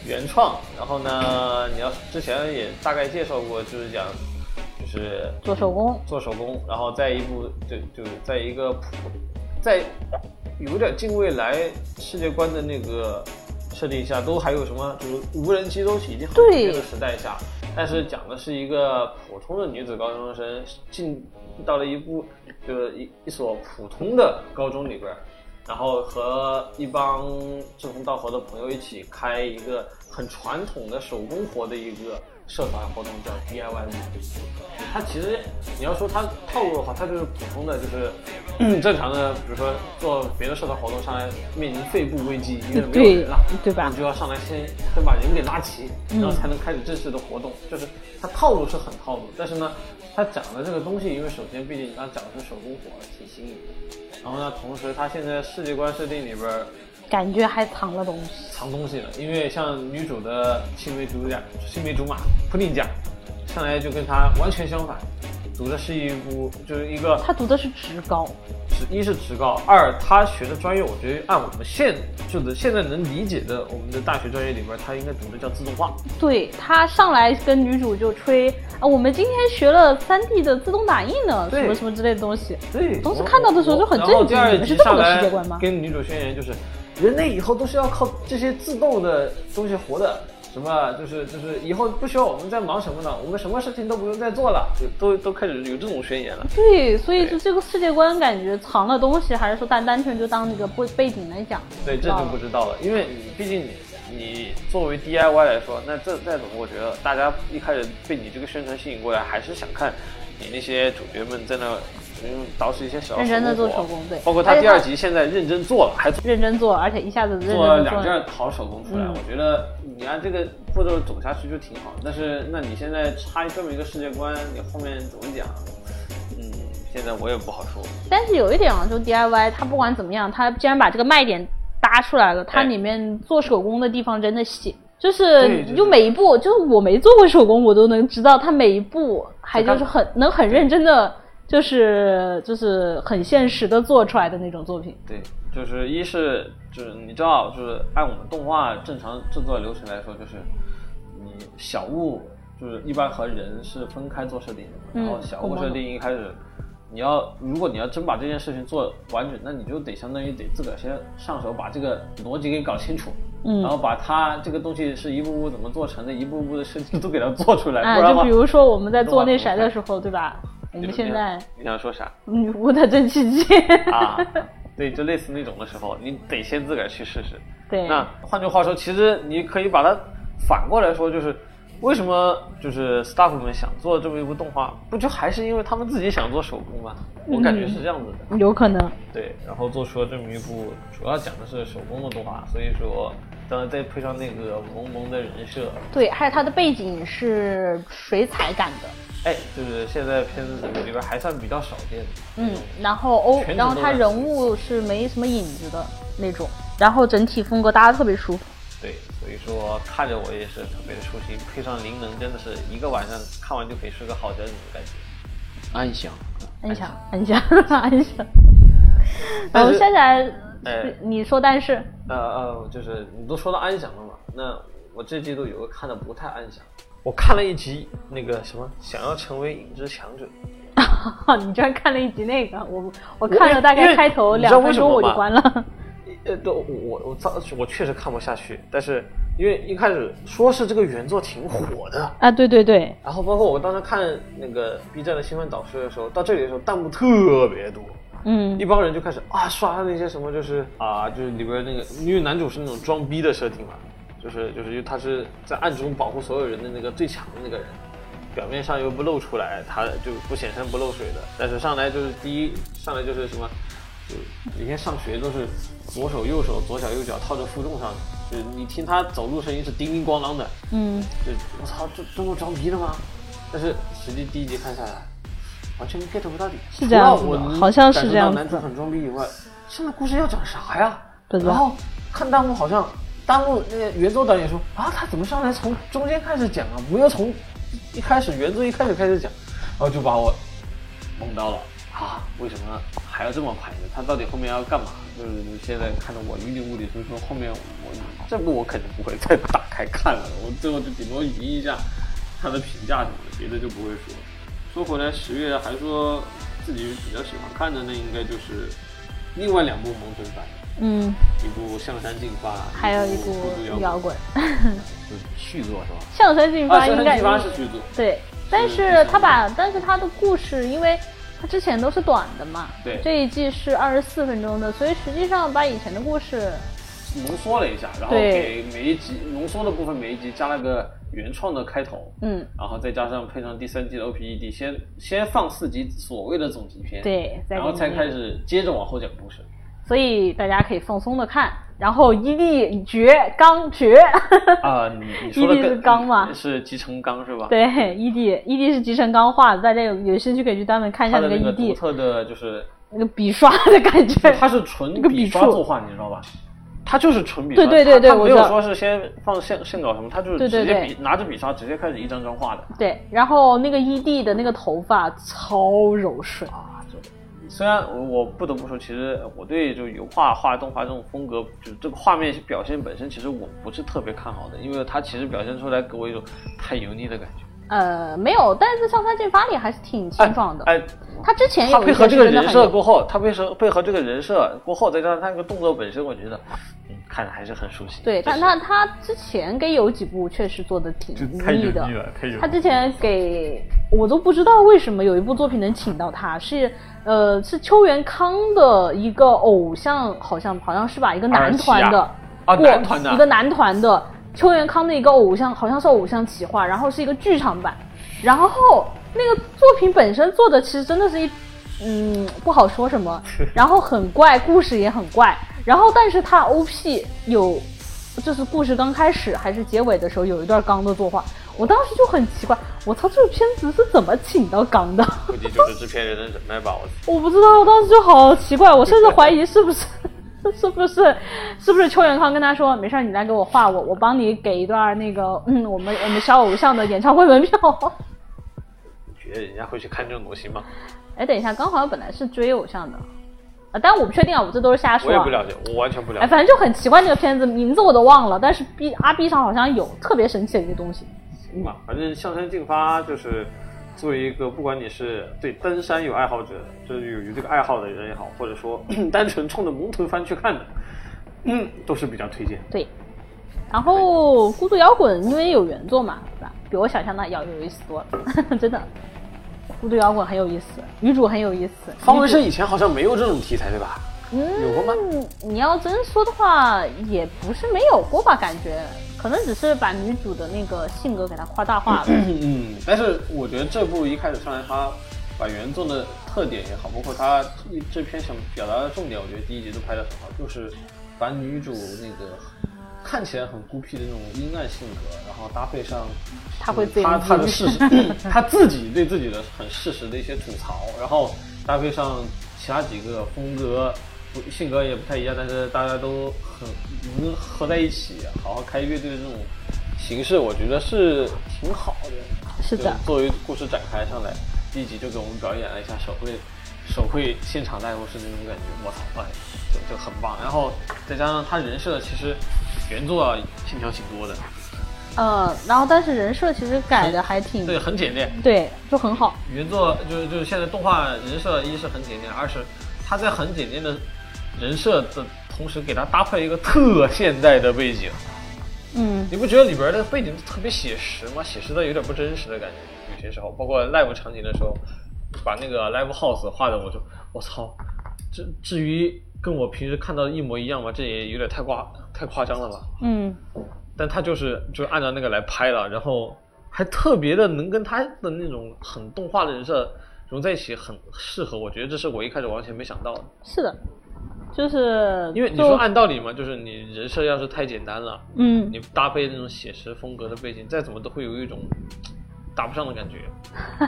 S2: 原创，然后呢，你要之前也大概介绍过，就是讲就是
S1: 做手工，
S2: 做手工，然后在一部就就是在一个普，在有点近未来世界观的那个设定一下，都还有什么就是无人机都已经很
S9: 对
S2: 普遍的时代下，但是讲的是一个普通的女子高中生进到了一部就是一一所普通的高中里边儿，然后和一帮志同道合的朋友一起开一个很传统的手工活的一个社团活动，叫 DIY 舞。它其实你要说它套路的话，它就是普通的，就是、嗯正常的，比如说做别的社团活动上来，面临肺部危机，因为没有
S9: 对
S2: 人了。
S9: 对吧嗯
S2: 你？就要上来先先把人给拉齐，然后才能开始正式的活动。就是它套路是很套路，但是呢，它讲的这个东西，因为首先毕竟它讲的是手工活，挺新颖的。然后呢，同时它现在世界观设定里边儿
S1: 感觉还藏了东西。
S2: 藏东西了，因为像女主的青梅竹马，青梅竹马普丁酱，上来就跟她完全相反，读的是一部就是一个
S1: 他读的是职高，
S2: 职一是职高，二他学的专业，我觉得按我们现就是现在能理解的我们的大学专业里边，他应该读的叫自动化。
S1: 对他上来跟女主就吹啊，我们今天学了三 D 的自动打印呢，
S2: 对
S1: 什么什么之类的东西。
S2: 对，
S1: 当时看到的时候就很震惊
S2: 然后第二
S1: 你
S2: 集上
S1: 们是这么个
S2: 来
S1: 世界观吗
S2: 跟女主宣言就是，人类以后都是要靠这些自动的东西活的。什么就是就是以后不需要我们再忙什么了，我们什么事情都不用再做了，就都都开始有这种宣言了。
S1: 对，所以就这个世界观感觉藏了东西，还是说单单纯就当那个背背景来讲？
S2: 对，这就不知道了，因为你毕竟你你作为 DIY 来说，那这再怎么，我觉得大家一开始被你这个宣传吸引过来，还是想看你那些主角们在那用捯饬一些小
S1: 认真地
S2: 手
S1: 做手工对
S2: 包括
S1: 而
S2: 他
S1: 且
S2: 第二
S1: 他
S2: 集现在认真做了，还做
S1: 认真做，而且一下子认真
S2: 做
S1: 地
S2: 了
S1: 做
S2: 两件好手工出来，我觉得你按这个步骤走下去就挺好。但是，那你现在插这么一个世界观，你后面怎么讲？嗯，现在我也不好说。
S1: 但是有一点啊，就 DIY，它不管怎么样，它既然把这个卖点搭出来了，它
S2: 哎
S1: 里面做手工的地方真的细，就
S2: 对
S1: 是
S2: 对
S1: 就每一步，就是我没做过手工，我都能知道它每一步，还就是很能很认真的，就是就是很现实的做出来的那种作品。
S2: 对，就是一是就是你知道，就是按我们动画正常制作流程来说，就是你小物就是一般和人是分开做设定的嘛，
S1: 嗯
S2: 然后小
S1: 我
S2: 物
S1: 懂
S2: 设定一开始。你要，如果你要真把这件事情做完整，那你就得相当于得自个儿先上手把这个逻辑给搞清楚，
S1: 嗯
S2: 然后把它这个东西是一步步怎么做成的，一步步的设计都给它做出来，
S1: 啊、
S2: 不然的
S1: 就
S2: 话
S1: 比，如说我们在
S2: 动
S1: 做
S2: 画
S1: 那
S2: 怎
S1: 啥
S2: 么
S1: 的时候，对吧？我们现在
S2: 你想说啥？
S1: 女巫的蒸汽
S2: (laughs)
S1: 机， (laughs)
S2: 啊，对，就类似那种的时候，你得先自个儿去试试。
S1: 对，
S2: 那换句话说，其实你可以把它反过来说，就是为什么就是 staff 们想做这么一部动画，不就还是因为他们自己想做手工吗？我感
S1: 嗯
S2: 觉是这样子的。
S1: 有可能。
S2: 对，然后做出了这么一部主要讲的是手工的动画，所以说，当然再配上那个萌萌的人设，
S1: 对，还有它的背景是水彩感的，
S2: 哎，就是现在片子里边还算比较少见的。
S1: 嗯，然后哦，
S2: 全
S1: 然后
S2: 程都
S1: 它
S2: 在
S1: 人物是没什么影子的那种，然后整体风格搭的特别舒服。
S2: 对，所以说看着我也是特别的舒心，配上灵能，真的是一个晚上看完就可以睡个好觉那种感觉。
S8: 安详。
S1: 安详，安详， (laughs) 安详。然
S2: 但
S1: 后
S2: 是
S1: 下来，
S2: 哎
S1: 你说但是 (laughs)
S2: 呃呃，就是你都说到安详了嘛，那我这季度有个看的不太安详，我看了一集那个什么，想要成为影之强者，
S1: 啊你居然看了一集那个，我我看了大
S2: 因
S1: 概
S2: 为
S1: 开头
S2: 你知
S1: 两
S2: 道
S1: 分
S2: 为什
S1: 钟
S2: 么
S1: 我就
S2: 吗
S1: 关了。
S2: 呃，都我我当时我确实看不下去，但是因为一开始说是这个原作挺火的，
S1: (laughs) 啊，对对对，
S2: 然后包括我当时看那个 B 站的新闻导师的时候，到这里的时候弹幕特别多，
S1: 嗯
S2: 一帮人就开始啊刷那些什么，就是啊，就是里边那个，因为男主是那种装逼的设定嘛，就是就是因为他是在暗中保护所有人的那个最强的那个人，表面上又不露出来，他就不显山不露水的，但是上来就是第一上来就是什么，就以前上学都是左手右手左脚右脚套着负重上去，就是你听他走路声音是叮叮咣啷的，
S1: 嗯，
S2: 就我操，这这么装逼的吗？但是实际第一集看下来，完全 get 不到点。
S1: 是这样子的
S2: 除了我能
S1: 好像是
S2: 感受
S1: 这样
S2: 到
S1: 子
S2: 男主很装逼以外，现在故事要讲啥呀？
S1: 不知道
S2: 然后看弹幕好像，弹幕那个原作导演说啊，他怎么上来从中间开始讲啊？没有从一开始原作一开始开始讲，然后就把我懵到了啊！为什么还要这么拍呢？他到底后面要干嘛？就是现在看得我云里雾里，所以说后面我这部我肯定不会再打开看了，我最后就顶多吟一下他的评价什么的，别的就不会说。说回来，十月还说自己比较喜欢看的，那应该就是另外两部萌豚版，
S1: 嗯，
S2: 一部向山进发，
S1: 还有一
S2: 部
S1: 部
S2: 孤独摇
S1: 摇滚，
S3: 就是续作是吧？
S1: 象山进
S2: 滚啊，
S1: 发
S2: 向
S1: 应
S2: 山
S1: 该
S2: 进发是剧组，
S1: 对，但是他把，但是他的故事，因为他之前都是短的嘛，
S2: 对
S1: 这一季是二十四分钟的，所以实际上把以前的故事，
S2: 浓缩了一下，然后
S1: 对
S2: 给每一集浓缩的部分每一集加了个原创的开头，
S1: 嗯，
S2: 然后再加上配上第三季的 OPED，先先放四集所谓的总集篇，，
S1: 对，再
S2: 然后
S1: 给
S2: 才
S1: 你
S2: 开始接着往后讲故事。
S1: 所以大家可以放松的看。然后伊利绝刚绝，
S2: 啊，你你说的
S1: 伊利是刚吗
S2: 是集成刚是吧？，
S1: (laughs) 对，伊地伊地是集成刚画的，大家有有兴趣可以去专门看一下
S2: 它
S1: 那
S2: 的
S1: 个
S2: 那
S1: 伊
S2: 个独
S1: 地
S2: 特的就是，
S1: 那个笔刷的感觉。
S2: (laughs) 它是纯
S1: 那个
S2: 笔
S1: 笔
S2: 刷
S1: 触
S2: 作画，你知道吧？它就是纯笔刷，
S1: 对对对
S2: 它
S1: 对
S2: 它
S1: 我
S2: 没
S1: 知
S2: 有
S1: 道
S2: 说是先放线线稿什么，它就是
S1: 对对
S2: 直接
S1: 对
S2: 笔拿着笔刷直接开始一张张画的。
S1: 对，然后那个伊地的那个头发超柔顺，
S2: 虽然我我不得不说，其实我对就油画、画动画这种风格，就这个画面表现本身，其实我不是特别看好的，因为它其实表现出来给我一种太油腻的感觉。
S1: 呃，没有，但是《向山进发》里还是挺清爽的。
S2: 哎，
S1: 他之前
S2: 他
S1: 有一
S2: 配合
S1: 是
S2: 这个
S1: 真的
S2: 人
S1: 很
S2: 设
S1: 有
S2: 过后，他配合配合这个人设过后，再加上他那个动作本身，我觉得，嗯，看着还是很熟悉。
S1: 对，但
S2: 是
S1: 他他之前给有几部确实做的挺
S4: 就太油
S1: 腻的
S4: 腻，了，太油腻了。
S1: 他之前给我都不知道为什么有一部作品能请到他，是呃是邱元康的一个偶像，好像好像是吧，一个男团的，
S2: 啊，
S1: 不
S2: 男团的
S1: 一个男团的邱元康的一个偶像，好像是偶像企划，然后是一个剧场版，然后那个作品本身做的其实真的是一。嗯，不好说什么，然后很怪，故事也很怪，然后但是他 O P 有就是故事刚开始还是结尾的时候有一段刚的作画，我当时就很奇怪，我操，这个片子是怎么请到刚的？
S10: 估计就是制片人的人脉吧，我
S1: 我不知道，我当时就好奇怪，我甚至怀疑是不是 (laughs) 是不是是不是邱元康跟他说，没事儿，你来给我画我，我帮你给一段那个嗯，我们我们小偶像的演唱会门票。
S10: 觉得人家会去看这种东西吗？
S1: (laughs) 哎，等一下，刚好像本来是追偶像的，啊，但我不确定啊，我这都是瞎说、
S10: 我也
S1: 啊
S10: 不。了解，我完全不了
S1: 哎，
S10: 解。
S1: 反正就很奇怪，这个片子名字我都忘了，但是 B 阿 B 上好像有特别神奇的一个东西。
S2: 嗯嘛，反正向山进发就是作为一个，不管你是对登山有爱好者，就是有有这个爱好的人也好，或者说 (clears throat) 单纯冲着萌豚番去看的，嗯，都是比较推荐。
S1: 对，然后《孤独摇滚》因为有原作嘛，对吧？比我想象的要有意思多了， (laughs) 真的。孤独摇滚很有意思，女主很有意思。
S2: 方文山以前好像没有这种题材对吧？
S1: 嗯，
S2: 有过吗？
S1: 你要真说的话，也不是没有过吧？感觉可能只是把女主的那个性格给她夸大化了。
S2: 嗯，但是我觉得这部一开始上来，它把原作的特点也好，包括它这篇想表达的重点，我觉得第一集都拍得很好，就是把女主那个看起来很孤僻的那种阴暗性格，然后搭配上
S1: 她会自言
S2: 他他的
S1: 自
S2: 事
S1: 语
S2: 实， (laughs) 他自己对自己的很事实的一些吐槽，然后搭配上其他几个风格不性格也不太一样，但是大家都很能合在一起，好好开乐队的这种形式，我觉得是挺好的。
S1: 是的，
S2: 就作为故事展开上来，第一集就给我们表演了一下手绘手绘现场大故事那种感觉，我操，哎，就就很棒。然后再加上他人设，其实原作线条挺多的，
S1: 呃，然后但是人设其实改的还挺
S2: 对，很简练。
S1: 对，就很好。
S2: 原作就是就是现在动画人设，一是很简练，二是他在很简练的人设的同时，给他搭配一个特现代的背景。
S1: 嗯，
S2: 你不觉得里边的背景特别写实吗？写实的有点不真实的感觉，有些时候，包括 live 场景的时候，把那个 live house 画的，我就我操，至至于跟我平时看到的一模一样吗？这也有点太夸太夸张了吧？
S1: 嗯，
S2: 但他就是就是按照那个来拍了，然后还特别的能跟他的那种很动画的人设融在一起，很适合。我觉得这是我一开始完全没想到的，
S1: 是的，就是
S2: 因为你
S1: 就
S2: 说按道理嘛，就是你人设要是太简单了，
S1: 嗯，
S2: 你搭配那种写实风格的背景，再怎么都会有一种搭不上的感觉。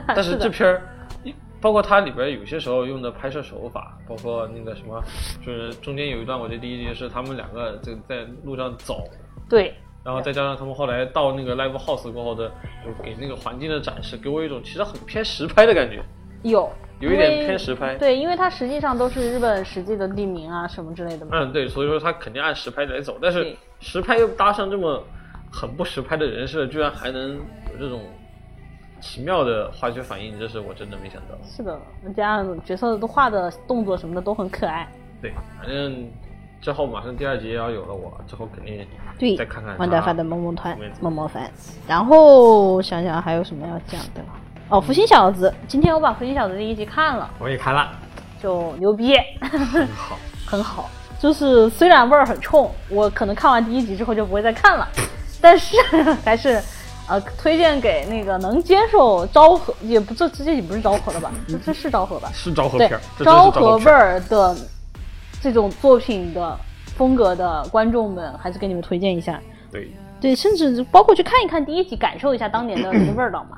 S2: 但是
S1: 是的
S2: 这片儿，一包括它里边有些时候用的拍摄手法，包括那个什么，就是中间有一段，我觉得第一集是他们两个在在路上走，
S1: 对，
S2: 然后再加上他们后来到那个 live house 过后的，就给那个环境的展示，给我一种其实很偏实拍的感觉，
S1: 有
S2: 有一点
S1: 因为
S2: 偏实拍
S1: 对，因为它实际上都是日本实际的地名啊什么之类的嘛。
S2: 嗯，对，所以说他肯定按实拍来走，但是
S1: 对
S2: 实拍又搭上这么很不实拍的人设，居然还能有这种奇妙的化学反应，这是我真的没想到。
S1: 是的，这样角色都画的动作什么的都很可爱。
S2: 对，反正之后马上第二集也要有了我，之后肯定
S11: 对，
S2: 再看看
S11: 万
S2: 它
S11: 达饭的萌萌团
S2: 后面怎，么
S11: 萌萌饭。然后想想还有什么要讲的？哦，福星小子，
S1: 今天我把《福星小子》第一集看了，
S2: 我也看了，
S1: 就牛逼，
S2: 好，
S1: 很好。就是虽然味儿很冲，我可能看完第一集之后就不会再看
S2: (laughs)
S1: 了，但是 (laughs) 还是呃推荐给那个能接受昭和，也不这这这也不是昭和了吧？这这是昭和吧？
S2: 是昭和
S1: 对
S2: 片儿，嗯这真是
S1: 昭
S2: 昭
S1: 和味
S2: 片儿。
S1: 儿的这种作品的风格的观众们，还是给你们推荐一下。
S2: 对，
S1: 对，甚至包括去看一看第一集，感受一下当年的那个味儿道嘛。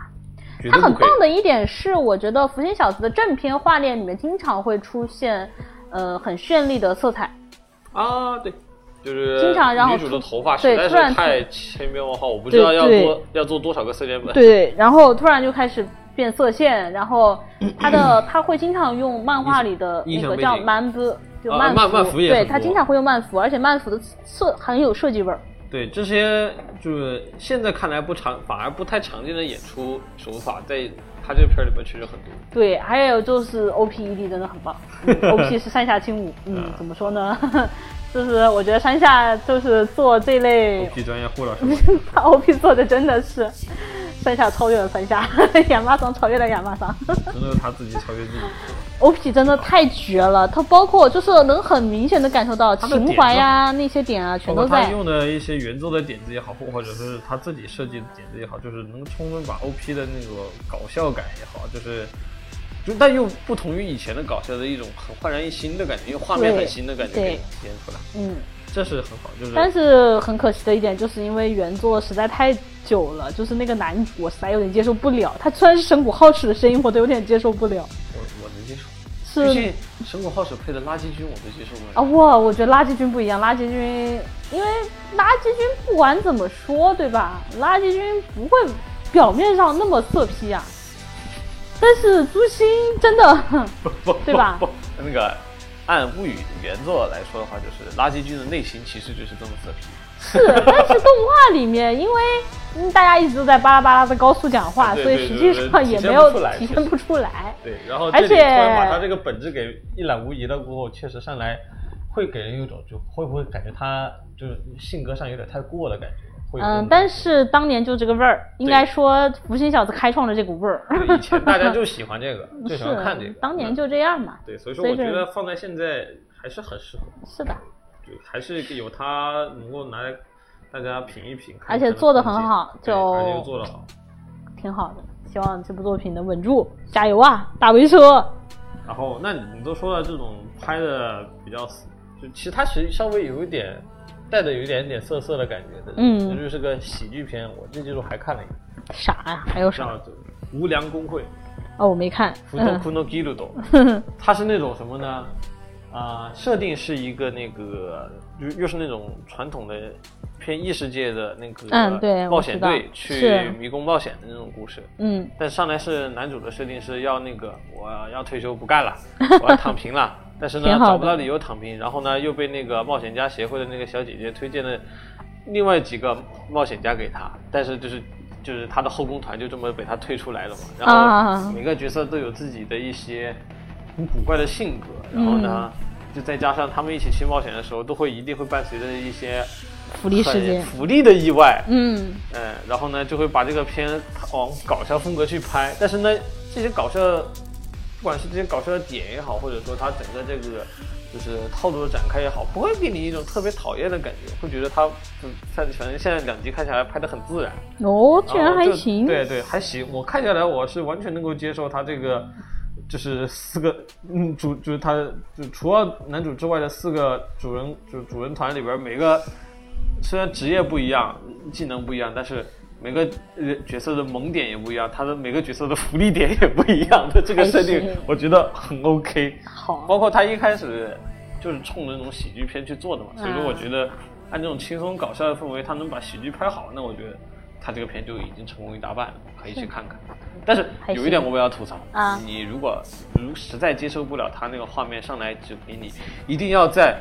S2: 绝
S1: 它
S2: 对
S1: 很
S2: 不
S1: 棒
S2: 亏。
S1: 的一点是，我觉得《福星小子》的正片画面里面经常会出现，呃，很绚丽的色彩。
S2: 啊，对，就是
S1: 经常让我
S2: 女主的头发
S1: 对
S2: 实在
S1: 突然
S2: 是太千变万化，我不知道要
S1: 对
S2: 多要做多少个色变本。
S1: 对，然后突然就开始变色线，然
S2: (clears throat)
S1: 后它的它会经常用漫画里的
S2: 印
S1: 那
S2: 象
S1: 个
S2: 背
S1: 叫
S2: 景
S1: 漫幅，就
S2: 啊
S1: 漫
S2: 漫漫幅也
S1: 对，
S2: 很
S1: 它
S2: 多
S1: 经常会用漫幅，而且漫幅的设很有设计味儿。
S2: 对，这些就是现在看来不常，反而不太常见的演出手法，在他这个片儿里面确实很多。
S1: 对，还有就是 O P E D 真的
S2: (laughs)
S1: 很棒、o P E 是山下清武，嗯，
S2: 啊
S1: 怎么说呢？ (laughs) 就是我觉得山下就是做这类
S2: P 专业护老师嘛，
S1: (laughs) 他 OP 做的真的是山下超越了山下，亚麻桑超越了亚麻桑。
S2: 真的是他自己超越
S1: (laughs)
S2: 自己。
S1: OP 真的太绝了，它包括就是能很明显的感受到
S2: 的
S1: 情怀呀、那些点啊，全
S2: 包
S1: 都
S2: 括他
S1: 在。
S2: 用的一些原作的点子也好，或或者是他自己设计的点子也好，就是能充分把 OP 的那个搞笑感也好，就是就但又不同于以前的搞笑的一种很焕然一新的感觉，因为画面
S1: 对
S2: 很新的感觉
S1: 对
S2: 给你体验出来，
S1: 嗯，
S2: 这是很好。就是
S1: 但是很可惜的一点，就是因为原作实在太久了，就是那个男主我实在有点接受不了。他虽然是神谷浩史的声音，我都有点接受不了。
S2: 我我能接受，毕
S1: 是
S2: 竟神谷浩史配的垃圾君我都接受不
S1: 啊，
S2: 了。
S1: 哇，我觉得垃圾君不一样，垃圾君，因为垃圾君不管怎么说，对吧？垃圾君不会表面上那么色批啊，但是朱星真
S2: (laughs)
S1: 的，对吧？
S2: 那个按物语原作来说的话，就是垃圾君的内心其实就是这么色批。
S1: 是，但是动画里面，因为、嗯大家一直都在巴拉巴拉的高速讲话，
S2: 啊对
S1: 所以
S2: 对
S1: 实
S2: 对
S1: 际
S2: 对
S1: 上
S2: 体
S1: 也
S2: 现
S1: 没
S2: 不
S1: 有
S2: 出来
S1: 体
S2: 其
S1: 现
S2: 实
S1: 不出来。
S2: 对，然后
S1: 而
S2: 这里
S1: 且嗯
S2: 突然把他这个本质给一览无遗了过后，确实上来会给人有种就会不会感觉他就是性格上有点太过了感觉。会有这种
S1: 嗯，但
S2: 感
S1: 是当年就这个味儿，应该说福星小子开创了这股味儿。
S2: 觉对以前大家就喜欢这 (laughs) 个，就喜欢看这
S1: 是
S2: 个，，
S1: 当年
S2: 嗯
S1: 就这样嘛。
S2: 对，所以说
S1: 所以
S2: 我觉
S1: 这
S2: 得放在现在还是很适合，
S1: 是的，
S2: 就还是有它能够拿来大家品一品，看
S1: 而
S2: 一
S1: 且
S2: 看的
S1: 做得
S2: 东西
S1: 很好
S2: 对
S1: 就
S2: 而且又做得好，
S1: 挺好的。希望这部作品能稳住，加油啊，大围车！
S2: 然后，那你都说了这种拍的比较死，就其实它其实稍微有一点带着有一点点涩涩的感觉的，
S1: 嗯
S2: 这就是个喜剧片。我这季度还看了一个
S1: 啥呀、还有啥？
S2: 叫《无良工会》
S1: 哦，我没看。
S2: 福斗
S1: 嗯
S2: 库诺基
S1: (laughs)
S2: 鲁斗，它是那种什么呢？啊、设定是一个那个又又是那种传统的偏异世界的那个
S1: 嗯对
S2: 冒
S1: 我
S2: 险
S1: 知道
S2: 队去
S1: 是
S2: 迷宫冒险的那种故事，
S1: 嗯，
S2: 但上来是男主的设定是要那个我要退休不
S1: (laughs)
S2: 干了，我要躺平了。但是呢
S1: 挺好的
S2: 找不到理由躺平，然后呢又被那个冒险家协会的那个小姐姐推荐了另外几个冒险家给他，但是就是就是他的后宫团就这么被他推出来了嘛。然后
S1: 啊
S2: 每个角色都有自己的一些很古怪的性格，然后呢。
S1: 嗯
S2: 就再加上他们一起去冒险的时候，都会一定会伴随着一些
S1: 福利事件
S2: 很。福利的意外，
S1: 嗯，
S2: 嗯，然后呢就会把这个片往搞笑风格去拍，但是呢，这些搞笑，不管是这些搞笑的点也好，或者说它整个这个就是套路的展开也好，不会给你一种特别讨厌的感觉，会觉得它嗯，它反正现在两集看下来拍的很自然，
S1: 哦，居然
S2: 后
S1: 还
S2: 就
S1: 行。
S2: 啊对对，还行，我看下来我是完全能够接受他这个。就是四个，嗯，主就是他，就除了男主之外的四个主人，就主人团里边每个虽然职业不一样，技能不一样，但是每个呃角色的萌点也不一样，他的每个角色的 (laughs) 福利点也不一样的这个设定
S1: 还行，
S2: 我觉得很 OK。
S1: 好，
S2: 包括他一开始就是冲着那种喜剧片去做的
S1: 嗯
S2: 嘛，所以说我觉得按这种轻松搞笑的氛围，他能把喜剧拍好，那我觉得他这个片就已经成功一大半了，可以去看看。但是
S1: 还
S2: 有
S1: 行
S2: 一点我也要吐槽
S1: 啊
S2: 你如果如实在接受不了他那个画面上来就给你，一定要在。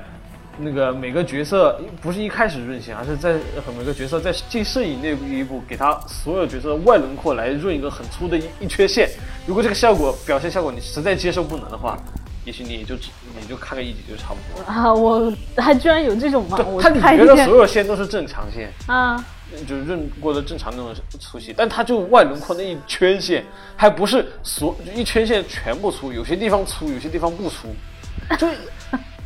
S2: 那个每个角色不是一开始润行，而是在呃每个角色在进摄影那一步，给他所有角色的外轮廓来润一个很粗的一一缺陷。如果这个效果表现效果你实在接受不能的话，也许你也就只你就看个一集就差不多了。
S1: 啊，我还居然有这种吗？啊我
S2: 他你
S1: 太
S2: 觉得
S1: 见
S2: 所有线都是正常线，
S1: 啊，
S2: 就是润过的正常那种粗细，但它就外轮廓那一圈线，还不是所就一圈线全部粗，有些地方粗，有些地方不粗，就是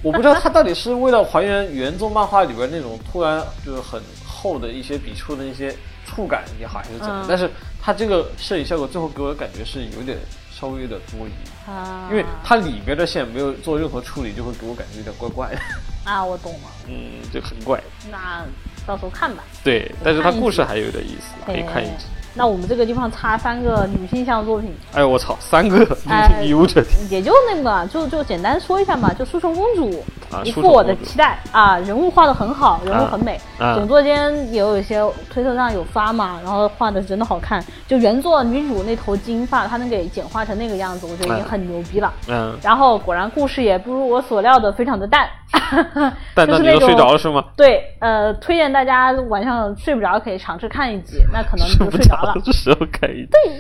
S2: 我不知道它到底是为了还原原作漫画里边那种突然就是很厚的一些笔触的一些触感也好，还是怎么样，
S1: 嗯
S2: 但是它这个摄影效果最后给我的感觉是有点稍微有点多余，
S1: 啊，
S2: 因为它里边的线没有做任何处理，就会给我感觉有点怪怪的， (laughs)
S1: 啊，我懂了，
S2: 嗯，就很怪。
S1: 那到时候看吧。
S2: 对，但是它
S1: 看一
S2: 故
S1: 集
S2: 事还有点意思，可以看一集。
S1: 那我们这个地方插三个女性向作品，
S2: 哎，我操，三个
S1: 哎
S2: 有着天
S1: 也就那个，就就简单说一下嘛，就《书虫公主
S2: 啊》，
S1: 一
S2: 书
S1: 副
S2: 虫
S1: 我的
S2: 公主
S1: 期待啊，人物画的很好，人物很美，
S2: 啊
S1: 总作间也有一些推特上有发嘛，然后画的真的好看，就原作女主那头金发，她能给简化成那个样子，我觉得已经很牛逼了。
S2: 嗯，
S1: 然后果然故事也不如我所料的非常的淡， (laughs)
S2: 蛋
S1: 就
S2: 蛋
S1: 是
S2: 你
S1: 那
S2: 都
S1: 种
S2: 睡着了是吗？
S1: 对，呃，推荐大家晚上睡不着可以尝试看一集，那可能你
S2: (laughs) 睡
S1: 嗯就
S2: 不
S1: 睡着了
S2: 着。的时候看一集。对，
S1: 因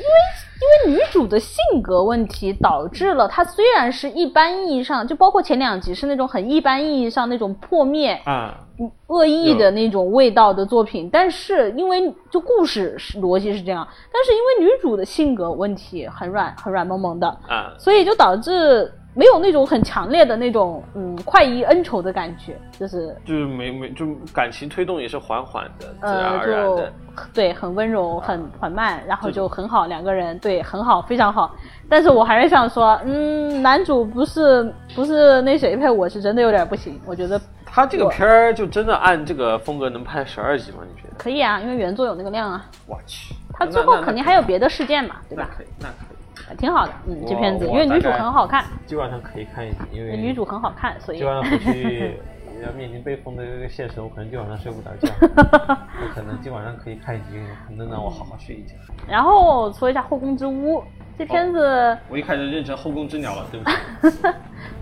S1: 为女主的性格问题导致了她虽然是一般意义上，就包括前两集是那种很一般意义上那种破灭、
S2: 啊，
S1: 恶意的那种味道的作品，但是因为就故事是逻辑是这样，但是因为女主的性格问题很软很软萌萌的，
S2: 啊，
S1: 所以就导致没有那种很强烈的那种嗯快意恩仇的感觉，就是
S2: 就是没没，就感情推动也是缓缓的，自然
S1: 呃，
S2: 而然啊
S1: 就
S2: 的。
S1: 对，很温柔，很缓慢，然后就很好，两个人对很好，非常好。但是我还是想说，嗯，男主不是不是那谁配，我是真的有点不行，我觉得
S2: 他这个片儿就真的按这个风格能拍十二集吗？你觉得？
S1: 可以啊，因为原作有那个量啊，
S2: 我去，
S1: 他
S2: 那
S1: 之后肯定还有别的事件嘛，对
S2: 那
S1: 吧？
S2: 可以，那可以，
S1: 挺好的，嗯，这片子
S12: 我
S1: 因为女主
S12: 大概
S1: 很好看，
S12: 今晚上可以看一集，因为
S1: 女主很好看，所以
S12: 今晚上回去
S2: (laughs)
S12: 要面临被封的这个现实，我可能今晚上睡不着
S1: (laughs)
S12: 觉，我可能今晚上可以看一集，能让我好好睡一觉。
S1: (laughs) 然后说一下《后宫之屋》这
S2: 哦
S1: 片子
S2: 我一开始认成后宫之鸟了，对不起，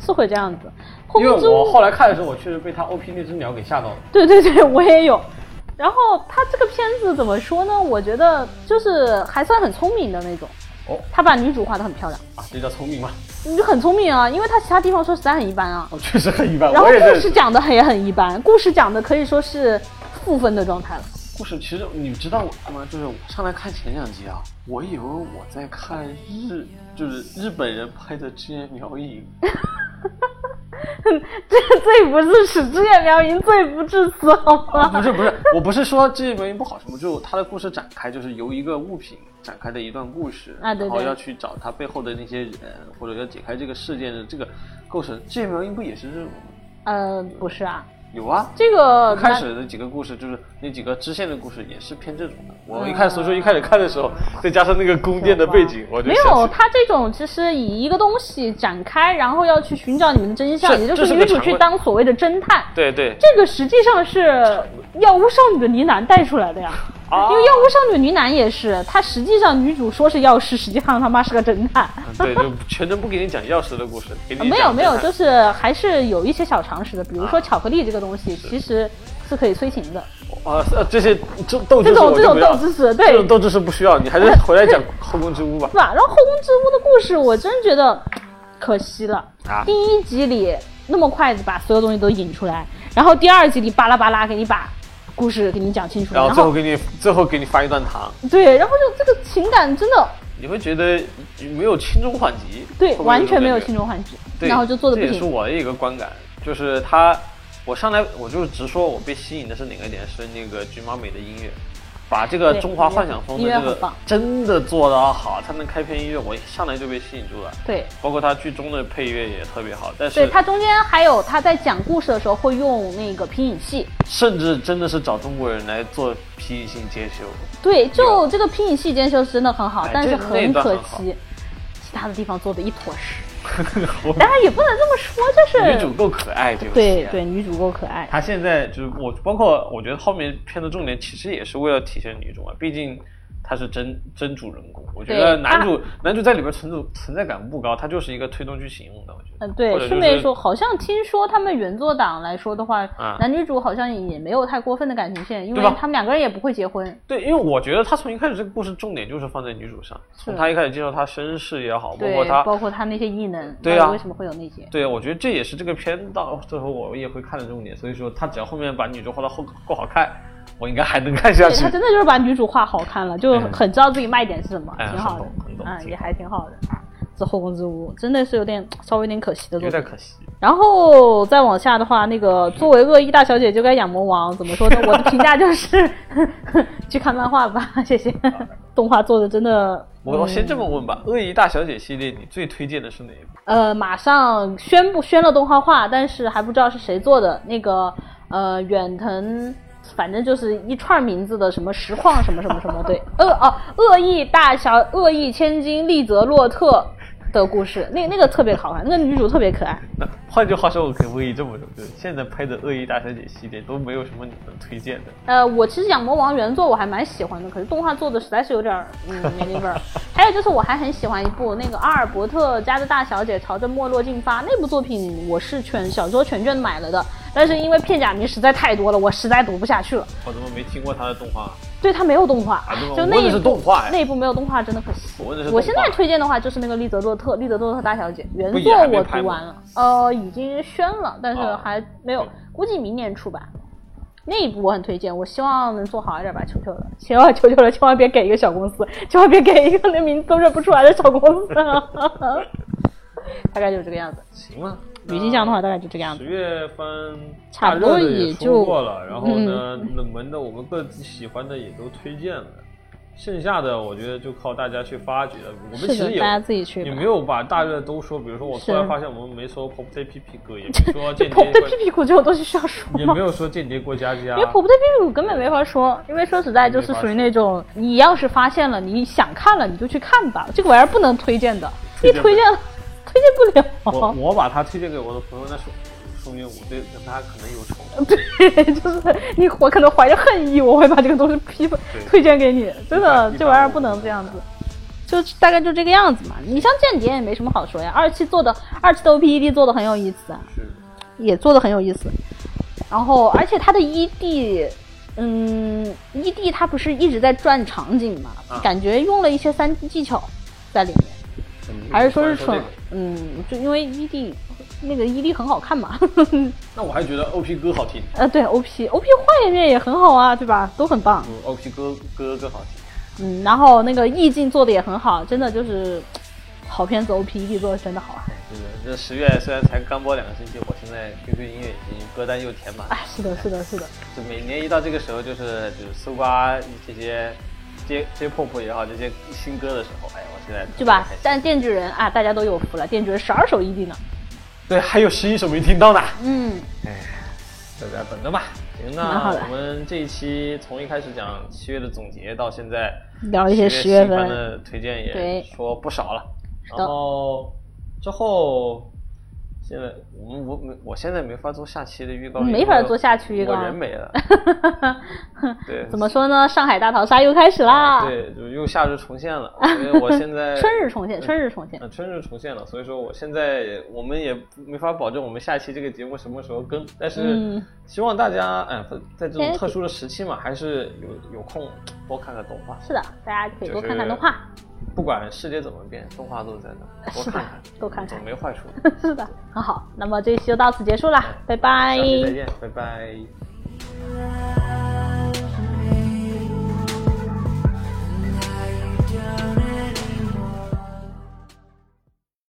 S1: 是会这样子，《后
S2: 因为
S1: 宫之屋》
S2: 我后来看的时候，我确实被他 OP 那只鸟给吓到了。
S1: (laughs) 对对对，我也有。然后他这个片子怎么说呢？我觉得就是还算很聪明的那种。
S2: 哦，
S1: 他把女主画的很漂亮，
S2: 啊，这叫聪明吗？
S1: 你就很聪明啊，因为他其他地方说实在很一般啊。
S2: 哦，确实很一般，
S1: 然后
S2: (laughs) 我也
S1: 故
S2: 认
S1: 事讲的也很一般，故事讲的可以说是负分的状态了。 (laughs)
S2: 故事其实你知道我吗？就是我上来看前两集啊，我以为我在看日，就是日本人拍的职业
S1: (laughs)
S2: 苗影，
S1: 这最不是使之夜苗银罪不至死好吗？
S2: 不是不是，我不是说职业苗影不好什么，就它的故事展开就是由一个物品展开的一段故事，
S1: 啊对
S2: 然后
S1: 对
S2: 要去找它背后的那些人，或者要解开这个事件的这个构成。职业苗影不也是任务吗？
S1: 呃，不是啊，
S2: 有啊。
S1: 这个
S2: 嗯开始的几个故事就是那几个支线的故事，也是偏这种的。我
S1: 嗯
S2: 一看，所以说一开始看的时候，再加上那个宫殿的背景，我就
S1: 没
S2: 想起
S1: 有，他这种其实以一个东西展开，然后要去寻找你们的真相，
S2: 这
S1: 也就
S2: 这是
S1: 女
S2: 个
S1: 主
S2: 常
S1: 去
S2: 规
S1: 当所谓的侦探。
S2: 对对，
S1: 这个实际上是药屋少女的呢喃带出来的呀。
S2: 啊
S1: 因为药屋少女呢喃也是，她实际上女主说是药师，实际上他妈是个侦探。
S2: 对，就全程不给你讲钥匙的故事，给啊你讲啊
S1: 没有没有，
S2: 侦探
S1: 就是还是有一些小常识的，比如说巧克力这个东西其实是可以催情的，
S2: 啊，是啊这些这斗智
S1: 这
S2: 是
S1: 种
S2: 我
S1: 这
S2: 就
S1: 种
S2: 不
S1: 豆
S2: 要，
S1: 知识，
S2: 这
S1: 对
S2: 种，斗智是不需要，你还是回来讲后宫之
S1: (laughs)
S2: 屋吧
S1: 是。吧？然后《后宫之屋》的故事，我真觉得可惜了。
S2: 啊
S1: 第一集里那么快的把所有东西都引出来，然后第二集里巴拉巴拉给你把故事给你讲清楚，
S2: 然
S1: 然
S2: 后最后给你最后给你发一段糖，
S1: 对，然后就这个情感真的
S2: 你会觉得没有轻重缓急，
S1: 对
S2: 会，不会
S1: 完全没有
S2: 这种
S1: 轻重缓急，
S2: 感觉，对
S1: 然后就做的
S2: 这
S1: 不
S2: 也是
S1: 行。
S2: 我的一个观感，就是他，我上来我就直说，我被吸引的是哪个点？是那个菊妈美的音乐。把这个
S1: 对
S2: 中华幻想风
S1: 音
S2: 的
S1: 乐
S2: 这
S1: 很
S2: 个
S1: 棒
S2: 真的做得好，他能开篇音乐，我一上来就被吸引住了。
S1: 对，
S2: 包括他剧中的配乐也特别好，但
S1: 对，
S2: 是
S1: 它中间还有他在讲故事的时候会用那个皮影戏，
S2: 甚至真的是找中国人来做皮影戏接修， (laughs)
S1: 对，就这个皮影戏间修是真的很好
S2: 哎，
S1: 但是
S2: 这那一
S1: 很
S2: 段
S1: 可
S2: 很好
S1: 惜，其他的地方做的一坨屎。当然也不能这么说，就是
S2: 女主够可爱，对不
S1: 对
S2: 起啊
S1: 对，女主够可爱。
S2: 她现在就是我，包括我觉得后面片的重点其实也是为了体现女主啊，毕竟。他是真真主人公。我觉
S1: 对
S2: 得男主、男主在里边存在存在感不高，他就是一个推动剧情用的。我觉得，
S1: 嗯，
S2: 或
S1: 对，
S2: 者
S1: 顺
S2: 就
S1: 便
S2: 是
S1: 说，好像听说他们原作党来说的话，
S2: 啊
S1: 男女主好像也没有太过分的感情线，因为
S2: 对吧
S1: 他们两个人也不会结婚。
S2: 对，因为我觉得他从一开始这个故事重点就是放在女主上，从他一开始介绍她身世也好，包
S1: 对
S2: 括，她
S1: 包括他那些异能，
S2: 对
S1: 那
S2: 啊
S1: 为什么会有那些？
S2: 对，我觉得这也是这个片到最后我也会看的重点，所以说他只要后面把女主画的够够好看，我应该还能看下
S1: 对
S2: 去
S1: 他。真的就是把女主画好看了，就
S2: 嗯
S1: 很知道自己卖点是什么，
S2: 哎呀
S1: 挺好的
S2: 很懂很，懂
S1: 嗯，
S2: 挺
S1: 也
S2: 好
S1: 还挺好的。这后宫之舞真的是有点稍微有点可惜的作品
S2: 有点。可惜，
S1: 然后再往下的话，那个作为恶意大小姐就该养魔王，怎么说呢？我的评价就是 (laughs) 去看漫画吧，谢 (laughs) 谢。动画做的真的，
S2: 我我先这么问吧，
S1: 嗯
S2: 恶意大小姐》系列你最推荐的是哪一部？
S1: 呃，马上宣布宣了动画化，但是还不知道是谁做的。那个呃，远藤，反正就是一串名字的，什么实况什么什么什么，对，恶哦，恶意大小，恶意千金，利泽洛特的故事，那那个特别好看，那个女主特别可爱。
S2: 那换句话说，我可以问你这么说，就是现在拍的恶意大小姐》系列都没有什么你能推荐的。
S1: 呃，我其实《养魔王》原作我还蛮喜欢的，可是动画做的实在是有点儿嗯没那味儿。 (laughs) 还有就是我还很喜欢一部那个阿尔伯特家的大小姐朝着没落进发那部作品，我是全小说全卷买了的，但是因为片假名实在太多了，我实在读不下去了。
S2: 我怎么没听过她的动画？
S1: 对，它没有动画，
S2: 对吧
S1: 就
S2: 啊我
S1: 那
S2: 问
S1: 一
S2: 的是动画呀
S1: 那一部没有动画真的可惜。
S2: 哎我问的是
S1: 我
S2: 动
S1: 现在
S2: 画
S1: 推荐的话就是那个利泽洛特，利泽洛特大小姐原
S2: 不也
S1: 作
S2: 还没
S1: 我
S2: 拍
S1: 读
S2: 吗
S1: 完了，呃，已经宣了，但是
S2: 啊
S1: 还没有，估计明年出吧。那一部我很推荐，我希望能做好一点吧，求求了， (laughs) 千万求求了，千万别给一个小公司，千万别给一个那名字都认不出来的小公司。 (laughs) 大概就是这个样子。
S2: 行了，
S1: 语境上的话，大概就这个样子。
S2: 十月份
S1: 差不多
S2: 大热的也
S1: 也
S2: 出
S1: 就
S2: 过了，然后呢，
S1: 嗯
S2: 冷门的我们各自喜欢的也都推荐了，剩下的我觉得就靠大家去发掘了。我们
S1: 是
S2: 其实
S1: 的，
S2: 也
S1: 大家自己去吧。
S2: 也没有把大热都说，比如说我突然
S1: 是
S2: 发现我们没说 Pop T P P 哥，也没说
S1: 就
S2: 间谍
S1: 婆婆的
S2: 过
S1: 屁，屁股这种东西需要说吗？
S2: 也没有说间谍过家家
S1: 因。为婆婆的屁股根本没法说，因为说实在就是属于那种，你要是发现了，你想看了你就去看吧，这个玩意儿不能推荐的，一
S2: 推荐不
S1: 推
S2: 了
S1: 荐了推荐不
S2: 我
S1: 了，
S2: 我把它推荐给我的朋友，那说说明我对跟他可能有仇。
S1: (laughs) 对，就是你我可能怀着恨意，我会把这个东西批推荐给你，真的这玩意儿不能这样子。就大概就这个样子嘛，你像间谍也没什么好说呀。二期做的二期的 OPED 做的很有意思啊，也做的很有意思。然后，而且它的 ED，嗯，ED 它不是一直在转场景嘛，感觉用了一些三 D 技巧在里面，还是说是纯，嗯，就因为 ED 那个 ED 很好看嘛， (laughs)
S2: 那我还觉得 O P 歌好听
S1: 呃，对，OP OP 画面也很好啊，对吧？都很棒。
S2: ，O P 歌歌更好听。
S1: 嗯，然后那个意境做的也很好，真的就是好片子 OP ED 做的真的好啊。
S2: 是的，这十月虽然才刚播两个星期，我现在 QQ 音乐已经歌单又填满了。
S1: 哎，是的，是的，是的，
S2: 就每年一到这个时候，就是就是搜刮这些接接 pop 也好，这些新歌的时候，哎，我现在
S1: 对吧
S2: 特别开？心
S1: 但电锯人啊，大家都有福了，电锯人十二首 ED 呢。
S2: 对，还有十一首没听到呢，
S1: 嗯，
S2: 大家等着吧。行，
S1: 蛮
S2: 那
S1: 好的
S2: 我们这一期从一开始讲七月的总结到现在，
S1: 聊一些
S2: 十
S1: 十月
S2: 新番
S1: 份，
S2: 的推荐也
S1: 对
S2: 说不少了。
S1: 的
S2: 然后之后，现在我们我我现在没法做下期的预告，
S1: 没法做下期预告
S2: 我人没
S1: (laughs)
S2: 了。对，
S1: 怎么说呢？上海大逃杀又开始啦，
S2: 啊对，就又夏日重现了，因为我现在
S1: 春日重现，春日重现
S2: 嗯、。春日重现了，所以说我现在我们也没法保证我们下期这个节目什么时候更，但是
S1: 嗯
S2: 希望大家哎，在这种
S1: 哎
S2: 特殊的时期嘛，还是有有空多看看动画，
S1: 是的，大家可以多看看
S2: 就是
S1: 动画。
S2: 不管世界怎么变，动画都在那，多
S1: 是的
S2: 看看，
S1: 多看看
S2: 总没坏
S1: (laughs)
S2: 处。
S1: 是
S2: 嗯
S1: 的，很好。那么这一期就到此结束啦，拜拜。
S2: 下期再见，拜拜。
S13: 「